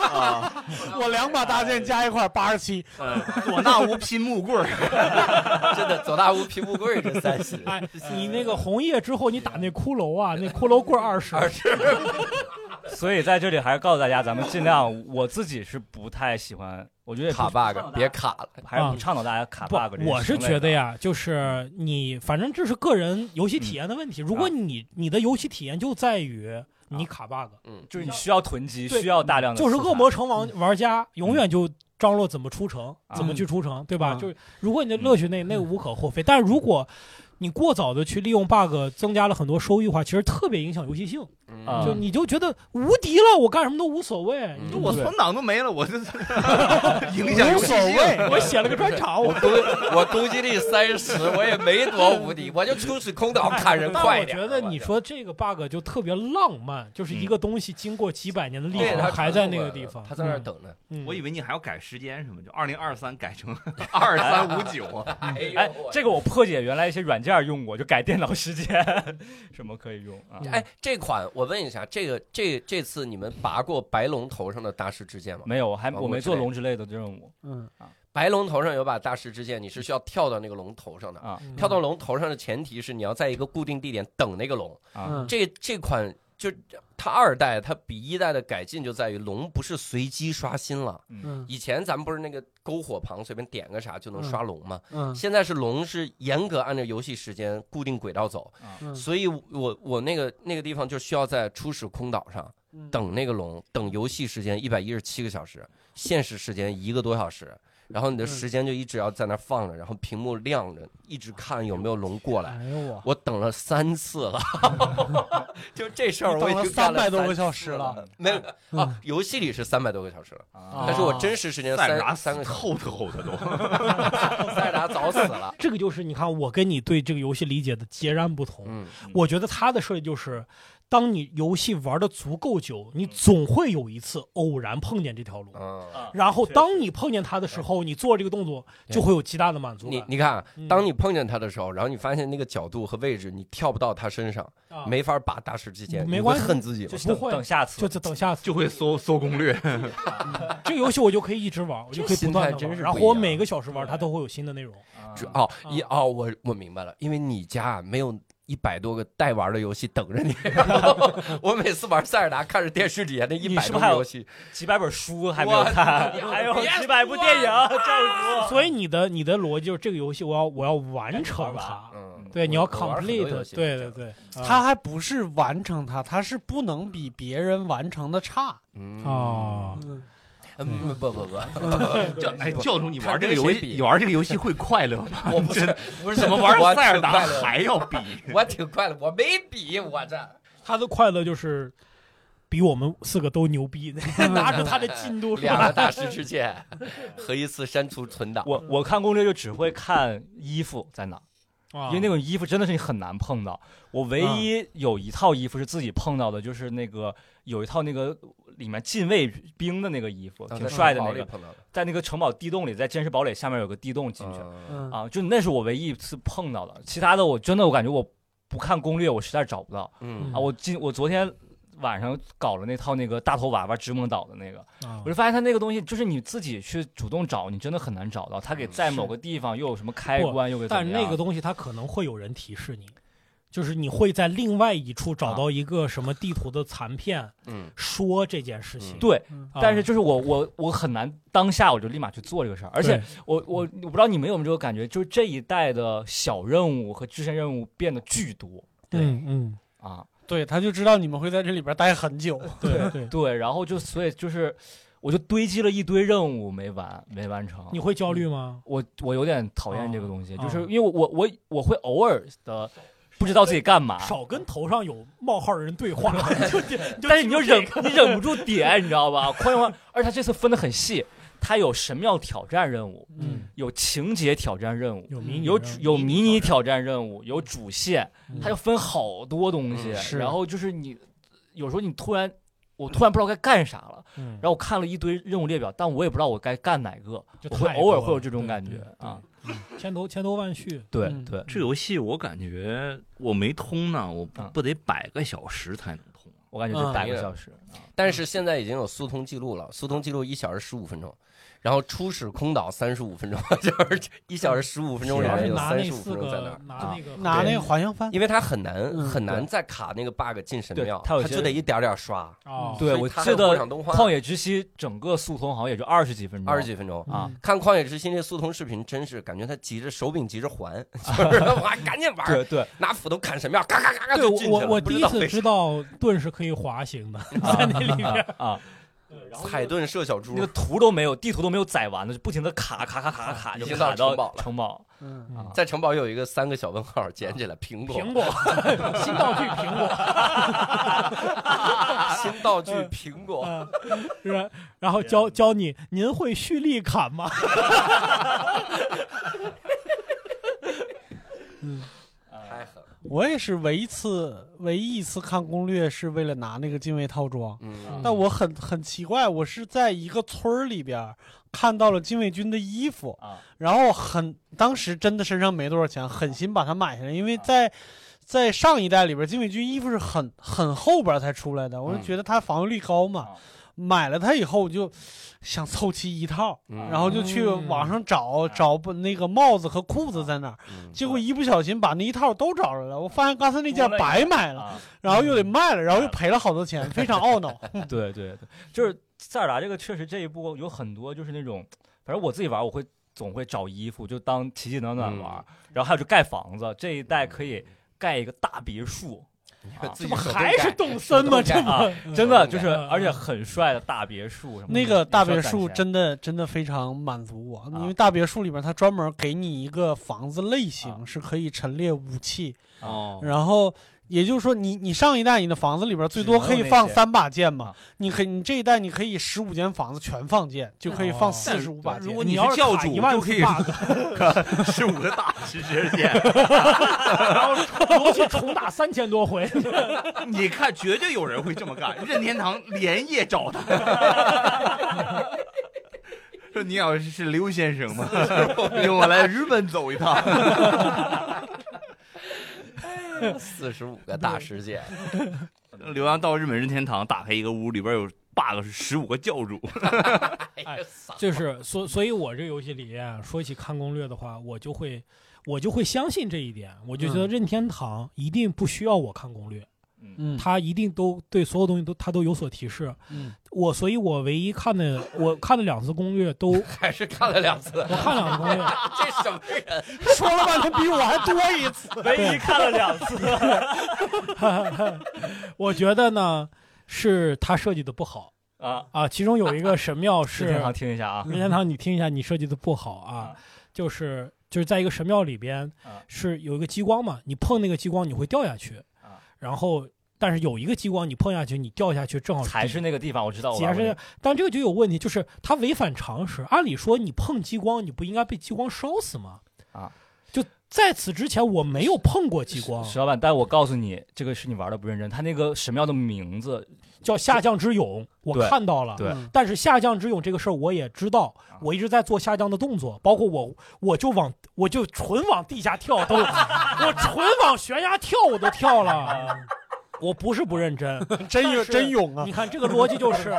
[SPEAKER 2] 我两把大剑加一块八十七，
[SPEAKER 4] 呃，左纳乌拼木棍 儿，
[SPEAKER 5] 真的左大乌皮木棍儿这三十，
[SPEAKER 3] 哎，
[SPEAKER 1] 呃
[SPEAKER 3] 你那个红叶之后，你打那骷髅啊，那骷髅棍二十，
[SPEAKER 5] 二十。
[SPEAKER 1] 所以在这里还是告诉大家，咱们尽 量，我自己是不太喜欢，我觉得也不
[SPEAKER 5] 卡 bug，别
[SPEAKER 3] 哎
[SPEAKER 5] 卡了。
[SPEAKER 1] 还是不倡导大家卡
[SPEAKER 3] 不
[SPEAKER 1] bug 这，个
[SPEAKER 3] 我是
[SPEAKER 1] 行为
[SPEAKER 3] 觉得
[SPEAKER 1] 的，
[SPEAKER 3] 呀，就是你，反正这是个人游戏体验的问
[SPEAKER 1] 嗯
[SPEAKER 3] 题。
[SPEAKER 1] 啊
[SPEAKER 3] 如果你你的游戏体验就在于你卡 bug，
[SPEAKER 5] 嗯，
[SPEAKER 1] 就是你需要囤积，
[SPEAKER 3] 对
[SPEAKER 1] 需要大量啊的，嗯
[SPEAKER 3] 就是恶魔。城玩玩家永远就张罗怎么出城，
[SPEAKER 1] 啊嗯
[SPEAKER 3] 怎么去出城，对吧？
[SPEAKER 2] 嗯
[SPEAKER 3] 就是如果你的乐趣那那个无可厚非，但如果你过早的去利用 bug 增加了很多收益的话，其实特别影响游戏性。
[SPEAKER 1] 啊
[SPEAKER 3] 就你就觉得无敌了，我干什么都无所谓，
[SPEAKER 5] 嗯
[SPEAKER 3] 你
[SPEAKER 4] 就
[SPEAKER 3] 就
[SPEAKER 4] 我
[SPEAKER 3] 我
[SPEAKER 4] 存档都没了，我这影响游
[SPEAKER 2] 无
[SPEAKER 4] 戏
[SPEAKER 2] 所
[SPEAKER 4] 性
[SPEAKER 2] 谓。
[SPEAKER 3] 我写了个专场，我
[SPEAKER 5] 我攻我攻击力三十，我也没多无敌，我就初始 空岛砍人
[SPEAKER 3] 但
[SPEAKER 5] 快
[SPEAKER 3] 我
[SPEAKER 5] 一点。
[SPEAKER 3] 觉得你说这个 bug 就特别浪漫，就是一个东西经过几百年的历
[SPEAKER 5] 嗯对
[SPEAKER 3] 史
[SPEAKER 5] 他
[SPEAKER 3] 还在那个地方。
[SPEAKER 5] 他在那儿等呢。
[SPEAKER 3] 嗯，
[SPEAKER 4] 我以为你还要改时间什么，就二零二三改成 二三五九 啊，
[SPEAKER 5] 哎呦
[SPEAKER 1] 哎，
[SPEAKER 5] 我
[SPEAKER 1] 这个我破解原来一些软件用过，就改电脑时间，什么可以用
[SPEAKER 2] 嗯
[SPEAKER 1] 啊？
[SPEAKER 5] 哎，这款我问一下，这个这这次你们拔过白龙头上的大师之剑吗？
[SPEAKER 1] 没有，我还
[SPEAKER 5] 王
[SPEAKER 1] 我
[SPEAKER 5] 国
[SPEAKER 1] 没
[SPEAKER 5] 之
[SPEAKER 1] 做
[SPEAKER 5] 类
[SPEAKER 1] 龙之类的任务
[SPEAKER 2] 嗯，
[SPEAKER 5] 白龙头上有把大师之剑，你是需要跳到那个龙头上的。
[SPEAKER 1] 啊
[SPEAKER 3] 嗯
[SPEAKER 5] 跳到龙头上的前提是你要在一个固定地点等那个龙。
[SPEAKER 1] 啊！
[SPEAKER 2] 嗯
[SPEAKER 5] 这这款就它二代，它比一代的改进就在于龙不是随机刷新了。
[SPEAKER 2] 嗯
[SPEAKER 5] 以前咱们不是那个篝火旁随便点个啥就能刷龙吗？
[SPEAKER 2] 嗯
[SPEAKER 5] 现在是龙是严格按照游戏时间固定轨道走，
[SPEAKER 2] 嗯
[SPEAKER 5] 所以我我那个那个地方就需要在初始空岛上
[SPEAKER 2] 嗯
[SPEAKER 5] 等那个龙，等游戏时间一百一十七个小时，现实时间一个多小时，然后你的
[SPEAKER 2] 嗯
[SPEAKER 5] 时间就一直要在那儿放着，然后屏幕亮着，一直看有没有龙过来。
[SPEAKER 2] 哎呦我，
[SPEAKER 5] 我等了三次 了，就这事儿
[SPEAKER 2] 你
[SPEAKER 5] 我已
[SPEAKER 2] 等了
[SPEAKER 5] 经干
[SPEAKER 2] 300多个
[SPEAKER 5] 三次
[SPEAKER 2] 小时了，嗯
[SPEAKER 5] 没有啊？游戏里是三百多个小时了，
[SPEAKER 3] 嗯
[SPEAKER 1] 啊
[SPEAKER 5] 但是我真实时间
[SPEAKER 4] 塞尔达
[SPEAKER 5] 三
[SPEAKER 4] 死
[SPEAKER 5] 三个小 时哦
[SPEAKER 4] 透透的都。
[SPEAKER 5] 塞尔达早死了。
[SPEAKER 3] 这个就是你看，我跟你对这个游戏理解的截然不
[SPEAKER 2] 哦
[SPEAKER 3] 同。
[SPEAKER 5] 嗯，
[SPEAKER 3] 我觉得它的设计就是，当你游戏玩的足够久，你总会有一次偶然碰见这条龙，
[SPEAKER 5] 嗯，
[SPEAKER 3] 啊然后当你碰见它的时候，你做这个动作就会有极大的满足
[SPEAKER 5] 你
[SPEAKER 3] 感。
[SPEAKER 5] 你看啊
[SPEAKER 3] 嗯，
[SPEAKER 5] 当你碰见他的时候，然后你发现那个角度和位置你跳不到他身上，
[SPEAKER 3] 啊
[SPEAKER 5] 没法把大师之剑，
[SPEAKER 3] 没
[SPEAKER 5] 你会
[SPEAKER 3] 关系
[SPEAKER 5] 恨自己吗
[SPEAKER 1] 就是
[SPEAKER 3] 不
[SPEAKER 1] 等
[SPEAKER 3] 会
[SPEAKER 1] 等下
[SPEAKER 3] 就
[SPEAKER 1] 次，
[SPEAKER 3] 就等下次
[SPEAKER 4] 就会搜搜攻略，
[SPEAKER 3] 这个游戏我就可以一直玩，我就可以不断
[SPEAKER 5] 这心态
[SPEAKER 3] 的
[SPEAKER 5] 真
[SPEAKER 3] 玩，
[SPEAKER 5] 是不一
[SPEAKER 3] 然
[SPEAKER 5] 样啊
[SPEAKER 3] 后我每个小时玩，它都会有新的内容。
[SPEAKER 5] 主
[SPEAKER 1] 啊
[SPEAKER 5] 哦一哦，我我明白了，因为你家啊没有一百多个带玩的游戏 等着你。我每次玩塞尔达，看着电视里啊那一
[SPEAKER 1] 你
[SPEAKER 5] 百
[SPEAKER 1] 是不
[SPEAKER 5] 多
[SPEAKER 1] 是还
[SPEAKER 5] 个
[SPEAKER 1] 有
[SPEAKER 5] 游戏，
[SPEAKER 1] 几百本书还没有
[SPEAKER 5] 哇
[SPEAKER 1] 看
[SPEAKER 5] 你，
[SPEAKER 1] 还有
[SPEAKER 5] 啊别
[SPEAKER 1] 几百部
[SPEAKER 5] 说
[SPEAKER 1] 电影，
[SPEAKER 5] 了
[SPEAKER 1] 教主。
[SPEAKER 3] 所以你的你的逻辑就是这个游戏，我要我要完成它，
[SPEAKER 5] 嗯，
[SPEAKER 3] 对，
[SPEAKER 5] 我
[SPEAKER 3] 你要
[SPEAKER 5] 我玩很多
[SPEAKER 3] complete，
[SPEAKER 5] 游
[SPEAKER 3] 对
[SPEAKER 5] 戏
[SPEAKER 3] 对，对，嗯
[SPEAKER 2] 他还不是完成它，他是不能比别人完成的差。
[SPEAKER 5] 嗯
[SPEAKER 3] 哦，
[SPEAKER 2] 嗯，
[SPEAKER 5] 嗯，不不不，
[SPEAKER 4] 教哎教主，你
[SPEAKER 5] 看
[SPEAKER 4] 玩这个
[SPEAKER 5] 跟
[SPEAKER 4] 游
[SPEAKER 5] 谁比
[SPEAKER 4] 戏，你玩这个游戏会快乐吗？
[SPEAKER 5] 我不是不是
[SPEAKER 4] 怎么
[SPEAKER 5] 我
[SPEAKER 4] 玩
[SPEAKER 5] 挺
[SPEAKER 4] 塞尔达
[SPEAKER 5] 快乐的
[SPEAKER 4] 还要 比？
[SPEAKER 5] 我挺快乐，我没比我这
[SPEAKER 3] 他的快乐就是比我们四个都牛 逼，拿着他的进度是
[SPEAKER 5] 两
[SPEAKER 3] 吧
[SPEAKER 5] 个？大师之剑和一次删除存档，
[SPEAKER 1] 我我看攻略就只会看衣服在哪，
[SPEAKER 3] 啊
[SPEAKER 1] 因为那种衣服真的是你很难碰到。我唯一有一套衣服是自己碰到的，就是那个有一套那个里面禁卫兵的那个衣服，
[SPEAKER 5] 啊
[SPEAKER 1] 挺
[SPEAKER 5] 在
[SPEAKER 1] 帅的
[SPEAKER 5] 城
[SPEAKER 1] 那
[SPEAKER 5] 堡里
[SPEAKER 1] 个，
[SPEAKER 5] 碰到的
[SPEAKER 1] 在那个城堡地洞里，在坚持堡垒下面有个地洞进去
[SPEAKER 5] 嗯
[SPEAKER 2] 嗯
[SPEAKER 1] 啊，就那是我唯一一次碰到的，其他的我真的我感觉我不看攻略我实在找不到
[SPEAKER 5] 嗯
[SPEAKER 1] 啊。我今我昨天晚上搞了那套那个大头娃娃织梦岛的那个，
[SPEAKER 3] 啊
[SPEAKER 1] 我就发现它那个东西，就是你自己去主动找，你真的很难找到。它给在某个地方又有什么开关，又给怎
[SPEAKER 3] 但
[SPEAKER 1] 么
[SPEAKER 3] 那个
[SPEAKER 1] 样？
[SPEAKER 3] 东西它可能会有人提示你，就是你会在另外一处找到一个什么地图的残片，
[SPEAKER 5] 嗯
[SPEAKER 3] 说这件事情。
[SPEAKER 5] 嗯
[SPEAKER 1] 对，
[SPEAKER 3] 啊
[SPEAKER 1] 但是就是我我我很难当下我就立马去做这个事儿，而且
[SPEAKER 3] 对
[SPEAKER 1] 我我我不知道你们有没有这个感觉，就是这一代的小任务和支线任务变得巨多
[SPEAKER 3] 嗯嗯，
[SPEAKER 1] 啊，
[SPEAKER 2] 对，他就知道你们会在这里边待很久。
[SPEAKER 3] 对对，
[SPEAKER 1] 对，然后就所以就是我就堆积了一堆任务没完没完成，
[SPEAKER 3] 你会焦虑吗？
[SPEAKER 1] 我我有点讨厌这个东西，
[SPEAKER 3] 啊
[SPEAKER 1] 就是因为我我我我会偶尔的不知道自己干嘛，
[SPEAKER 3] 少跟头上有冒号的人对 话，就就
[SPEAKER 1] 但是你就忍，你忍不住点，你知道吧？宽宽，而且他这次分的很细，他有神庙挑战任务，
[SPEAKER 3] 嗯，
[SPEAKER 1] 有情节挑战任务，
[SPEAKER 3] 有迷你
[SPEAKER 1] 有
[SPEAKER 3] 人
[SPEAKER 1] 主有迷你挑战任务，有主线，
[SPEAKER 3] 嗯
[SPEAKER 1] 他就分好多东西
[SPEAKER 5] 嗯。
[SPEAKER 2] 是
[SPEAKER 1] 然后就是你有时候你突然我突然不知道该干啥了。
[SPEAKER 3] 嗯
[SPEAKER 1] 然，后我看了一堆任务列表，但我也不知道我该干哪个，
[SPEAKER 3] 就
[SPEAKER 1] 我会
[SPEAKER 3] 太
[SPEAKER 1] 偶尔
[SPEAKER 3] 多
[SPEAKER 1] 会有
[SPEAKER 3] 了
[SPEAKER 1] 这种
[SPEAKER 3] 对
[SPEAKER 1] 感
[SPEAKER 3] 对
[SPEAKER 1] 觉啊。
[SPEAKER 3] 千头千头万绪，
[SPEAKER 1] 对
[SPEAKER 2] 嗯
[SPEAKER 1] 对，
[SPEAKER 4] 这游戏我感觉我没通呢，我不
[SPEAKER 1] 啊
[SPEAKER 4] 不得百个小时才能通。
[SPEAKER 1] 我感觉得
[SPEAKER 2] 嗯
[SPEAKER 1] 打一个
[SPEAKER 5] 对
[SPEAKER 1] 小时。
[SPEAKER 5] 但是现在已经有速通记录了，速通记录一小时十五分钟，然后初始空岛三十五分钟， 就是一小时十五分钟
[SPEAKER 3] 主
[SPEAKER 5] 里
[SPEAKER 3] 要
[SPEAKER 5] 面
[SPEAKER 3] 是
[SPEAKER 5] 有
[SPEAKER 3] 嗯拿
[SPEAKER 5] 三
[SPEAKER 3] 那
[SPEAKER 5] 十五
[SPEAKER 3] 四
[SPEAKER 5] 分钟在那
[SPEAKER 3] 个
[SPEAKER 5] 儿，
[SPEAKER 3] 拿
[SPEAKER 5] 啊
[SPEAKER 3] 那个
[SPEAKER 2] 拿那
[SPEAKER 3] 对
[SPEAKER 2] 个滑翔帆，
[SPEAKER 5] 因为它很难
[SPEAKER 2] 嗯
[SPEAKER 5] 很难再卡那个 bug 进神
[SPEAKER 1] 对
[SPEAKER 5] 庙，
[SPEAKER 1] 它有
[SPEAKER 5] 它
[SPEAKER 1] 些
[SPEAKER 5] 就得一点点刷。
[SPEAKER 3] 哦，
[SPEAKER 1] 对
[SPEAKER 5] 所以
[SPEAKER 1] 我
[SPEAKER 5] 它
[SPEAKER 1] 记
[SPEAKER 5] 还有过
[SPEAKER 1] 得
[SPEAKER 5] 场动
[SPEAKER 1] 《
[SPEAKER 5] 画
[SPEAKER 1] 旷野之息》整个速通好像也就二十几分钟，
[SPEAKER 5] 二十几分钟。
[SPEAKER 1] 啊。
[SPEAKER 5] 看《旷野之心》这速通视频，真是感觉他急着手柄急着还， 就是哇，赶紧玩儿，
[SPEAKER 1] 对 对，
[SPEAKER 5] 拿斧头砍神庙，嘎嘎嘎嘎
[SPEAKER 3] 对
[SPEAKER 5] 就
[SPEAKER 3] 我
[SPEAKER 5] 进去
[SPEAKER 3] 我
[SPEAKER 5] 了。
[SPEAKER 3] 我
[SPEAKER 5] 不
[SPEAKER 3] 第
[SPEAKER 5] 知
[SPEAKER 3] 一
[SPEAKER 5] 道
[SPEAKER 3] 次
[SPEAKER 5] 为
[SPEAKER 3] 知道盾是可以滑行 的，在那里面，
[SPEAKER 1] 啊啊，
[SPEAKER 5] 啥彩盾射小猪
[SPEAKER 1] 那个，图都没有，地图都没有载完呢，就不停的卡卡卡卡卡，
[SPEAKER 5] 已
[SPEAKER 1] 啊就
[SPEAKER 5] 经
[SPEAKER 1] 卡
[SPEAKER 5] 到城
[SPEAKER 1] 到
[SPEAKER 5] 堡了
[SPEAKER 1] 城堡。
[SPEAKER 2] 嗯，
[SPEAKER 1] 啊
[SPEAKER 5] 在城堡有一个三个小问号，捡起来苹果，
[SPEAKER 3] 苹果 新道具苹果，
[SPEAKER 5] 新道具
[SPEAKER 3] 嗯
[SPEAKER 5] 苹果，
[SPEAKER 3] 是吧？然后教教你，您会蓄力砍吗？
[SPEAKER 5] 太狠了。
[SPEAKER 2] 我也是唯一次唯一一次看攻略是为了拿那个敬畏套装，
[SPEAKER 5] 嗯，
[SPEAKER 2] 但我很很奇怪，我是在一个村儿里边儿看到了禁卫军的衣服，
[SPEAKER 1] 啊
[SPEAKER 2] 然后很当时真的身上没多少钱，狠心把它买下来，因为在在上一代里边儿，禁卫军衣服是很很后边儿才出来的，我就
[SPEAKER 5] 嗯
[SPEAKER 2] 觉得它防御力高嘛
[SPEAKER 1] 啊，
[SPEAKER 2] 买了它以后我就想凑齐一套，
[SPEAKER 5] 嗯
[SPEAKER 2] 然后就去
[SPEAKER 3] 嗯
[SPEAKER 2] 网上找找不那个帽子和裤子在哪儿，
[SPEAKER 5] 嗯
[SPEAKER 2] 结果一不小心把那一套都找着了，我发现刚才那件
[SPEAKER 1] 多了一
[SPEAKER 2] 白买了。
[SPEAKER 1] 啊！
[SPEAKER 2] 然后又得卖了，然后又赔了好多钱，非常懊恼。
[SPEAKER 1] 对对对，就是塞尔达这个确实这一部有很多就是那种，反正我自己玩我会总会找衣服，就当奇迹暖暖玩，然后还有就盖房子，这一代可以盖一个大别墅，啊
[SPEAKER 5] 自
[SPEAKER 3] 这
[SPEAKER 5] 己
[SPEAKER 3] 不
[SPEAKER 5] 手动
[SPEAKER 3] 还
[SPEAKER 5] 改
[SPEAKER 3] 是动森吗？
[SPEAKER 5] 手动
[SPEAKER 3] 这
[SPEAKER 5] 改
[SPEAKER 3] 不
[SPEAKER 1] 啊，真的就是
[SPEAKER 3] 嗯嗯嗯
[SPEAKER 1] 而且很帅的大别墅什么的，
[SPEAKER 2] 那个大
[SPEAKER 1] 也
[SPEAKER 2] 别
[SPEAKER 1] 需要攒
[SPEAKER 2] 墅
[SPEAKER 1] 钱
[SPEAKER 2] 真的真的非常满足我，
[SPEAKER 1] 啊
[SPEAKER 2] 因为大别墅里边它专门给你一个房子类
[SPEAKER 1] 啊
[SPEAKER 2] 型是可以陈列武器，
[SPEAKER 4] 哦，
[SPEAKER 2] 然后也就是说你你上一代你的房子里边最多可
[SPEAKER 1] 只能
[SPEAKER 2] 以
[SPEAKER 1] 有那
[SPEAKER 2] 放
[SPEAKER 1] 些
[SPEAKER 2] 三把剑嘛
[SPEAKER 1] 啊，
[SPEAKER 2] 你可以你这一代你可以十五间房子全放剑，就可以放四十五把剑
[SPEAKER 4] 如。果
[SPEAKER 3] 你
[SPEAKER 4] 你
[SPEAKER 3] 要
[SPEAKER 4] 是
[SPEAKER 3] 是
[SPEAKER 4] 教
[SPEAKER 3] 卡
[SPEAKER 4] 主，
[SPEAKER 3] 一万
[SPEAKER 4] 就可以 十五个大石之剑，
[SPEAKER 3] 游戏重打三千多回，
[SPEAKER 4] 你看绝对有人会这么 干。任天堂连夜找他， 说你好，是刘先生 吗？领我来日本走一趟。
[SPEAKER 5] 啊 四十五个大世界，
[SPEAKER 3] 嗯
[SPEAKER 4] 刘洋到日本任天堂，打开一个屋，里边有 bug 是十五个教主。
[SPEAKER 5] 哎呀，操
[SPEAKER 3] 就是所所以，我这个游戏里面说起看攻略的话，我就会我就会相信这一点，我就觉得任天堂一定不需要我看攻略，
[SPEAKER 2] 嗯
[SPEAKER 3] 它一定都对所有东西都它都有所提示。
[SPEAKER 2] 嗯，
[SPEAKER 3] 我所以，我唯一看的我看的两次攻略都我
[SPEAKER 5] 还是看了 两次，
[SPEAKER 3] 看两次攻略，
[SPEAKER 5] 这什么人？
[SPEAKER 2] 说了半天比我还多一次。
[SPEAKER 1] 唯一看了两次，
[SPEAKER 3] 我觉得呢是它设计的不好
[SPEAKER 1] 啊，
[SPEAKER 3] 啊。其中有一个神庙
[SPEAKER 1] 任
[SPEAKER 3] 是
[SPEAKER 1] 天堂听一下啊，
[SPEAKER 3] 任天堂，你听一下，你设计的不好啊，就是就是在一个神庙里边
[SPEAKER 1] 啊，
[SPEAKER 3] 是有一个激光嘛，你碰那个激光你会掉下去
[SPEAKER 1] 啊，
[SPEAKER 3] 然后但是有一个激光你碰下去，你掉下去
[SPEAKER 2] 哦
[SPEAKER 3] 正好
[SPEAKER 1] 才是那个地方，我知道我
[SPEAKER 3] 解
[SPEAKER 1] 玩过那
[SPEAKER 3] 释
[SPEAKER 1] 个，，
[SPEAKER 3] 但这个就有问题，就是它违反常识。按理说你碰激光，你不应该被激光烧死吗？
[SPEAKER 1] 啊，
[SPEAKER 3] 就在此之前我没有碰过激光，
[SPEAKER 1] 石老板，但我告诉你，这个是你玩的不认真，他那个神庙的名字
[SPEAKER 3] 叫下降之勇，我
[SPEAKER 1] 对
[SPEAKER 3] 看到了，
[SPEAKER 1] 对啊
[SPEAKER 2] 嗯
[SPEAKER 3] 但是下降之勇这个事儿我也知道，我一直在做下降的动作，包括我，我就往我就纯往地下跳都， 我纯往悬崖跳我都跳了，我不是不认真，
[SPEAKER 2] 真有
[SPEAKER 3] 但是
[SPEAKER 2] 真勇啊
[SPEAKER 3] 你！看这个逻辑就是，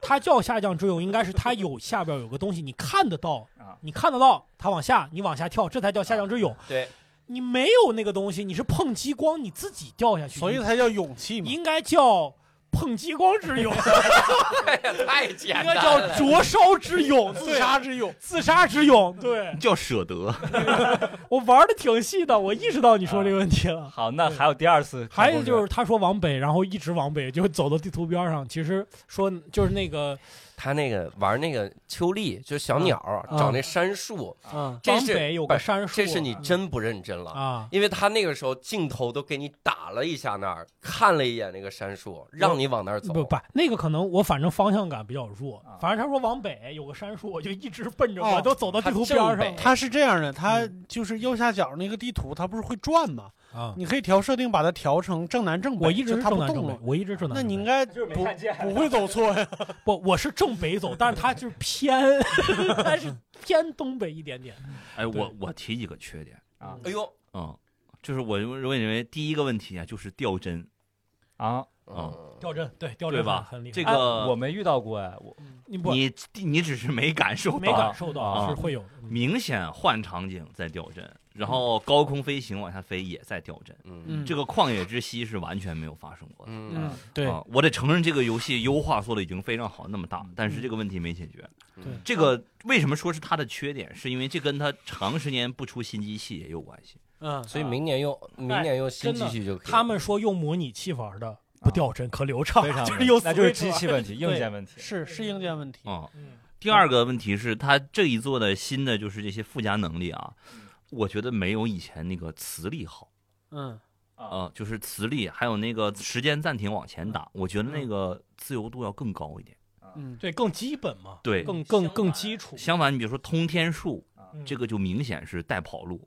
[SPEAKER 3] 它叫下降之勇，应该是它有下边有个东西你看得到
[SPEAKER 1] 啊，
[SPEAKER 3] 你看得到它往下，你往下跳，这才叫下降之勇。
[SPEAKER 5] 对，
[SPEAKER 3] 你没有那个东西，你是碰激光你自己掉下去，
[SPEAKER 2] 所以才叫勇气嘛。
[SPEAKER 3] 应该叫碰激光之勇。
[SPEAKER 5] 哎呀，太简
[SPEAKER 3] 应
[SPEAKER 5] 单
[SPEAKER 3] 该
[SPEAKER 5] 了，
[SPEAKER 3] 叫灼烧之勇，自杀之勇，自杀之勇。对
[SPEAKER 4] 叫舍得，
[SPEAKER 3] 我玩的挺细的，我意识到你说这个问题了。
[SPEAKER 1] 好，那还有第二次，
[SPEAKER 3] 还有就是是他说往北，然后一直往北，就走到地图边上。其实说就是那个
[SPEAKER 5] 他那个玩那个秋丽，就是小鸟儿
[SPEAKER 2] 嗯
[SPEAKER 5] 找那杉树，
[SPEAKER 2] 嗯，
[SPEAKER 5] 这
[SPEAKER 3] 往
[SPEAKER 5] 是
[SPEAKER 3] 北有个杉树，嗯
[SPEAKER 5] 这是你真不认真了。
[SPEAKER 3] 啊，
[SPEAKER 5] 因为他那个时候镜头都给你打了一下那儿，看了一眼那个杉树，让你往那儿走。
[SPEAKER 3] 不不，那个可能我反正方向感比较弱
[SPEAKER 1] 啊。
[SPEAKER 3] 反正他说往北有个杉树，我就一直奔着，
[SPEAKER 2] 哦
[SPEAKER 3] 我都走到地图边
[SPEAKER 5] 他
[SPEAKER 3] 上
[SPEAKER 5] 正北
[SPEAKER 3] 了。
[SPEAKER 2] 它是这样的，它就是右下角那个地图，它不是会转吗？
[SPEAKER 3] 啊。
[SPEAKER 2] 你可以调设定，把它调成正南正北，
[SPEAKER 3] 我一直
[SPEAKER 2] 嗯就是它
[SPEAKER 3] 正
[SPEAKER 2] 不
[SPEAKER 3] 南正
[SPEAKER 2] 动
[SPEAKER 3] 北
[SPEAKER 2] 了，。
[SPEAKER 3] 我一直正南
[SPEAKER 2] 那
[SPEAKER 3] 正
[SPEAKER 2] 你
[SPEAKER 3] 北。
[SPEAKER 2] 应该
[SPEAKER 1] 就是没
[SPEAKER 2] 不
[SPEAKER 1] 看见
[SPEAKER 2] 不会走错呀。
[SPEAKER 3] 不，我是正北走，但是它就是偏，它是偏东北一点点。
[SPEAKER 4] 哎，
[SPEAKER 3] 对
[SPEAKER 4] 我我提几个缺点，
[SPEAKER 1] 啊
[SPEAKER 5] 哎呦，
[SPEAKER 4] 嗯，就是我我认为第一个问题啊，就是掉帧，
[SPEAKER 1] 啊！
[SPEAKER 4] 嗯
[SPEAKER 3] 掉帧，对掉
[SPEAKER 4] 对
[SPEAKER 3] 帧
[SPEAKER 4] 吧
[SPEAKER 3] 很厉害。
[SPEAKER 4] 这个
[SPEAKER 1] 哎我没遇到过哎，我
[SPEAKER 3] 你不
[SPEAKER 4] 你你只是没感受
[SPEAKER 3] 没感
[SPEAKER 4] 到，
[SPEAKER 3] 受到
[SPEAKER 4] 啊
[SPEAKER 3] 是会有的。嗯
[SPEAKER 4] 明显换场景在掉帧，然后高空飞行往下飞也在掉帧，
[SPEAKER 5] 嗯
[SPEAKER 4] 这
[SPEAKER 2] 个
[SPEAKER 4] 个旷野之息是完全没有发生过的。
[SPEAKER 5] 嗯
[SPEAKER 2] 嗯，对，
[SPEAKER 4] 啊，我得承认这个游戏优化做的已经非常好，那么大，但是这个问题没解决。
[SPEAKER 5] 嗯
[SPEAKER 3] 对
[SPEAKER 4] 这个为什么说是它的缺点？是因为这跟它长时间不出新机器也有关系。
[SPEAKER 2] 嗯，
[SPEAKER 5] 所以明年用明年用
[SPEAKER 3] 啊
[SPEAKER 5] 新
[SPEAKER 3] 哎真的
[SPEAKER 5] 机器就可以了。
[SPEAKER 3] 他们说用模拟器玩
[SPEAKER 4] 啊
[SPEAKER 3] 的不掉帧，可流畅
[SPEAKER 1] 非，常
[SPEAKER 3] 啊 就是用
[SPEAKER 1] 那就是
[SPEAKER 3] Switch
[SPEAKER 1] 机器
[SPEAKER 3] 玩
[SPEAKER 1] 问题、硬件问题。
[SPEAKER 2] 是是硬件问题。
[SPEAKER 4] 啊、
[SPEAKER 3] 嗯
[SPEAKER 4] 第二个问题是，它这一做的新的就是这些附加能力啊，我觉得没有以前那个磁力好
[SPEAKER 2] 嗯
[SPEAKER 4] 啊、就是磁力还有那个时间暂停往前打，我觉得那个自由度要更高一点。
[SPEAKER 2] 嗯，
[SPEAKER 3] 对更基本嘛，
[SPEAKER 4] 对，
[SPEAKER 3] 更更更基础。
[SPEAKER 4] 相反，你比如说通天术，
[SPEAKER 3] 嗯
[SPEAKER 4] 这个就明显是带跑路，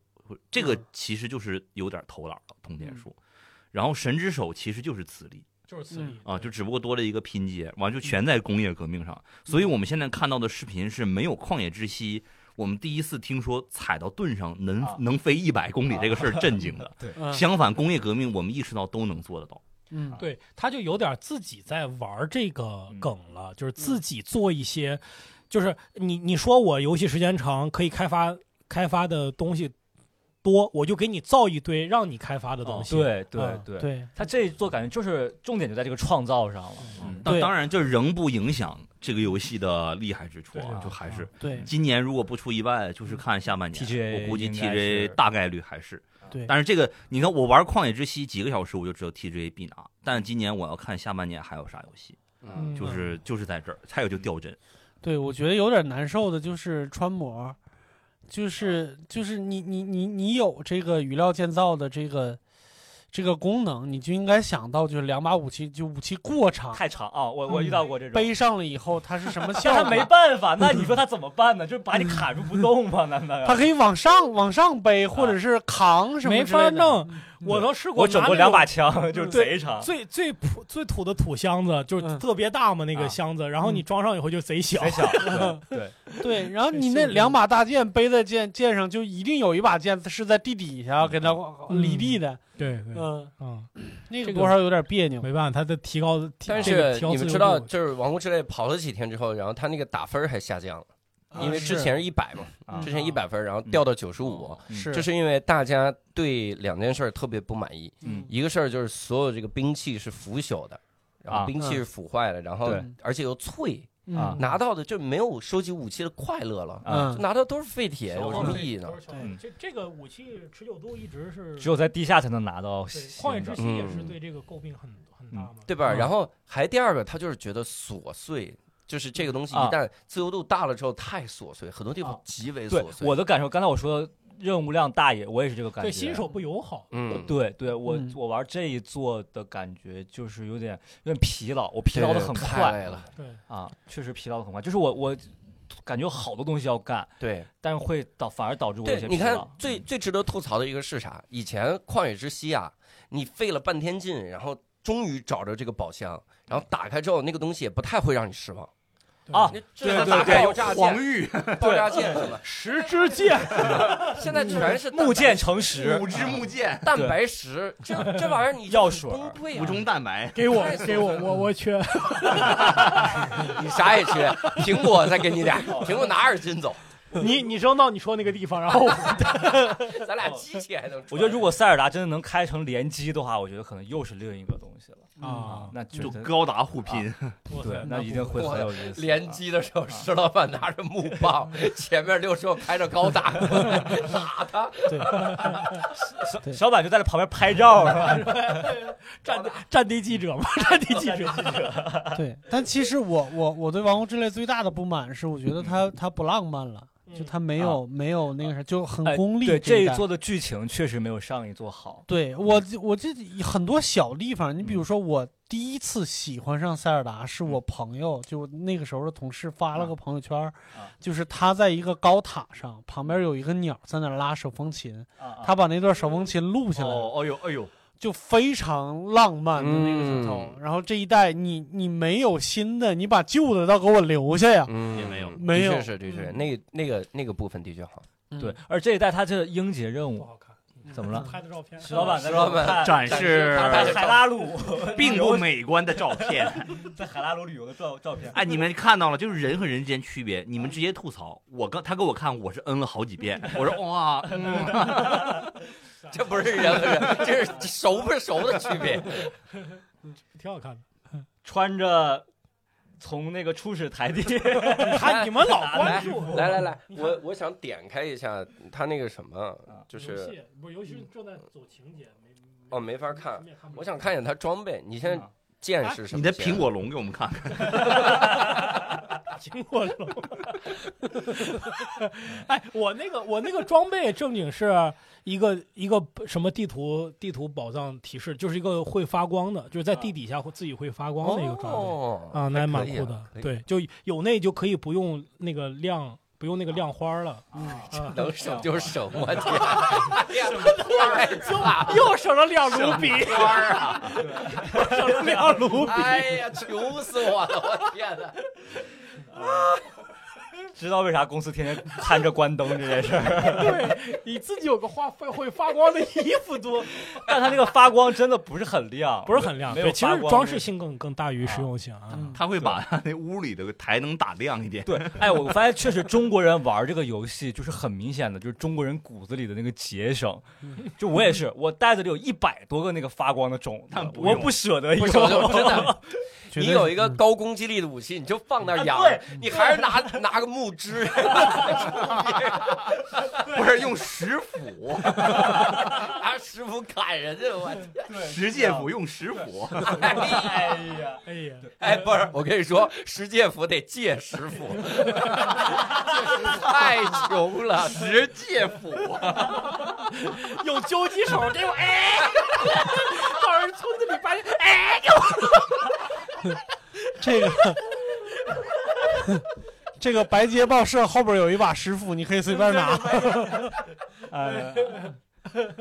[SPEAKER 4] 这个其实就是有点偷懒了，通天术。然后神之手其实就是磁力
[SPEAKER 3] 就是磁力
[SPEAKER 4] 啊，就只不过多了一个拼接，完就全在工业革命上。所以我们现在看到的视频是没有旷野之息，我们第一次听说踩到盾上能
[SPEAKER 1] 啊
[SPEAKER 4] 能飞一百公里这个事儿震惊的。
[SPEAKER 2] 嗯
[SPEAKER 4] 相反，工业革命我们意识到都能做得到。
[SPEAKER 2] 嗯
[SPEAKER 3] 对，他就有点自己在玩这个梗了，就是自己做一些，就是你你说我游戏时间长，可以开发开发的东西多，我就给你造一堆让你开发的东西。
[SPEAKER 1] 哦对对
[SPEAKER 3] 嗯
[SPEAKER 1] 对，
[SPEAKER 2] 对，
[SPEAKER 1] 他这一做感觉就是重点就在这个创造上了。
[SPEAKER 4] 嗯，
[SPEAKER 3] 对
[SPEAKER 4] 但当然这仍不影响这个游戏的厉害之处啊
[SPEAKER 3] 对，
[SPEAKER 4] 就还是
[SPEAKER 2] 对
[SPEAKER 4] 今年如果不出意外，就是看下半年。
[SPEAKER 1] TGA
[SPEAKER 4] 我估计
[SPEAKER 1] 应该是
[SPEAKER 4] TJ 大概率还是。
[SPEAKER 2] 对
[SPEAKER 4] 但是这个你看，我玩《旷野之息》几个小时，我就知道 TJ 必拿。但今年我要看下半年还有啥游戏，
[SPEAKER 5] 嗯
[SPEAKER 3] 嗯
[SPEAKER 4] 就是就是在这儿。还有就掉 帧，
[SPEAKER 2] 对，我觉得有点难受的就是穿模，就是就是你你你你有这个语料建造的这个这个功能，你就应该想到就是两把武器就武器过长
[SPEAKER 1] 太长啊！我我遇到过这种，
[SPEAKER 2] 背上了以后它是什么
[SPEAKER 1] 但
[SPEAKER 2] 效
[SPEAKER 1] 他
[SPEAKER 2] 果？
[SPEAKER 1] 没办法，那你说他怎么办呢？就是把你卡住不动吗？难 道要
[SPEAKER 2] 它可以往上往上背，或者是扛什么
[SPEAKER 3] 没
[SPEAKER 2] 之类
[SPEAKER 3] 法
[SPEAKER 2] 的
[SPEAKER 3] 弄，我都试过，
[SPEAKER 1] 我整过两把。枪，就是贼长。
[SPEAKER 3] 最最普最土的土箱子，就是
[SPEAKER 2] 嗯
[SPEAKER 3] 特别大嘛，那
[SPEAKER 1] 啊
[SPEAKER 3] 个箱子，然后你装上以后就贼小
[SPEAKER 1] 贼。小，对对，
[SPEAKER 2] 对， 然后
[SPEAKER 3] 对
[SPEAKER 2] 你
[SPEAKER 3] 是
[SPEAKER 2] 那
[SPEAKER 3] 的
[SPEAKER 2] 两把大剑背在剑剑上，就一定有一把剑是在地底下给它
[SPEAKER 3] 嗯
[SPEAKER 2] 离地的，
[SPEAKER 3] 对对，
[SPEAKER 2] 嗯，
[SPEAKER 3] 嗯，
[SPEAKER 2] 那
[SPEAKER 3] 这
[SPEAKER 2] 个
[SPEAKER 3] 个
[SPEAKER 2] 多少有点别扭。
[SPEAKER 3] 没办法，他的提高，提
[SPEAKER 5] 但
[SPEAKER 3] 这个
[SPEAKER 5] 是
[SPEAKER 3] 提高
[SPEAKER 5] 你
[SPEAKER 3] 自
[SPEAKER 5] 们
[SPEAKER 3] 由
[SPEAKER 5] 知道，
[SPEAKER 3] 度
[SPEAKER 5] 就是《王国之泪》跑了几天之后，然后他那个打分儿还下降了，
[SPEAKER 2] 啊
[SPEAKER 5] 因为之前是一百嘛，
[SPEAKER 1] 啊 哦
[SPEAKER 5] 之前一百分儿，然后掉到九十五，
[SPEAKER 4] 嗯
[SPEAKER 2] 是
[SPEAKER 5] 这是因为大家对两件事儿特别不满意，
[SPEAKER 1] 嗯
[SPEAKER 5] 一个事儿就是所有这个兵器是腐朽的，然后
[SPEAKER 1] 啊
[SPEAKER 5] 兵器是腐坏的，然后
[SPEAKER 1] 对
[SPEAKER 5] 而且又脆，
[SPEAKER 1] 啊
[SPEAKER 2] 嗯
[SPEAKER 5] 拿到的就没有收集武器的快乐了，
[SPEAKER 1] 啊
[SPEAKER 5] 就拿到都是废铁，有
[SPEAKER 3] 消
[SPEAKER 5] 什
[SPEAKER 3] 耗
[SPEAKER 5] 么
[SPEAKER 3] 费
[SPEAKER 5] 意义呢
[SPEAKER 3] 都？是消耗费
[SPEAKER 1] 嗯
[SPEAKER 3] 这这个武器持久度一直是
[SPEAKER 1] 啊只有在地下才能拿到
[SPEAKER 3] 对
[SPEAKER 1] 新
[SPEAKER 3] 旷野
[SPEAKER 1] 的
[SPEAKER 3] 之息也
[SPEAKER 5] 嗯
[SPEAKER 3] 是对这个诟病很很大
[SPEAKER 1] 啊
[SPEAKER 3] 嘛，
[SPEAKER 5] 对吧？
[SPEAKER 3] 嗯
[SPEAKER 5] 然后还第二个，他就是觉得琐碎。就是这个东西一
[SPEAKER 1] 啊
[SPEAKER 5] 旦自由度大了之后太琐碎，很多地方
[SPEAKER 3] 啊
[SPEAKER 5] 极为
[SPEAKER 1] 对
[SPEAKER 5] 琐碎。
[SPEAKER 1] 我的感受，刚才我说任务量大也，我也是这个感觉。
[SPEAKER 3] 对新手不友好。
[SPEAKER 5] 嗯，
[SPEAKER 1] 对对，我
[SPEAKER 2] 嗯
[SPEAKER 1] 我玩这一座的感觉就是有点有点疲劳，我疲
[SPEAKER 5] 对
[SPEAKER 1] 劳的
[SPEAKER 5] 对
[SPEAKER 1] 很
[SPEAKER 5] 太
[SPEAKER 1] 快
[SPEAKER 5] 累了。
[SPEAKER 3] 对，
[SPEAKER 1] 啊，确实疲劳的很快。就是我我感觉有好多东西要干，
[SPEAKER 5] 对，
[SPEAKER 1] 但是会导反而导致我有
[SPEAKER 5] 对
[SPEAKER 1] 些，
[SPEAKER 5] 你
[SPEAKER 1] 疲
[SPEAKER 5] 看
[SPEAKER 1] 劳。
[SPEAKER 5] 最最值得吐槽的一个是啥？以前《旷野之息》啊，你费了半天劲，然后终于找着这个宝箱，然后打开之后，那个东西也不太会让你失望
[SPEAKER 1] 啊
[SPEAKER 5] 你这
[SPEAKER 1] 对
[SPEAKER 5] 个
[SPEAKER 1] 对
[SPEAKER 5] 打
[SPEAKER 1] 对
[SPEAKER 5] 爆炸
[SPEAKER 4] 黄
[SPEAKER 5] 剑、
[SPEAKER 4] 玉
[SPEAKER 5] 爆炸剑什么，
[SPEAKER 3] 十支 箭，
[SPEAKER 5] 现在全是蛋
[SPEAKER 1] 木
[SPEAKER 5] 白
[SPEAKER 1] 剑诚实
[SPEAKER 4] 五，支 木剑、
[SPEAKER 5] 蛋白石，这这玩意儿你
[SPEAKER 1] 药
[SPEAKER 5] 就
[SPEAKER 1] 水
[SPEAKER 5] 很崩溃
[SPEAKER 4] 五中
[SPEAKER 5] 啊！
[SPEAKER 4] 蛋白，
[SPEAKER 3] 给我给我我我缺，
[SPEAKER 5] 你啥也缺， 苹果再给 你点儿，苹果拿二斤走，
[SPEAKER 3] 你你扔到你说那个地方，然 后
[SPEAKER 5] 咱俩机器还能出
[SPEAKER 1] 我
[SPEAKER 5] 来。
[SPEAKER 1] 觉得如果塞尔达真的能开成联机的话，我觉得可能又是另一个东西了
[SPEAKER 3] 啊，
[SPEAKER 1] 那就
[SPEAKER 4] 就高达互拼。
[SPEAKER 1] 对，那一定会
[SPEAKER 5] 我
[SPEAKER 1] 很有意思。啊
[SPEAKER 5] 联机的时候，石老板拿着木 棒，前面六兽开着高达过来打他，
[SPEAKER 1] 小小板就在这旁边拍照，是吧？
[SPEAKER 3] 战地战地记者嘛，战地记者，
[SPEAKER 2] 对，但其实我我我对《王国之泪》最大的不满是，我觉得它它不浪漫了，就
[SPEAKER 3] 嗯
[SPEAKER 2] 它没有、没有那个啥，就很
[SPEAKER 1] 哎
[SPEAKER 2] 功利。
[SPEAKER 1] 对这
[SPEAKER 2] 一
[SPEAKER 1] 一
[SPEAKER 2] 代
[SPEAKER 1] 座的剧情确实没有上一座好。
[SPEAKER 2] 对我这，我这很多小地方，你比如
[SPEAKER 5] 嗯
[SPEAKER 2] 说，我第一次喜欢上塞尔达是我朋友，就那个时候的同事发了个朋友圈儿
[SPEAKER 1] 啊，
[SPEAKER 2] 就是他在一个高塔上，旁边有一个鸟在那儿拉手风琴，
[SPEAKER 5] 啊
[SPEAKER 1] 他
[SPEAKER 2] 他把那段手风琴录下来了，
[SPEAKER 4] 哦，哎呦，哎呦，
[SPEAKER 2] 就非常浪漫的那个时候。
[SPEAKER 5] 嗯
[SPEAKER 2] 然后这一代，你你没有新的，你把旧的倒给我留下呀。
[SPEAKER 5] 嗯，
[SPEAKER 4] 也没有
[SPEAKER 2] 没有嗯
[SPEAKER 5] 的确是的确是，那个那个那个部分的确好。
[SPEAKER 1] 对，而这一代他这英杰任
[SPEAKER 3] 不
[SPEAKER 1] 务
[SPEAKER 3] 好看。
[SPEAKER 1] 怎么了？
[SPEAKER 3] 拍的照片， 啊
[SPEAKER 1] 石老板在
[SPEAKER 5] 石老板
[SPEAKER 1] 看
[SPEAKER 4] 展
[SPEAKER 5] 示
[SPEAKER 4] 示
[SPEAKER 5] 他
[SPEAKER 1] 在海拉鲁
[SPEAKER 4] 并不美观的照片。
[SPEAKER 1] 在海拉鲁旅游的照照片。
[SPEAKER 4] 哎，你们看到了，就是人和人之间区别。你们直接吐槽，我刚他给我看，我是嗯了好几遍，我说哇，嗯
[SPEAKER 5] 这不是人和人，这是熟不熟的区别。
[SPEAKER 3] 挺好看的。
[SPEAKER 1] 穿着从那个初始台 地
[SPEAKER 3] 他你们老关注我
[SPEAKER 5] 来来来，我我想点开一下他那个什么，就
[SPEAKER 3] 游
[SPEAKER 5] 是
[SPEAKER 3] 戏不是，尤其是正在走情节，没
[SPEAKER 5] 哦没法看。
[SPEAKER 3] 没
[SPEAKER 5] 我想看一眼他装备，你现
[SPEAKER 4] 嗯
[SPEAKER 5] 在
[SPEAKER 1] 啊
[SPEAKER 5] 剑是什么剑？
[SPEAKER 4] 你的苹果龙给我们看看。
[SPEAKER 3] 苹果龙。哎，我那个我那个装备正经是一个一个什么地图地图宝藏提示，就是一个会发光的，就是在地底下会自己会发光的一个装备
[SPEAKER 5] 哦
[SPEAKER 3] 啊，那还蛮酷的。，
[SPEAKER 5] 还可以啊
[SPEAKER 3] 对，就有那就可以不用那个亮，不用那个亮花了。
[SPEAKER 5] 可
[SPEAKER 3] 啊
[SPEAKER 5] 以能省就省，我天，太惨了
[SPEAKER 3] 又省了两卢比，
[SPEAKER 4] 花儿啊，
[SPEAKER 3] 省了两卢比。
[SPEAKER 5] 哎呀，求死我了！我天哪，
[SPEAKER 1] 知道为啥公司天天看着关灯这件事儿？
[SPEAKER 3] 对，你自己有个花会会发光的衣服多，
[SPEAKER 1] 但它那个发光真的不是很亮，
[SPEAKER 3] 不是很亮。
[SPEAKER 1] 没有
[SPEAKER 3] 对，其
[SPEAKER 1] 发
[SPEAKER 3] 实
[SPEAKER 1] 光
[SPEAKER 3] 装饰。性更更大于实用性啊。
[SPEAKER 2] 嗯
[SPEAKER 4] 他会把他 那屋里的台灯打亮一点。
[SPEAKER 1] 对，哎，我发现确实中国人玩这个游戏就是很明显的，就是中国人骨子里的那个节省。就我也是，我袋子里有一百多个那个发光的种子
[SPEAKER 4] 但，不
[SPEAKER 1] 我
[SPEAKER 4] 用
[SPEAKER 1] 不舍得用。
[SPEAKER 5] 不省就真的，
[SPEAKER 2] 绝
[SPEAKER 5] 你
[SPEAKER 2] 对
[SPEAKER 5] 有
[SPEAKER 2] 是
[SPEAKER 5] 一个高攻击力的武器，你就放那儿养，你还是拿拿个木枝，
[SPEAKER 4] 不是用石 斧，
[SPEAKER 5] 拿石斧砍人家，我 天！
[SPEAKER 4] 石介斧用石斧，
[SPEAKER 1] 哎呀，
[SPEAKER 3] 哎呀，
[SPEAKER 5] 哎，不是，我跟你说，石介斧得借石 斧，太穷了，
[SPEAKER 4] 石介斧，
[SPEAKER 5] 啊
[SPEAKER 3] 有究极手给我，哎，到人村子里发现，哎，
[SPEAKER 2] 这个 这个白街报社后边有一把石斧，你可以随便拿。
[SPEAKER 1] 哎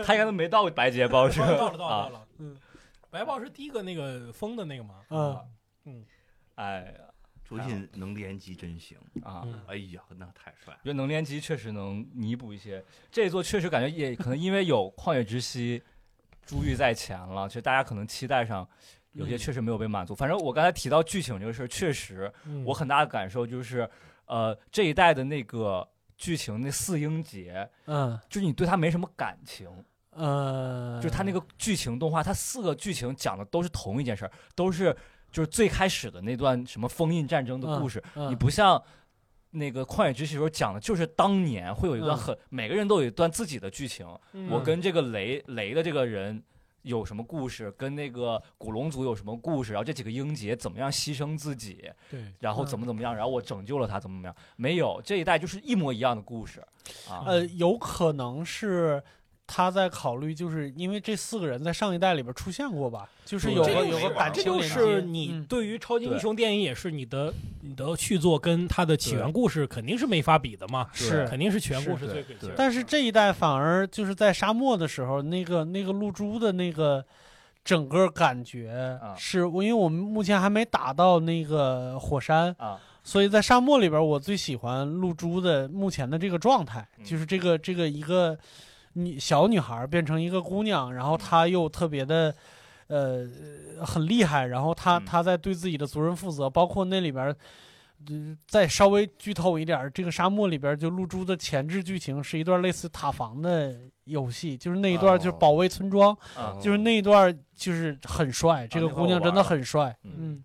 [SPEAKER 1] 他应该都没到白洁报社。
[SPEAKER 3] 到了到了到
[SPEAKER 1] 啊，
[SPEAKER 3] 了，嗯，白豹是第一个那个封的那个啊嘛，
[SPEAKER 2] 嗯，
[SPEAKER 1] 哎呀
[SPEAKER 4] 朱信能联机真行，
[SPEAKER 1] 啊。
[SPEAKER 3] 嗯
[SPEAKER 4] 哎呀，那太帅 了。
[SPEAKER 1] 觉得能联机确实能弥补一些，这一座确实感觉也可能因为有《旷野之息》珠玉在前了，其实大家可能期待上有些确实没有被满足。反正我刚才提到剧情这个事儿，确实
[SPEAKER 3] 嗯
[SPEAKER 1] 我很大的感受就是，呃，这一代的那个剧情那四英杰，
[SPEAKER 2] 嗯
[SPEAKER 1] 就是你对他没什么感情，
[SPEAKER 2] 呃，
[SPEAKER 1] 就是他那个剧情动画，它四个剧情讲的都是同一件事儿，都是就是最开始的那段什么封印战争的故事，
[SPEAKER 2] 嗯
[SPEAKER 1] 你不像那个《旷野之息》时候讲的，就是当年会有一段
[SPEAKER 2] 嗯
[SPEAKER 1] 很、每个人都有一段自己的剧情。
[SPEAKER 3] 嗯
[SPEAKER 1] 我跟这个雷雷的这个人有什么故事，跟那个古龙族有什么故事，然后这几个英杰怎么样牺牲自己，
[SPEAKER 3] 对
[SPEAKER 1] 然
[SPEAKER 2] 嗯
[SPEAKER 1] 后怎么怎么样，然后我拯救了他，怎么怎么样？没有这一代就是一模一样的故事啊。
[SPEAKER 2] 呃，有可能是他在考虑，就是因为这四个人在上一代里边出现过吧，
[SPEAKER 1] 嗯
[SPEAKER 2] 就是有
[SPEAKER 3] 这
[SPEAKER 2] 个
[SPEAKER 3] 就
[SPEAKER 2] 有
[SPEAKER 3] 是
[SPEAKER 2] 个感
[SPEAKER 3] 这
[SPEAKER 2] 情
[SPEAKER 3] 就
[SPEAKER 2] 连接
[SPEAKER 3] 是你
[SPEAKER 2] 嗯
[SPEAKER 3] 对于超级英雄电影也是你的你的续作跟它的起源故事肯定是没法比的嘛，
[SPEAKER 2] 是
[SPEAKER 3] 肯定是起源故
[SPEAKER 1] 是
[SPEAKER 3] 事最
[SPEAKER 1] 对
[SPEAKER 3] 鬼
[SPEAKER 1] 对
[SPEAKER 3] 气。
[SPEAKER 2] 但是这一代反而就是在沙漠的时候，那个那个露珠的那个整个感觉
[SPEAKER 1] 啊
[SPEAKER 2] 是，因为我们目前还没打到那个火山
[SPEAKER 1] 啊，
[SPEAKER 2] 所以在沙漠里边，我最喜欢露珠的目前的这个状态，
[SPEAKER 3] 嗯
[SPEAKER 2] 就是这个这个一个女小女孩变成一个姑娘，然
[SPEAKER 1] 嗯
[SPEAKER 2] 后她又特别的。呃，很厉害，然后她
[SPEAKER 4] 嗯
[SPEAKER 2] 她在对自己的族人负责，包括那里边嗯，再稍微剧透一点儿，这个沙漠里边儿就露珠的前置剧情是一段类似塔防的游戏，就是那一段就是
[SPEAKER 5] 哦
[SPEAKER 2] 保卫村庄，
[SPEAKER 1] 啊
[SPEAKER 2] 就是那一段就是很帅，这
[SPEAKER 1] 那
[SPEAKER 2] 个
[SPEAKER 1] 个
[SPEAKER 2] 姑
[SPEAKER 1] 我
[SPEAKER 2] 娘
[SPEAKER 1] 玩
[SPEAKER 2] 真的
[SPEAKER 1] 了
[SPEAKER 2] 很帅，
[SPEAKER 1] 嗯，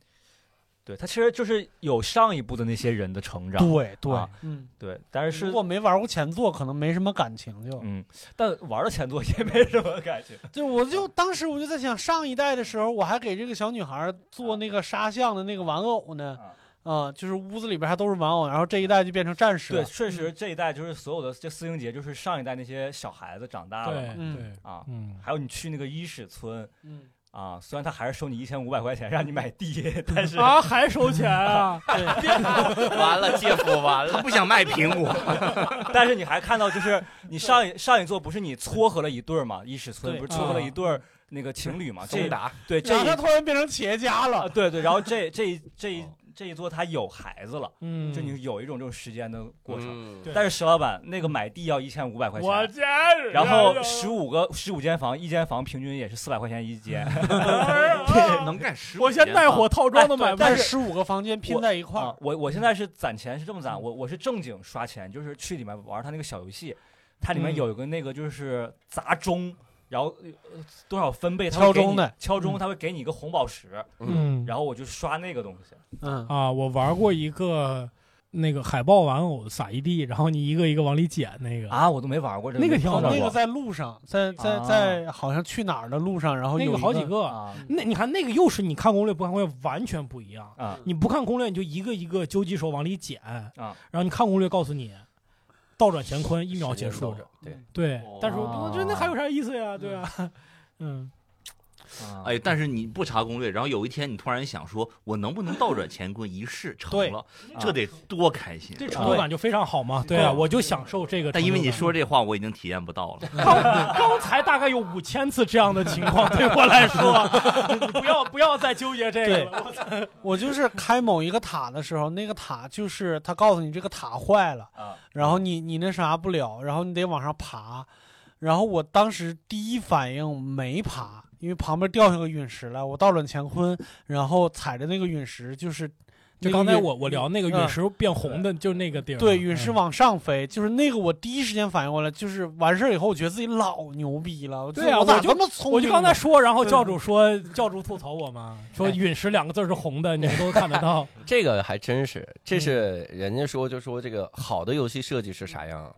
[SPEAKER 1] 对他其实就是有上一部的那些人的成长，
[SPEAKER 2] 对对
[SPEAKER 1] 啊，
[SPEAKER 2] 嗯，
[SPEAKER 1] 对，但是
[SPEAKER 2] 如果没玩过前作，可能没什么感情就，
[SPEAKER 1] 嗯，但玩了前作也没什么感觉。
[SPEAKER 2] 就我就当时我就在想，上一代的时候我还给这个小女孩做那个沙像的那个玩偶呢，
[SPEAKER 1] 啊
[SPEAKER 2] 啊、啊，就是屋子里边还都是玩偶，然后这一代就变成战士
[SPEAKER 1] 对，
[SPEAKER 2] 了。
[SPEAKER 1] 确实这一代就是所有的这四英杰，就是上一代那些小孩子长大了
[SPEAKER 3] 对
[SPEAKER 1] 嘛
[SPEAKER 2] 嗯
[SPEAKER 3] 对，
[SPEAKER 1] 啊，
[SPEAKER 3] 嗯，
[SPEAKER 1] 还有你去那个伊始村
[SPEAKER 2] 嗯，
[SPEAKER 1] 啊，虽然他还是收你一千五百块钱让你买地，但是
[SPEAKER 3] 啊，还收钱啊？
[SPEAKER 5] 完了，借斧完了
[SPEAKER 4] 他。不想卖苹果，
[SPEAKER 1] 但是你还看到就是你上一上一座不是你撮合了一对儿嘛，伊始村
[SPEAKER 2] 对啊
[SPEAKER 1] 不是撮合了一对儿那个情侣嘛，这
[SPEAKER 5] 达，
[SPEAKER 1] 对这
[SPEAKER 2] 然后
[SPEAKER 1] 一
[SPEAKER 2] 他突然变成企业家
[SPEAKER 1] 啊
[SPEAKER 2] 了。
[SPEAKER 1] 对对，然后这这一这一这一座他有孩子了，
[SPEAKER 3] 哦嗯，
[SPEAKER 1] 就你有一种这种时间的过程。
[SPEAKER 5] 嗯
[SPEAKER 3] 对
[SPEAKER 1] 但是石老板那个买地要一千五百块
[SPEAKER 3] 我
[SPEAKER 1] 钱，
[SPEAKER 3] 家人
[SPEAKER 1] 然后十五个十五间房，一间房平均也是四百块钱一间。
[SPEAKER 4] 能干十五
[SPEAKER 3] 我
[SPEAKER 4] 年
[SPEAKER 3] 先 带
[SPEAKER 4] 吗
[SPEAKER 3] 火套装都买不
[SPEAKER 1] 哎但
[SPEAKER 2] 但
[SPEAKER 1] 是
[SPEAKER 2] 是十五个房间拼在一块
[SPEAKER 1] 啊
[SPEAKER 2] 儿，，
[SPEAKER 1] 我我现在是攒钱是这么
[SPEAKER 3] 嗯
[SPEAKER 1] 攒，我我是正经刷钱，就是去里面玩他那个小游戏，它里面
[SPEAKER 3] 嗯
[SPEAKER 1] 有一个那个就是砸钟，然后、呃多少分贝，它
[SPEAKER 2] 敲
[SPEAKER 1] 会给
[SPEAKER 2] 钟
[SPEAKER 1] 你
[SPEAKER 2] 的
[SPEAKER 1] 敲钟，
[SPEAKER 3] 嗯
[SPEAKER 1] 它会给你一个红宝石，
[SPEAKER 3] 嗯，
[SPEAKER 1] 然后我就刷那个东西。
[SPEAKER 2] 嗯，
[SPEAKER 3] 啊，我玩过一个那个海豹玩偶撒一地，然后你一个一个往里捡那个，
[SPEAKER 1] 啊，我都没玩过这
[SPEAKER 3] 那个
[SPEAKER 1] 没
[SPEAKER 3] 挺好
[SPEAKER 1] 碰到
[SPEAKER 3] 玩
[SPEAKER 2] 那个
[SPEAKER 1] 过
[SPEAKER 2] 在路上，在在
[SPEAKER 1] 啊
[SPEAKER 2] 在好像去哪儿的路上，然后
[SPEAKER 3] 那
[SPEAKER 2] 有
[SPEAKER 3] 个好几
[SPEAKER 2] 个，嗯
[SPEAKER 3] 个。
[SPEAKER 1] 啊
[SPEAKER 3] 那你看那个又是你看攻略不看攻略完全不一样。
[SPEAKER 1] 啊
[SPEAKER 3] 你不看攻略，你就一个一个究极手往里捡，
[SPEAKER 1] 啊，
[SPEAKER 3] 然后你看攻略告诉你，倒转乾坤一秒结
[SPEAKER 5] 时间
[SPEAKER 3] 束
[SPEAKER 5] 到。这儿对，
[SPEAKER 3] 对，但是我
[SPEAKER 1] 哦
[SPEAKER 3] 我觉得那还有啥意思呀？对吧？嗯，
[SPEAKER 1] 啊
[SPEAKER 4] 哎，但是你不查攻略，然后有一天你突然想说，我能不能倒转乾坤一试成了，这得多开心！
[SPEAKER 3] 这成就感就非常好啊嘛。对啊，我就享受这个成就感。
[SPEAKER 4] 但因为你说这话，我已经体验不到了。
[SPEAKER 3] 刚刚才大概有五千次这样的情况，对我来 说，你不要不要再纠结这个了。
[SPEAKER 2] 我就是开某一个塔的时候，那个塔就是他告诉你这个塔坏了，
[SPEAKER 1] 啊
[SPEAKER 2] 然后你你那啥不了，然后你得往上爬，然后我当时第一反应没爬，因为旁边掉下个陨石来，我倒转乾坤，然后踩着那个陨石就是
[SPEAKER 3] 就
[SPEAKER 2] 那个
[SPEAKER 3] 刚
[SPEAKER 2] 陨，
[SPEAKER 3] 才我我聊那个陨石变红的，就那个地儿嘛。
[SPEAKER 2] 对陨石
[SPEAKER 3] 嗯
[SPEAKER 2] 往上飞，就是那个我第一时间反应过来，就是完事儿以后，我觉得自己老牛逼了，我就
[SPEAKER 3] 对啊
[SPEAKER 2] 我咋
[SPEAKER 3] 我就
[SPEAKER 2] 这么聪明呢？
[SPEAKER 3] 我就刚才说，然后教主说，教主吐槽我嘛，说陨石两个字是红的，你们都看得 到。
[SPEAKER 5] 这个还真是，
[SPEAKER 3] 嗯
[SPEAKER 5] 这是人家说就说这个好的游戏设计是啥样啊？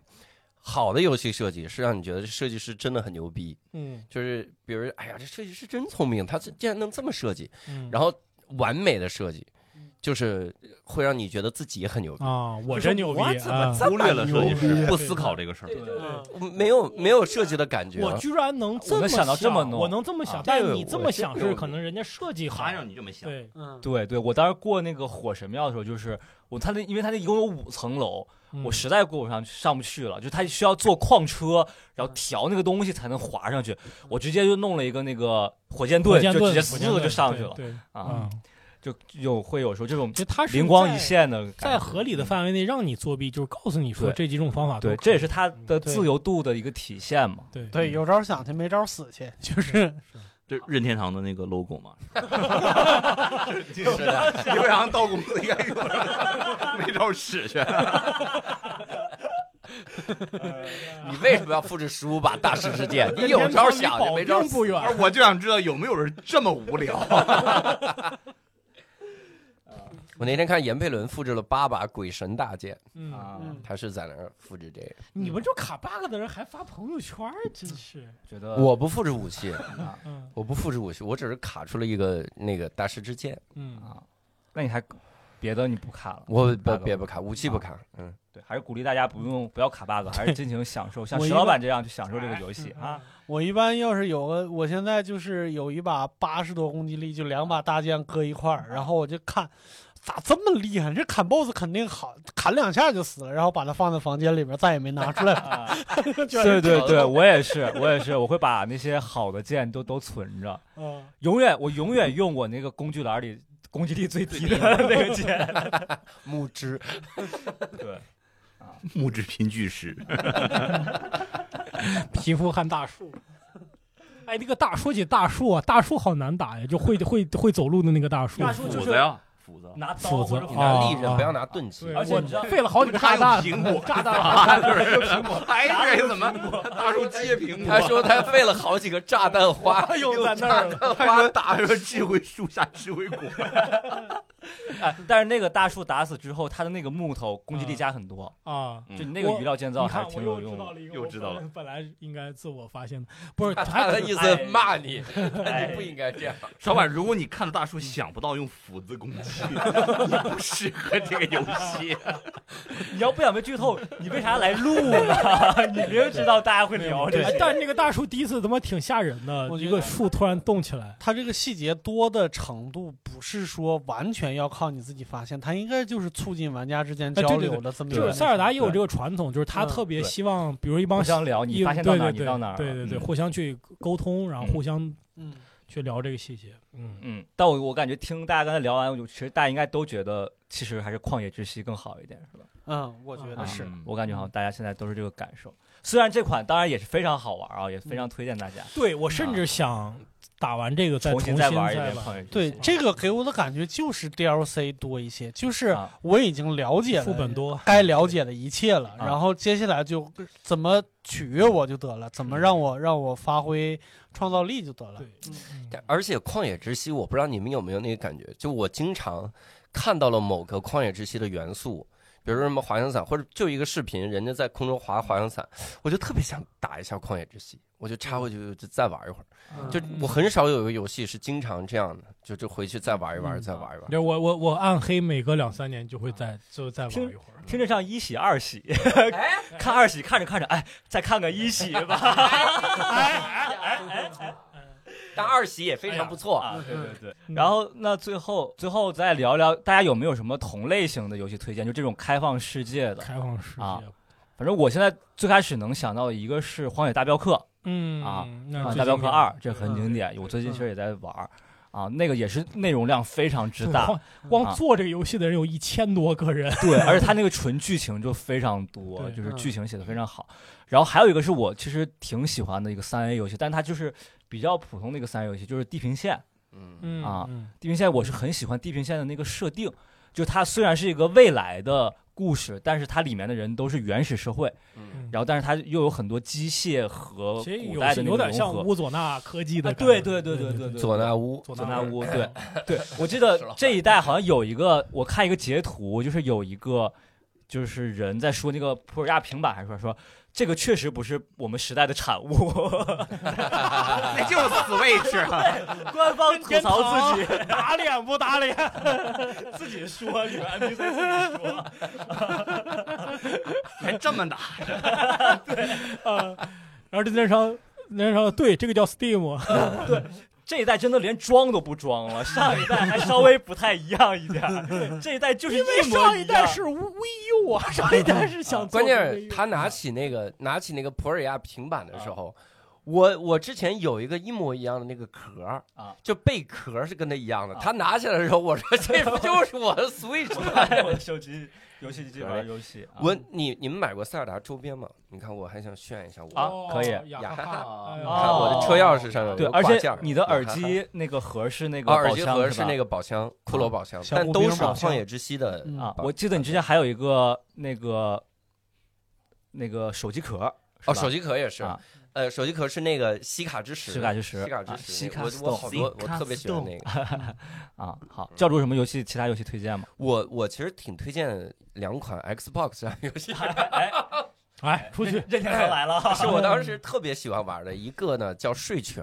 [SPEAKER 5] 好的游戏设计是让你觉得设计师真的很牛逼，
[SPEAKER 3] 嗯
[SPEAKER 5] 就是比如哎呀，这设计师真聪明，他这竟然能这么设计，
[SPEAKER 3] 嗯，
[SPEAKER 5] 然后完美的设计，就是会让你觉得自己很牛逼。
[SPEAKER 3] 啊，我真牛逼
[SPEAKER 5] 我怎么
[SPEAKER 3] 啊！嗯
[SPEAKER 5] 这
[SPEAKER 4] 忽略
[SPEAKER 5] 么
[SPEAKER 4] 了
[SPEAKER 5] 牛
[SPEAKER 4] 设计师，
[SPEAKER 5] 逼？
[SPEAKER 4] 不思考这个事儿。
[SPEAKER 5] 没有没有设计的感 觉。
[SPEAKER 3] 我居然能这
[SPEAKER 1] 我
[SPEAKER 3] 么
[SPEAKER 1] 能想到这么弄
[SPEAKER 3] 我能这么想
[SPEAKER 1] 啊，
[SPEAKER 3] 但
[SPEAKER 5] 对
[SPEAKER 3] 你这
[SPEAKER 5] 我
[SPEAKER 3] 么
[SPEAKER 5] 这
[SPEAKER 3] 想
[SPEAKER 5] 个
[SPEAKER 3] 是可能人家设计好
[SPEAKER 4] 还，让你这么想，
[SPEAKER 3] 对，
[SPEAKER 2] 嗯，
[SPEAKER 1] 对对，我当时过那个火神庙的时候，就是我他那，因为他那一共有五层楼，
[SPEAKER 3] 嗯
[SPEAKER 1] 我实在过不上上不去了，就他需要坐矿车，然
[SPEAKER 3] 嗯
[SPEAKER 1] 后调那个东西才能滑上去。我直接就弄了一个那个火箭
[SPEAKER 3] 火
[SPEAKER 1] 盾，
[SPEAKER 3] 箭
[SPEAKER 1] 就直
[SPEAKER 3] 盾
[SPEAKER 1] 接
[SPEAKER 3] 火
[SPEAKER 1] 嗖
[SPEAKER 3] 箭
[SPEAKER 1] 就
[SPEAKER 3] 盾
[SPEAKER 1] 上
[SPEAKER 3] 对
[SPEAKER 1] 去了
[SPEAKER 3] 对，
[SPEAKER 1] 啊
[SPEAKER 3] 嗯，，
[SPEAKER 1] 就有会有时候这种
[SPEAKER 3] 就他是
[SPEAKER 1] 灵光
[SPEAKER 3] 在
[SPEAKER 1] 一现的感觉，
[SPEAKER 3] 在合理的范围内让你作弊，就是告诉你说
[SPEAKER 1] 对
[SPEAKER 3] 这几种方法都
[SPEAKER 1] 对，
[SPEAKER 3] 可以
[SPEAKER 1] 这也是他的自由度的一个体现嘛。
[SPEAKER 3] 对
[SPEAKER 2] 对，有招想去，没招死去，就是
[SPEAKER 4] 这任天堂的那个 logo 嘛，
[SPEAKER 5] 是的，
[SPEAKER 4] 刘洋到公司应该没招使 去。
[SPEAKER 5] 你为什么要复制十五把大师之 剑？你有招想，你没招
[SPEAKER 3] 保证不
[SPEAKER 5] 死。
[SPEAKER 3] 远。
[SPEAKER 4] 我就想知道有没有人这么无聊。
[SPEAKER 5] 我那天看严佩伦复制了八把鬼神大剑，
[SPEAKER 3] 嗯，
[SPEAKER 1] 啊，嗯
[SPEAKER 2] 嗯
[SPEAKER 5] 他是在那儿复制这个。
[SPEAKER 3] 你们这卡 bug 的人还发朋友圈儿，真是。
[SPEAKER 1] 觉得
[SPEAKER 5] 我不复制武器，
[SPEAKER 1] 啊
[SPEAKER 3] 嗯
[SPEAKER 5] 我不复制武器，我只是卡出了一个那个大师之剑。
[SPEAKER 3] 嗯，
[SPEAKER 1] 啊，那你还别的你不卡了？
[SPEAKER 5] 我
[SPEAKER 1] 不
[SPEAKER 5] 不别不卡，武器不
[SPEAKER 3] 啊
[SPEAKER 5] 卡。嗯，
[SPEAKER 1] 对，还是鼓励大家不用不要卡 bug，还是尽情享受，像
[SPEAKER 2] 我
[SPEAKER 1] 石
[SPEAKER 2] 一
[SPEAKER 1] 老
[SPEAKER 2] 个
[SPEAKER 1] 板这样去享受这个游戏啊。。
[SPEAKER 2] 我一般要是有个，我现在就是有一把八十多攻击力，就两把大剑搁一块儿，然后我就看，咋这么厉害？这砍 BOSS 肯定好，砍两下就死了，然后把它放在房间里边，再也没拿 出来
[SPEAKER 1] 啊，
[SPEAKER 2] 居然
[SPEAKER 1] 对对
[SPEAKER 5] 找
[SPEAKER 1] 对，
[SPEAKER 5] 到
[SPEAKER 1] 我也是，我也是，我会把那些好的剑都都存着，
[SPEAKER 2] 嗯，
[SPEAKER 1] 永远我永远用我那个工具栏里攻击力最低的那个剑。
[SPEAKER 5] 木之
[SPEAKER 1] 对，
[SPEAKER 4] 木制品巨 石，
[SPEAKER 3] 皮肤和大树。 哎，那个大说起大树啊，大树好难打呀，就会会会走路的那个大树。
[SPEAKER 1] 大树
[SPEAKER 4] 斧
[SPEAKER 1] 就是
[SPEAKER 4] 子呀，斧子。
[SPEAKER 1] 拿
[SPEAKER 3] 斧子
[SPEAKER 5] 你
[SPEAKER 3] 啊
[SPEAKER 5] 拿利刃，不要拿钝器
[SPEAKER 3] 对，。
[SPEAKER 1] 而且
[SPEAKER 3] 我
[SPEAKER 1] 你知道
[SPEAKER 3] 费了好几个炸弹，
[SPEAKER 4] 苹果，
[SPEAKER 3] 炸 弹
[SPEAKER 4] 啊，就是 还以为怎么 大叔接苹
[SPEAKER 5] 他
[SPEAKER 4] 果，
[SPEAKER 5] 说
[SPEAKER 3] 哦
[SPEAKER 5] 他费了好几个炸弹花，
[SPEAKER 3] 又在那儿了。
[SPEAKER 4] 他说打说智慧树下智慧果，
[SPEAKER 1] 哎，但是那个大树打死之后，它的那个木头攻击力加很多，
[SPEAKER 3] 啊。
[SPEAKER 4] 嗯
[SPEAKER 1] 就你那个
[SPEAKER 3] 我
[SPEAKER 1] 语料建造
[SPEAKER 3] 你
[SPEAKER 1] 还
[SPEAKER 3] 看，
[SPEAKER 1] 是
[SPEAKER 3] 我
[SPEAKER 1] 挺有
[SPEAKER 3] 又知
[SPEAKER 1] 用
[SPEAKER 3] 道
[SPEAKER 1] 的。
[SPEAKER 3] 了一个，
[SPEAKER 4] 又知道了
[SPEAKER 3] 我本来应该自我发现的，不是
[SPEAKER 5] 他的意
[SPEAKER 4] 哎
[SPEAKER 5] 思骂你，
[SPEAKER 1] 哎
[SPEAKER 5] 你不应该这样。
[SPEAKER 4] 小婉，如果你看到大叔想不到用斧子攻击，你 不适合这个游戏。
[SPEAKER 1] 你要不想被剧透，你为啥来录呢？你明知道大家会聊这
[SPEAKER 3] 哎
[SPEAKER 1] 些，
[SPEAKER 3] 但是那个大树第一次他妈挺吓人的，
[SPEAKER 2] 我觉
[SPEAKER 3] 一
[SPEAKER 2] 得
[SPEAKER 3] 个树突然动起来，
[SPEAKER 2] 它这个细节多的程度，不是说完全要靠你自己发现，它应该就是促进玩家之间
[SPEAKER 3] 哎对
[SPEAKER 2] 交
[SPEAKER 3] 对
[SPEAKER 2] 流的这么一
[SPEAKER 3] 就是
[SPEAKER 2] 个过程。
[SPEAKER 3] 塞尔达也有这个传统，就是他
[SPEAKER 2] 嗯
[SPEAKER 3] 特别
[SPEAKER 1] 对
[SPEAKER 3] 希望，比如一
[SPEAKER 1] 互
[SPEAKER 3] 帮
[SPEAKER 1] 相聊，你
[SPEAKER 3] 一
[SPEAKER 1] 发现到
[SPEAKER 3] 对
[SPEAKER 1] 哪儿，
[SPEAKER 3] 对
[SPEAKER 1] 你
[SPEAKER 3] 对
[SPEAKER 1] 到哪儿。啊
[SPEAKER 3] 对对对，
[SPEAKER 4] 嗯
[SPEAKER 3] 互相去沟通，然后
[SPEAKER 4] 嗯
[SPEAKER 3] 互相
[SPEAKER 2] 嗯，
[SPEAKER 3] 去聊这个细节。嗯，
[SPEAKER 1] 嗯，但我我感觉听大家刚才聊完，我就其实大家应该都觉得，其实还是《旷野之息》更好一点，是吧？
[SPEAKER 2] 嗯，我觉得
[SPEAKER 3] 啊
[SPEAKER 2] 是。
[SPEAKER 1] 我感觉好像大家现在都是这个感受。虽然这款当然也是非常好玩啊，也非常推荐大家
[SPEAKER 3] 对我甚至想打完这个
[SPEAKER 1] 嗯
[SPEAKER 3] 再
[SPEAKER 1] 啊重
[SPEAKER 3] 新
[SPEAKER 1] 新
[SPEAKER 3] 再
[SPEAKER 1] 玩一遍《旷野之息》。
[SPEAKER 2] 对这个给我的感觉就是 DLC 多一些，就是
[SPEAKER 1] 啊
[SPEAKER 2] 我已经了解
[SPEAKER 3] 副本
[SPEAKER 2] 了
[SPEAKER 3] 多。
[SPEAKER 2] 该了解的一切了，
[SPEAKER 1] 啊
[SPEAKER 2] 然后接下来就怎么取悦我就得了，怎么让我让我发挥创造力就得了
[SPEAKER 3] 对。嗯
[SPEAKER 5] 但而且《旷野之息》，我不知道你们有没有那个感觉，就我经常看到了某个《旷野之息》的元素，比如说什么滑翔伞，或者就一个视频，人家在空中滑滑翔伞，我就特别想打一下《旷野之息》，我就插回去就再玩一会儿。
[SPEAKER 1] 嗯
[SPEAKER 4] 嗯
[SPEAKER 5] 就我很少有一个游戏是经常这样的，就就回去再玩一玩，
[SPEAKER 3] 嗯
[SPEAKER 5] 再玩一玩。
[SPEAKER 3] 就是我我我暗黑每隔两三年就会再就再玩一会儿，
[SPEAKER 1] 听着像一喜二喜，看二喜看着看着，哎，再看个一喜吧。
[SPEAKER 5] 但二喜也非常不错，
[SPEAKER 1] 啊，对对对。
[SPEAKER 3] 嗯
[SPEAKER 1] 然后那最后最后再聊聊，大家有没有什么同类型的游戏推荐？就这种开放世界的。
[SPEAKER 3] 开放世界。
[SPEAKER 1] 啊反正我现在最开始能想到的一个是《荒野大镖客》，
[SPEAKER 3] 嗯
[SPEAKER 1] 啊，
[SPEAKER 3] 那
[SPEAKER 1] 啊，
[SPEAKER 3] 最
[SPEAKER 1] 大镖
[SPEAKER 3] 经
[SPEAKER 1] 客
[SPEAKER 3] 典
[SPEAKER 1] 二，这很经典，我最近
[SPEAKER 3] 嗯
[SPEAKER 1] 其实也在玩儿，啊，那个也是内容量非常之
[SPEAKER 3] 对
[SPEAKER 1] 大，
[SPEAKER 3] 光
[SPEAKER 1] 啊
[SPEAKER 3] 光做这个游戏的人有一千多个人，
[SPEAKER 1] 对，而且它那个纯剧情就非常多，
[SPEAKER 3] 对
[SPEAKER 1] 就是
[SPEAKER 2] 嗯
[SPEAKER 1] 剧情写的非常好。然后还有一个是我其实挺喜欢的一个三 A 游戏，但它就是比较普通的一个三 A 游戏，就是《地平线》。
[SPEAKER 5] 嗯，
[SPEAKER 3] 嗯
[SPEAKER 1] 啊
[SPEAKER 3] 嗯
[SPEAKER 1] 《地平线》我是很喜欢《地平线》的那个设定，就它虽然是一个未来的故事，但是它里面的人都是原始社会，
[SPEAKER 5] 嗯
[SPEAKER 1] 然后但是它又有很多机械和
[SPEAKER 3] 其实
[SPEAKER 1] 古
[SPEAKER 3] 有
[SPEAKER 1] 代的那
[SPEAKER 3] 有
[SPEAKER 1] 个
[SPEAKER 3] 点
[SPEAKER 1] 融
[SPEAKER 3] 像
[SPEAKER 1] 合。
[SPEAKER 3] 乌佐纳科技的
[SPEAKER 1] 啊
[SPEAKER 3] 感觉、
[SPEAKER 1] 对对
[SPEAKER 3] 对
[SPEAKER 1] 对对对
[SPEAKER 3] 对
[SPEAKER 1] 对，
[SPEAKER 5] 佐纳乌，
[SPEAKER 3] 佐
[SPEAKER 1] 佐
[SPEAKER 3] 纳
[SPEAKER 1] 纳
[SPEAKER 3] 乌
[SPEAKER 1] 乌，对 对，我记得这一代好像有一个，我看一个截图，就是有一个就是人在说那个普尔亚平板，还说说这个确实不是我们时代的产物，
[SPEAKER 4] 那哎就是 Switch，
[SPEAKER 1] 官方吐槽自己，
[SPEAKER 3] 打脸不打脸？
[SPEAKER 1] 自己说，你们 NPC 自己说，
[SPEAKER 4] 还这么打。
[SPEAKER 3] 呃，然后这电商，电商对这个叫 Steam，
[SPEAKER 1] 这一代真的连装都不装了，上一代还稍微不太一样一点儿，这一代就是
[SPEAKER 3] 因为
[SPEAKER 1] 一模
[SPEAKER 3] 上一代
[SPEAKER 1] 样
[SPEAKER 3] 是 Wii U 啊，上一代是想做
[SPEAKER 5] 关键
[SPEAKER 3] Wii
[SPEAKER 5] 是
[SPEAKER 3] U
[SPEAKER 5] 他
[SPEAKER 1] 嗯
[SPEAKER 5] 拿起那个拿起那个普尔亚平板的时
[SPEAKER 1] 啊
[SPEAKER 5] 候，我我之前有一个一模一样的那个壳儿
[SPEAKER 1] 啊，
[SPEAKER 5] 就贝壳儿是跟他一样的。
[SPEAKER 1] 啊
[SPEAKER 5] 他拿起来的时候，我 说这不就是我的 Switch 吗？
[SPEAKER 1] 我的手机游戏机玩游戏，啊
[SPEAKER 5] 我你你们买过塞尔达周边吗？你看我还想炫一下我，
[SPEAKER 1] 啊可以
[SPEAKER 5] 雅哈哈
[SPEAKER 3] 哎
[SPEAKER 5] 你
[SPEAKER 3] 呦
[SPEAKER 5] 看我的车钥匙上有
[SPEAKER 1] 对，
[SPEAKER 5] 个
[SPEAKER 1] 而
[SPEAKER 5] 挂
[SPEAKER 1] 且
[SPEAKER 5] 件儿
[SPEAKER 1] 你的耳。
[SPEAKER 5] 雅哈哈
[SPEAKER 1] 机那个盒是那个
[SPEAKER 5] 哦，耳
[SPEAKER 1] 宝
[SPEAKER 5] 机
[SPEAKER 1] 箱
[SPEAKER 5] 盒
[SPEAKER 1] 吧
[SPEAKER 5] 是那个宝箱，骷髅宝箱，
[SPEAKER 2] 小
[SPEAKER 5] 但
[SPEAKER 2] 步
[SPEAKER 5] 都
[SPEAKER 2] 兵
[SPEAKER 5] 是
[SPEAKER 2] 宝箱
[SPEAKER 5] 旷野之息的
[SPEAKER 2] 嗯
[SPEAKER 1] 啊，
[SPEAKER 5] 吧
[SPEAKER 1] 我记得你之前还有一个那个那个手机壳
[SPEAKER 5] 哦，手
[SPEAKER 1] 机
[SPEAKER 5] 机壳也是
[SPEAKER 1] 啊，
[SPEAKER 5] 呃，手机壳是那个西卡之石，
[SPEAKER 1] 西卡之石
[SPEAKER 5] 西卡
[SPEAKER 1] 啊
[SPEAKER 5] 之石
[SPEAKER 1] 西卡
[SPEAKER 5] 那个，我我好多
[SPEAKER 4] 西
[SPEAKER 5] 我
[SPEAKER 4] 卡
[SPEAKER 5] 特别喜欢
[SPEAKER 4] stone
[SPEAKER 5] 那个。
[SPEAKER 1] 啊，好，
[SPEAKER 5] 嗯
[SPEAKER 1] 教主有什么游戏其他游戏推荐吗？
[SPEAKER 5] 我我其实挺推荐两款 Xbox 上游 戏，
[SPEAKER 3] 哎，出去
[SPEAKER 1] 任天堂来了，
[SPEAKER 5] 是我当时特别喜欢玩的。一个呢叫《睡犬》，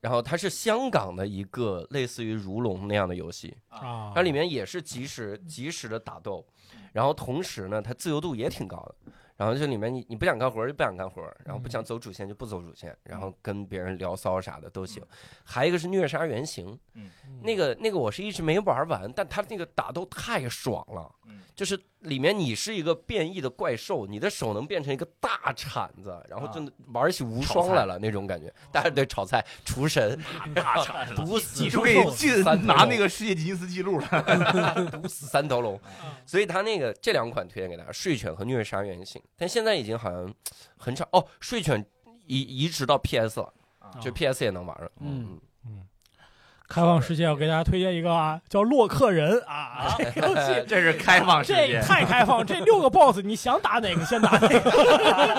[SPEAKER 5] 然后它是香港的一个类似于《如龙》那样的游戏，
[SPEAKER 4] 哎
[SPEAKER 3] 啊，
[SPEAKER 5] 它里面也是即时即时的打斗，然后同时呢它自由度也挺高的。然后这里面你你不想干活就不想干活，然后不想走主线就不走主
[SPEAKER 4] 嗯
[SPEAKER 5] 线，然后跟别人聊骚啥的都行。还有一个是虐杀原型，
[SPEAKER 4] 嗯
[SPEAKER 5] 那个那个我是一直没玩完，但他那个打斗太爽了，
[SPEAKER 1] 嗯
[SPEAKER 5] 就是里面你是一个变异的怪兽，你的手能变成一个大铲子，然后
[SPEAKER 1] 啊
[SPEAKER 5] 就玩起无双来了那种感觉。大家对炒菜、厨神、
[SPEAKER 4] 大铲子
[SPEAKER 5] 毒死
[SPEAKER 4] 你
[SPEAKER 5] 猪
[SPEAKER 4] 说给
[SPEAKER 5] 肉
[SPEAKER 4] 进
[SPEAKER 5] 三
[SPEAKER 4] 拿
[SPEAKER 5] 头
[SPEAKER 4] 那
[SPEAKER 5] 龙
[SPEAKER 4] 个世界吉尼斯纪录了，
[SPEAKER 5] 毒死三头龙，所以他那个这两款推荐给大家，睡犬和虐杀原型，但现在已经好像很少哦，睡犬移移植到 PS 了，就 PS 也能玩了，
[SPEAKER 2] 嗯
[SPEAKER 5] 嗯，
[SPEAKER 3] 开放世界，我给大家推荐一个啊，叫《洛克人》 啊，这个游戏
[SPEAKER 4] 这是开放世
[SPEAKER 3] 这也
[SPEAKER 4] 界，
[SPEAKER 3] 太开放，这六个 BOSS 你想打哪个先打哪个，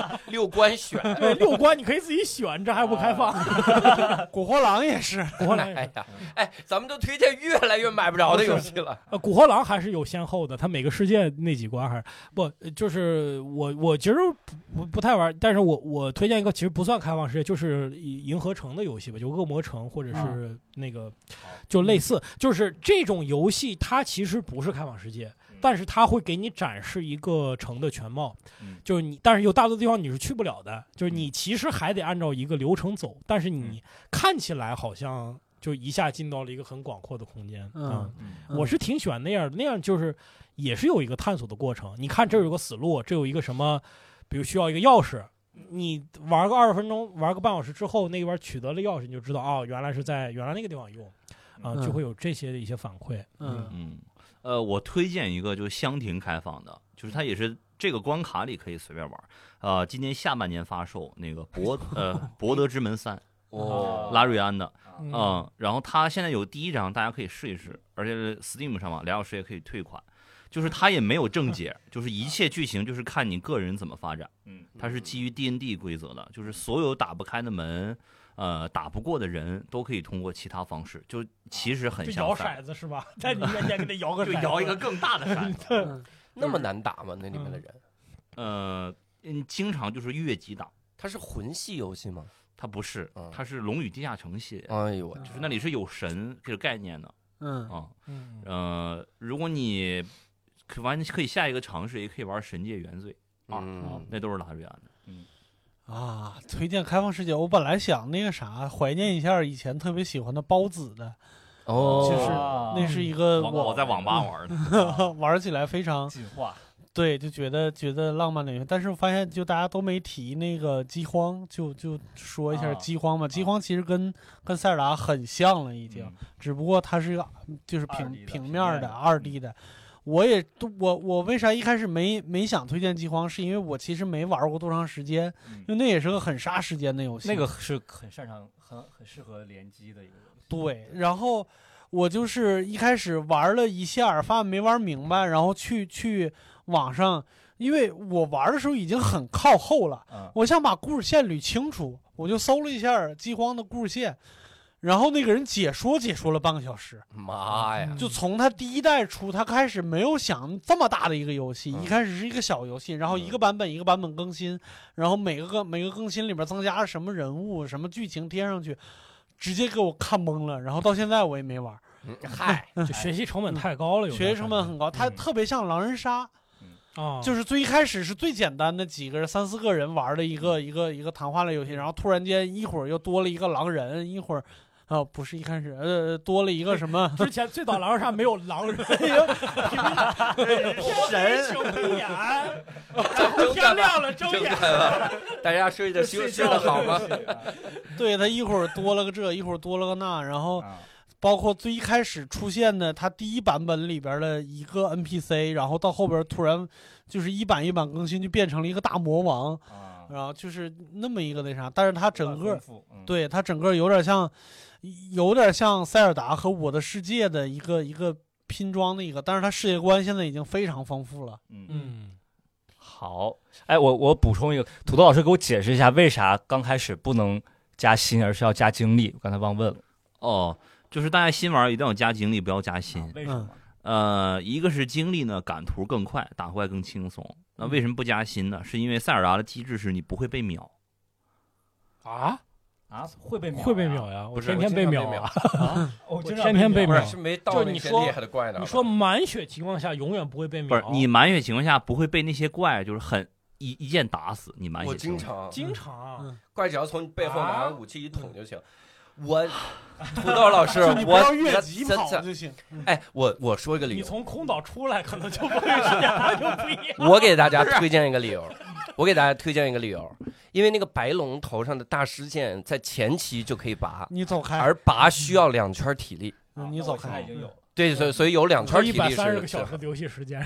[SPEAKER 5] 嗯六关选，哎
[SPEAKER 3] 对，六关你可以自己选，这还不开
[SPEAKER 4] 啊
[SPEAKER 3] 放？
[SPEAKER 2] 古惑狼也是，
[SPEAKER 3] 古惑狼也是，
[SPEAKER 5] 哎呀，哎，咱们都推荐越来越买不着的游戏 了。
[SPEAKER 3] 呃，古惑狼还是有先后的，它每个世界那几关还是不，呃就是我我其实不不不太玩，但是我我推荐一个其实不算开放世界，就是银银河城的游戏吧，就恶魔城或者是那个，就类似，就是这种游戏它其实不是开放世界。但是它会给你展示一个城的全貌，
[SPEAKER 4] 嗯
[SPEAKER 3] 就是你，但是有大多地方你是去不了的，就是你其实还得按照一个流程走，但是你看起来好像就一下进到了一个很广阔的空间，
[SPEAKER 2] 嗯
[SPEAKER 3] 啊
[SPEAKER 4] 嗯
[SPEAKER 3] 我是挺喜欢那样的，那样就是也是有一个探索的过程。你看这儿有个死路，这有一个什么，比如需要一个钥匙，你玩个二十分钟，玩个半小时之后，那边取得了钥匙，你就知道哦，原来是在原来那个地方用，啊、
[SPEAKER 2] 嗯
[SPEAKER 3] 就会有这些的一些反馈。
[SPEAKER 2] 嗯
[SPEAKER 4] 嗯，呃，我推荐一个就是香亭开放的，就是它也是这个关卡里可以随便玩儿。呃，今年下半年发售那个博呃《博德之门三》
[SPEAKER 5] 哦，
[SPEAKER 4] 拉瑞安的，
[SPEAKER 3] 嗯
[SPEAKER 4] 嗯，然后它现在有第一张，大家可以试一试，而且 Steam 上嘛，两小时也可以退款。就是它也没有正解，就是一切剧情就是看你个人怎么发展。
[SPEAKER 6] 嗯，
[SPEAKER 4] 它是基于 D N D 规则的，就是所有打不开的门，呃，打不过的人都可以通过其他方式，就其实很
[SPEAKER 3] 就
[SPEAKER 4] 像
[SPEAKER 3] 摇
[SPEAKER 4] 三
[SPEAKER 3] 骰子是吧？ 在你面前给他摇个骰
[SPEAKER 4] 就
[SPEAKER 3] 子，
[SPEAKER 4] 摇一个更大的骰 子。
[SPEAKER 2] 嗯
[SPEAKER 5] 那么难打吗？那里面的人，
[SPEAKER 4] 呃，嗯，经常就是越级打，
[SPEAKER 5] 它是魂系游戏吗？
[SPEAKER 4] 它不是
[SPEAKER 5] 嗯，
[SPEAKER 4] 它是《龙与地下城》系列，
[SPEAKER 5] 哎呦我去，
[SPEAKER 4] 就是
[SPEAKER 6] 嗯
[SPEAKER 4] 那里是有神这个概念的
[SPEAKER 2] 嗯
[SPEAKER 4] 啊。
[SPEAKER 3] 嗯，
[SPEAKER 4] 呃，如果你可完可以下一个尝试，也可以玩《神界原罪》啊
[SPEAKER 5] 嗯，
[SPEAKER 4] 那都是拉瑞安的。
[SPEAKER 2] 啊，推荐开放世界。我本来想那个啥，怀念一下以前特别喜欢的包子的，
[SPEAKER 5] 哦，
[SPEAKER 2] 就是那是一
[SPEAKER 5] 嗯
[SPEAKER 2] 个
[SPEAKER 4] 啊嗯网我在网吧玩的，
[SPEAKER 1] 啊
[SPEAKER 2] 玩起来非常
[SPEAKER 1] 进化，
[SPEAKER 2] 对，就觉得觉得浪漫的游戏。但是我发现，就大家都没提那个饥荒，就就说一下
[SPEAKER 1] 啊
[SPEAKER 2] 饥荒吧。饥荒其实跟跟塞尔达很像了，已经。
[SPEAKER 4] 嗯
[SPEAKER 2] 只不过它是个就是
[SPEAKER 1] 二 D
[SPEAKER 2] 平
[SPEAKER 1] 的
[SPEAKER 2] 平
[SPEAKER 1] 平
[SPEAKER 2] 面儿
[SPEAKER 1] 面
[SPEAKER 2] 的
[SPEAKER 1] 的嗯
[SPEAKER 2] 二 D 的。我也都我我为啥一开始没没想推荐饥荒，是因为我其实没玩过多长时间，因为那也是个很杀时间的游戏。
[SPEAKER 1] 嗯那个是很擅长、很很适合联机的一个游戏。
[SPEAKER 2] 对，然后我就是一开始玩了一下儿，发现没玩明白，然后去去网上，因为我玩的时候已经很靠后了，
[SPEAKER 1] 嗯，
[SPEAKER 2] 我想把故事线捋清楚，我就搜了一下儿饥荒的故事线，然后那个人解说解说了半个小时。
[SPEAKER 5] 妈呀，
[SPEAKER 2] 就从他第一代出，他开始没有想这么大的一个游戏，
[SPEAKER 5] 嗯
[SPEAKER 2] 一开始是一个小游戏，然后一个版本一个版本更新，然后每个个每个更新里边增加了什么人物、什么剧情贴上去，直接给我看懵了。然后到现在我也没玩，
[SPEAKER 5] 嗯嗨，
[SPEAKER 3] 就学习成本太高了，有
[SPEAKER 2] 学习成本很高，它
[SPEAKER 1] 嗯
[SPEAKER 2] 特别像狼人杀，
[SPEAKER 3] 啊，？
[SPEAKER 2] 就是是最一开始是最简单的几个人三四个人玩的一个一个一个谈话类游戏，然后突然间一会儿又多了一个狼人，一会儿。啊、不是一开始，呃，多了一个什么
[SPEAKER 3] 之前最早狼人杀没有狼 人，哎
[SPEAKER 4] 神
[SPEAKER 3] 睁不眼，
[SPEAKER 5] 睁
[SPEAKER 3] 天
[SPEAKER 5] 着吧，
[SPEAKER 3] 亮了睁
[SPEAKER 5] 睁
[SPEAKER 3] 眼
[SPEAKER 5] 着。吧，大家睡得休睡得好吗？
[SPEAKER 2] 对他一会儿多了个这，一会儿多了个那，然后
[SPEAKER 1] 啊
[SPEAKER 2] 包括最一开始出现的它第一版本里边的一个 NPC，然后到后边突然就是一版一版更新，就变成了一个大魔王，
[SPEAKER 1] 啊，
[SPEAKER 2] 然后就是那么一个那啥。但是它整
[SPEAKER 1] 功
[SPEAKER 2] 个
[SPEAKER 1] 夫，嗯，
[SPEAKER 2] 对它整个有点像，有点像塞尔达和我的世界的一个一个拼装的一个，但是它世界观现在已经非常丰富了。
[SPEAKER 4] 嗯，
[SPEAKER 3] 嗯，
[SPEAKER 1] 好，哎，我我补充一个，土豆老师给我解释一下，为啥刚开始不能加心，而是要加精力？我刚才忘问了，
[SPEAKER 4] 哦，就是大家新玩儿一定要加精力，不要加心。
[SPEAKER 5] 嗯
[SPEAKER 1] 为
[SPEAKER 3] 嗯
[SPEAKER 2] 什么？
[SPEAKER 4] 呃，一个是精力呢，赶图更快，打怪更轻松。那为什么不加心呢？是因为塞尔达的机制是你不会被秒，
[SPEAKER 3] 啊，
[SPEAKER 1] 啊，会被
[SPEAKER 3] 会被秒呀，我
[SPEAKER 5] 不是
[SPEAKER 3] 天天被秒
[SPEAKER 5] 我经常
[SPEAKER 3] 啊，
[SPEAKER 1] 啊，我
[SPEAKER 3] 我天天被
[SPEAKER 5] 不
[SPEAKER 3] 秒
[SPEAKER 5] 是，。是没到那些厉害的怪呢。
[SPEAKER 3] 你嗯说满血情况下永远不会被秒，啊
[SPEAKER 4] 不是你满血情况下不会被那些怪就是很一一剑打死。你满
[SPEAKER 5] 我
[SPEAKER 4] 血
[SPEAKER 5] 经
[SPEAKER 4] 情况下
[SPEAKER 5] 常
[SPEAKER 3] 经
[SPEAKER 2] 啊
[SPEAKER 3] 常
[SPEAKER 5] 怪只要从背后拿
[SPEAKER 3] 啊
[SPEAKER 5] 武器一捅就行。我土豆 老师，我
[SPEAKER 2] 你不要
[SPEAKER 5] 我
[SPEAKER 2] 越级
[SPEAKER 5] 真
[SPEAKER 2] 跑
[SPEAKER 5] 是
[SPEAKER 2] 就行。
[SPEAKER 5] 哎，我我说一个理
[SPEAKER 3] 你
[SPEAKER 5] 由，
[SPEAKER 3] 从空岛出来可能就不会是俩就不一 样。
[SPEAKER 5] 我给大家推荐一个理由，我给大家推荐一个理由，因为那个白龙头上的大师剑在前期就可以拔，
[SPEAKER 2] 你走开，嗯
[SPEAKER 5] 而拔需要两圈体力。
[SPEAKER 2] 你走开。
[SPEAKER 1] 已经有了
[SPEAKER 5] 对，所以所以有两圈体
[SPEAKER 3] 一百
[SPEAKER 5] 力
[SPEAKER 3] 嗯三十个
[SPEAKER 5] 是
[SPEAKER 3] 小时的游戏时间，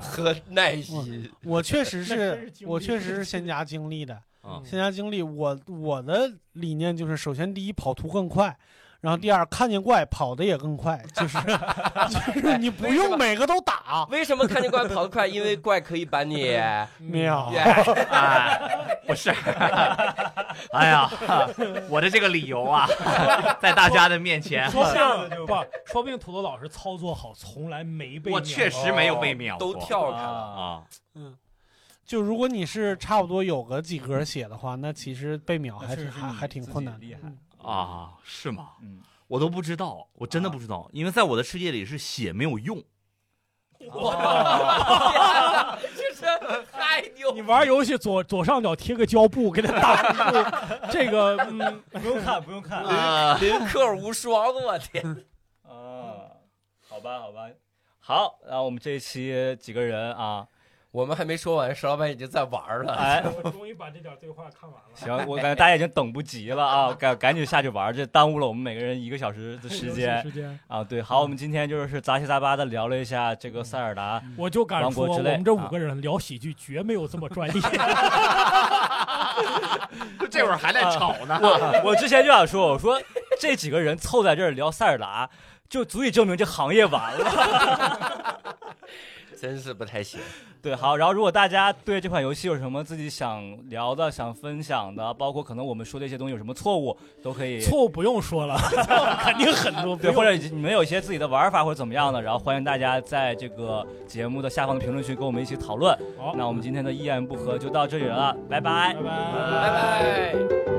[SPEAKER 5] 和耐心。
[SPEAKER 2] 我确实
[SPEAKER 3] 那真
[SPEAKER 2] 是
[SPEAKER 3] 是，经
[SPEAKER 2] 我
[SPEAKER 3] 历
[SPEAKER 2] 确实是 先加精力的，
[SPEAKER 1] 嗯
[SPEAKER 4] 啊
[SPEAKER 2] 先加精力。我我的理念就是，首先第一跑图更快，然后第二，看见怪跑得也更快，就是就是 你不用每个都打，
[SPEAKER 5] 为什么看见怪跑得快？因为怪可以把你
[SPEAKER 3] 嗯
[SPEAKER 2] 喵，
[SPEAKER 5] Yeah，
[SPEAKER 4] 哎，不是， 哎呀，我的这个理由啊， 在大家的面前，
[SPEAKER 3] 说相声不，说不定土豆老师操作好，从来没被
[SPEAKER 4] 我
[SPEAKER 3] 秒
[SPEAKER 4] 确实没有被秒
[SPEAKER 5] 哦都
[SPEAKER 4] 过
[SPEAKER 5] 跳开了。
[SPEAKER 1] 啊
[SPEAKER 4] 啊，
[SPEAKER 2] 就如果你是差不多有个几格血的话，那其实被秒还
[SPEAKER 1] 确
[SPEAKER 2] 挺
[SPEAKER 1] 实是
[SPEAKER 2] 还
[SPEAKER 1] 你
[SPEAKER 2] 还挺
[SPEAKER 1] 自己
[SPEAKER 2] 困难的。
[SPEAKER 1] 厉害
[SPEAKER 2] 嗯
[SPEAKER 4] 啊，是吗？
[SPEAKER 1] 嗯，
[SPEAKER 4] 我都不知道，我真的不知道，因为在我的世界里是血没有用，
[SPEAKER 5] 这是太牛
[SPEAKER 3] 你！玩游戏左左上角贴个胶布给他打住，这个 嗯，
[SPEAKER 1] 不用看，不用看
[SPEAKER 4] 呃，
[SPEAKER 5] 啊林克无双，我天！
[SPEAKER 1] 啊，好吧，好吧，好，然后我们这一期几个人啊，
[SPEAKER 5] 我们还没说完，石老板已经在玩了。
[SPEAKER 1] 哎，
[SPEAKER 3] 我终于把这点对话看完了。
[SPEAKER 1] 行，我感觉大家已经等不及了啊，赶赶紧下去玩，这耽误了我们每个人一个小时的时 间
[SPEAKER 3] 时间，
[SPEAKER 1] 啊。对，好，我们今天就是杂七杂八的聊了一下这个塞尔达，
[SPEAKER 3] 我就敢
[SPEAKER 1] 王
[SPEAKER 3] 说，
[SPEAKER 1] 国
[SPEAKER 3] 我
[SPEAKER 1] 之泪
[SPEAKER 3] 们这五
[SPEAKER 1] 啊
[SPEAKER 3] 个人聊喜剧绝没有这么专 业。
[SPEAKER 4] 这会儿还在吵 呢。
[SPEAKER 1] 我我之前就想说，我说这几个人凑在这儿聊塞尔达，就足以证明这行业完了。
[SPEAKER 5] 真是不太行。
[SPEAKER 1] 对，好，然后如果大家对这款游戏有什么自己想聊的、想分享的，包括可能我们说的一些东西有什么错误，都可以。
[SPEAKER 3] 错误不用说了， 肯定很多。
[SPEAKER 1] 对，或者你们有一些自己的玩法或者怎么样的，然后欢迎大家在这个节目的下方的评论区跟我们一起讨论。
[SPEAKER 3] 好
[SPEAKER 1] 那我们今天的一言不合就到这里了，拜拜
[SPEAKER 3] 拜拜。
[SPEAKER 5] 拜拜。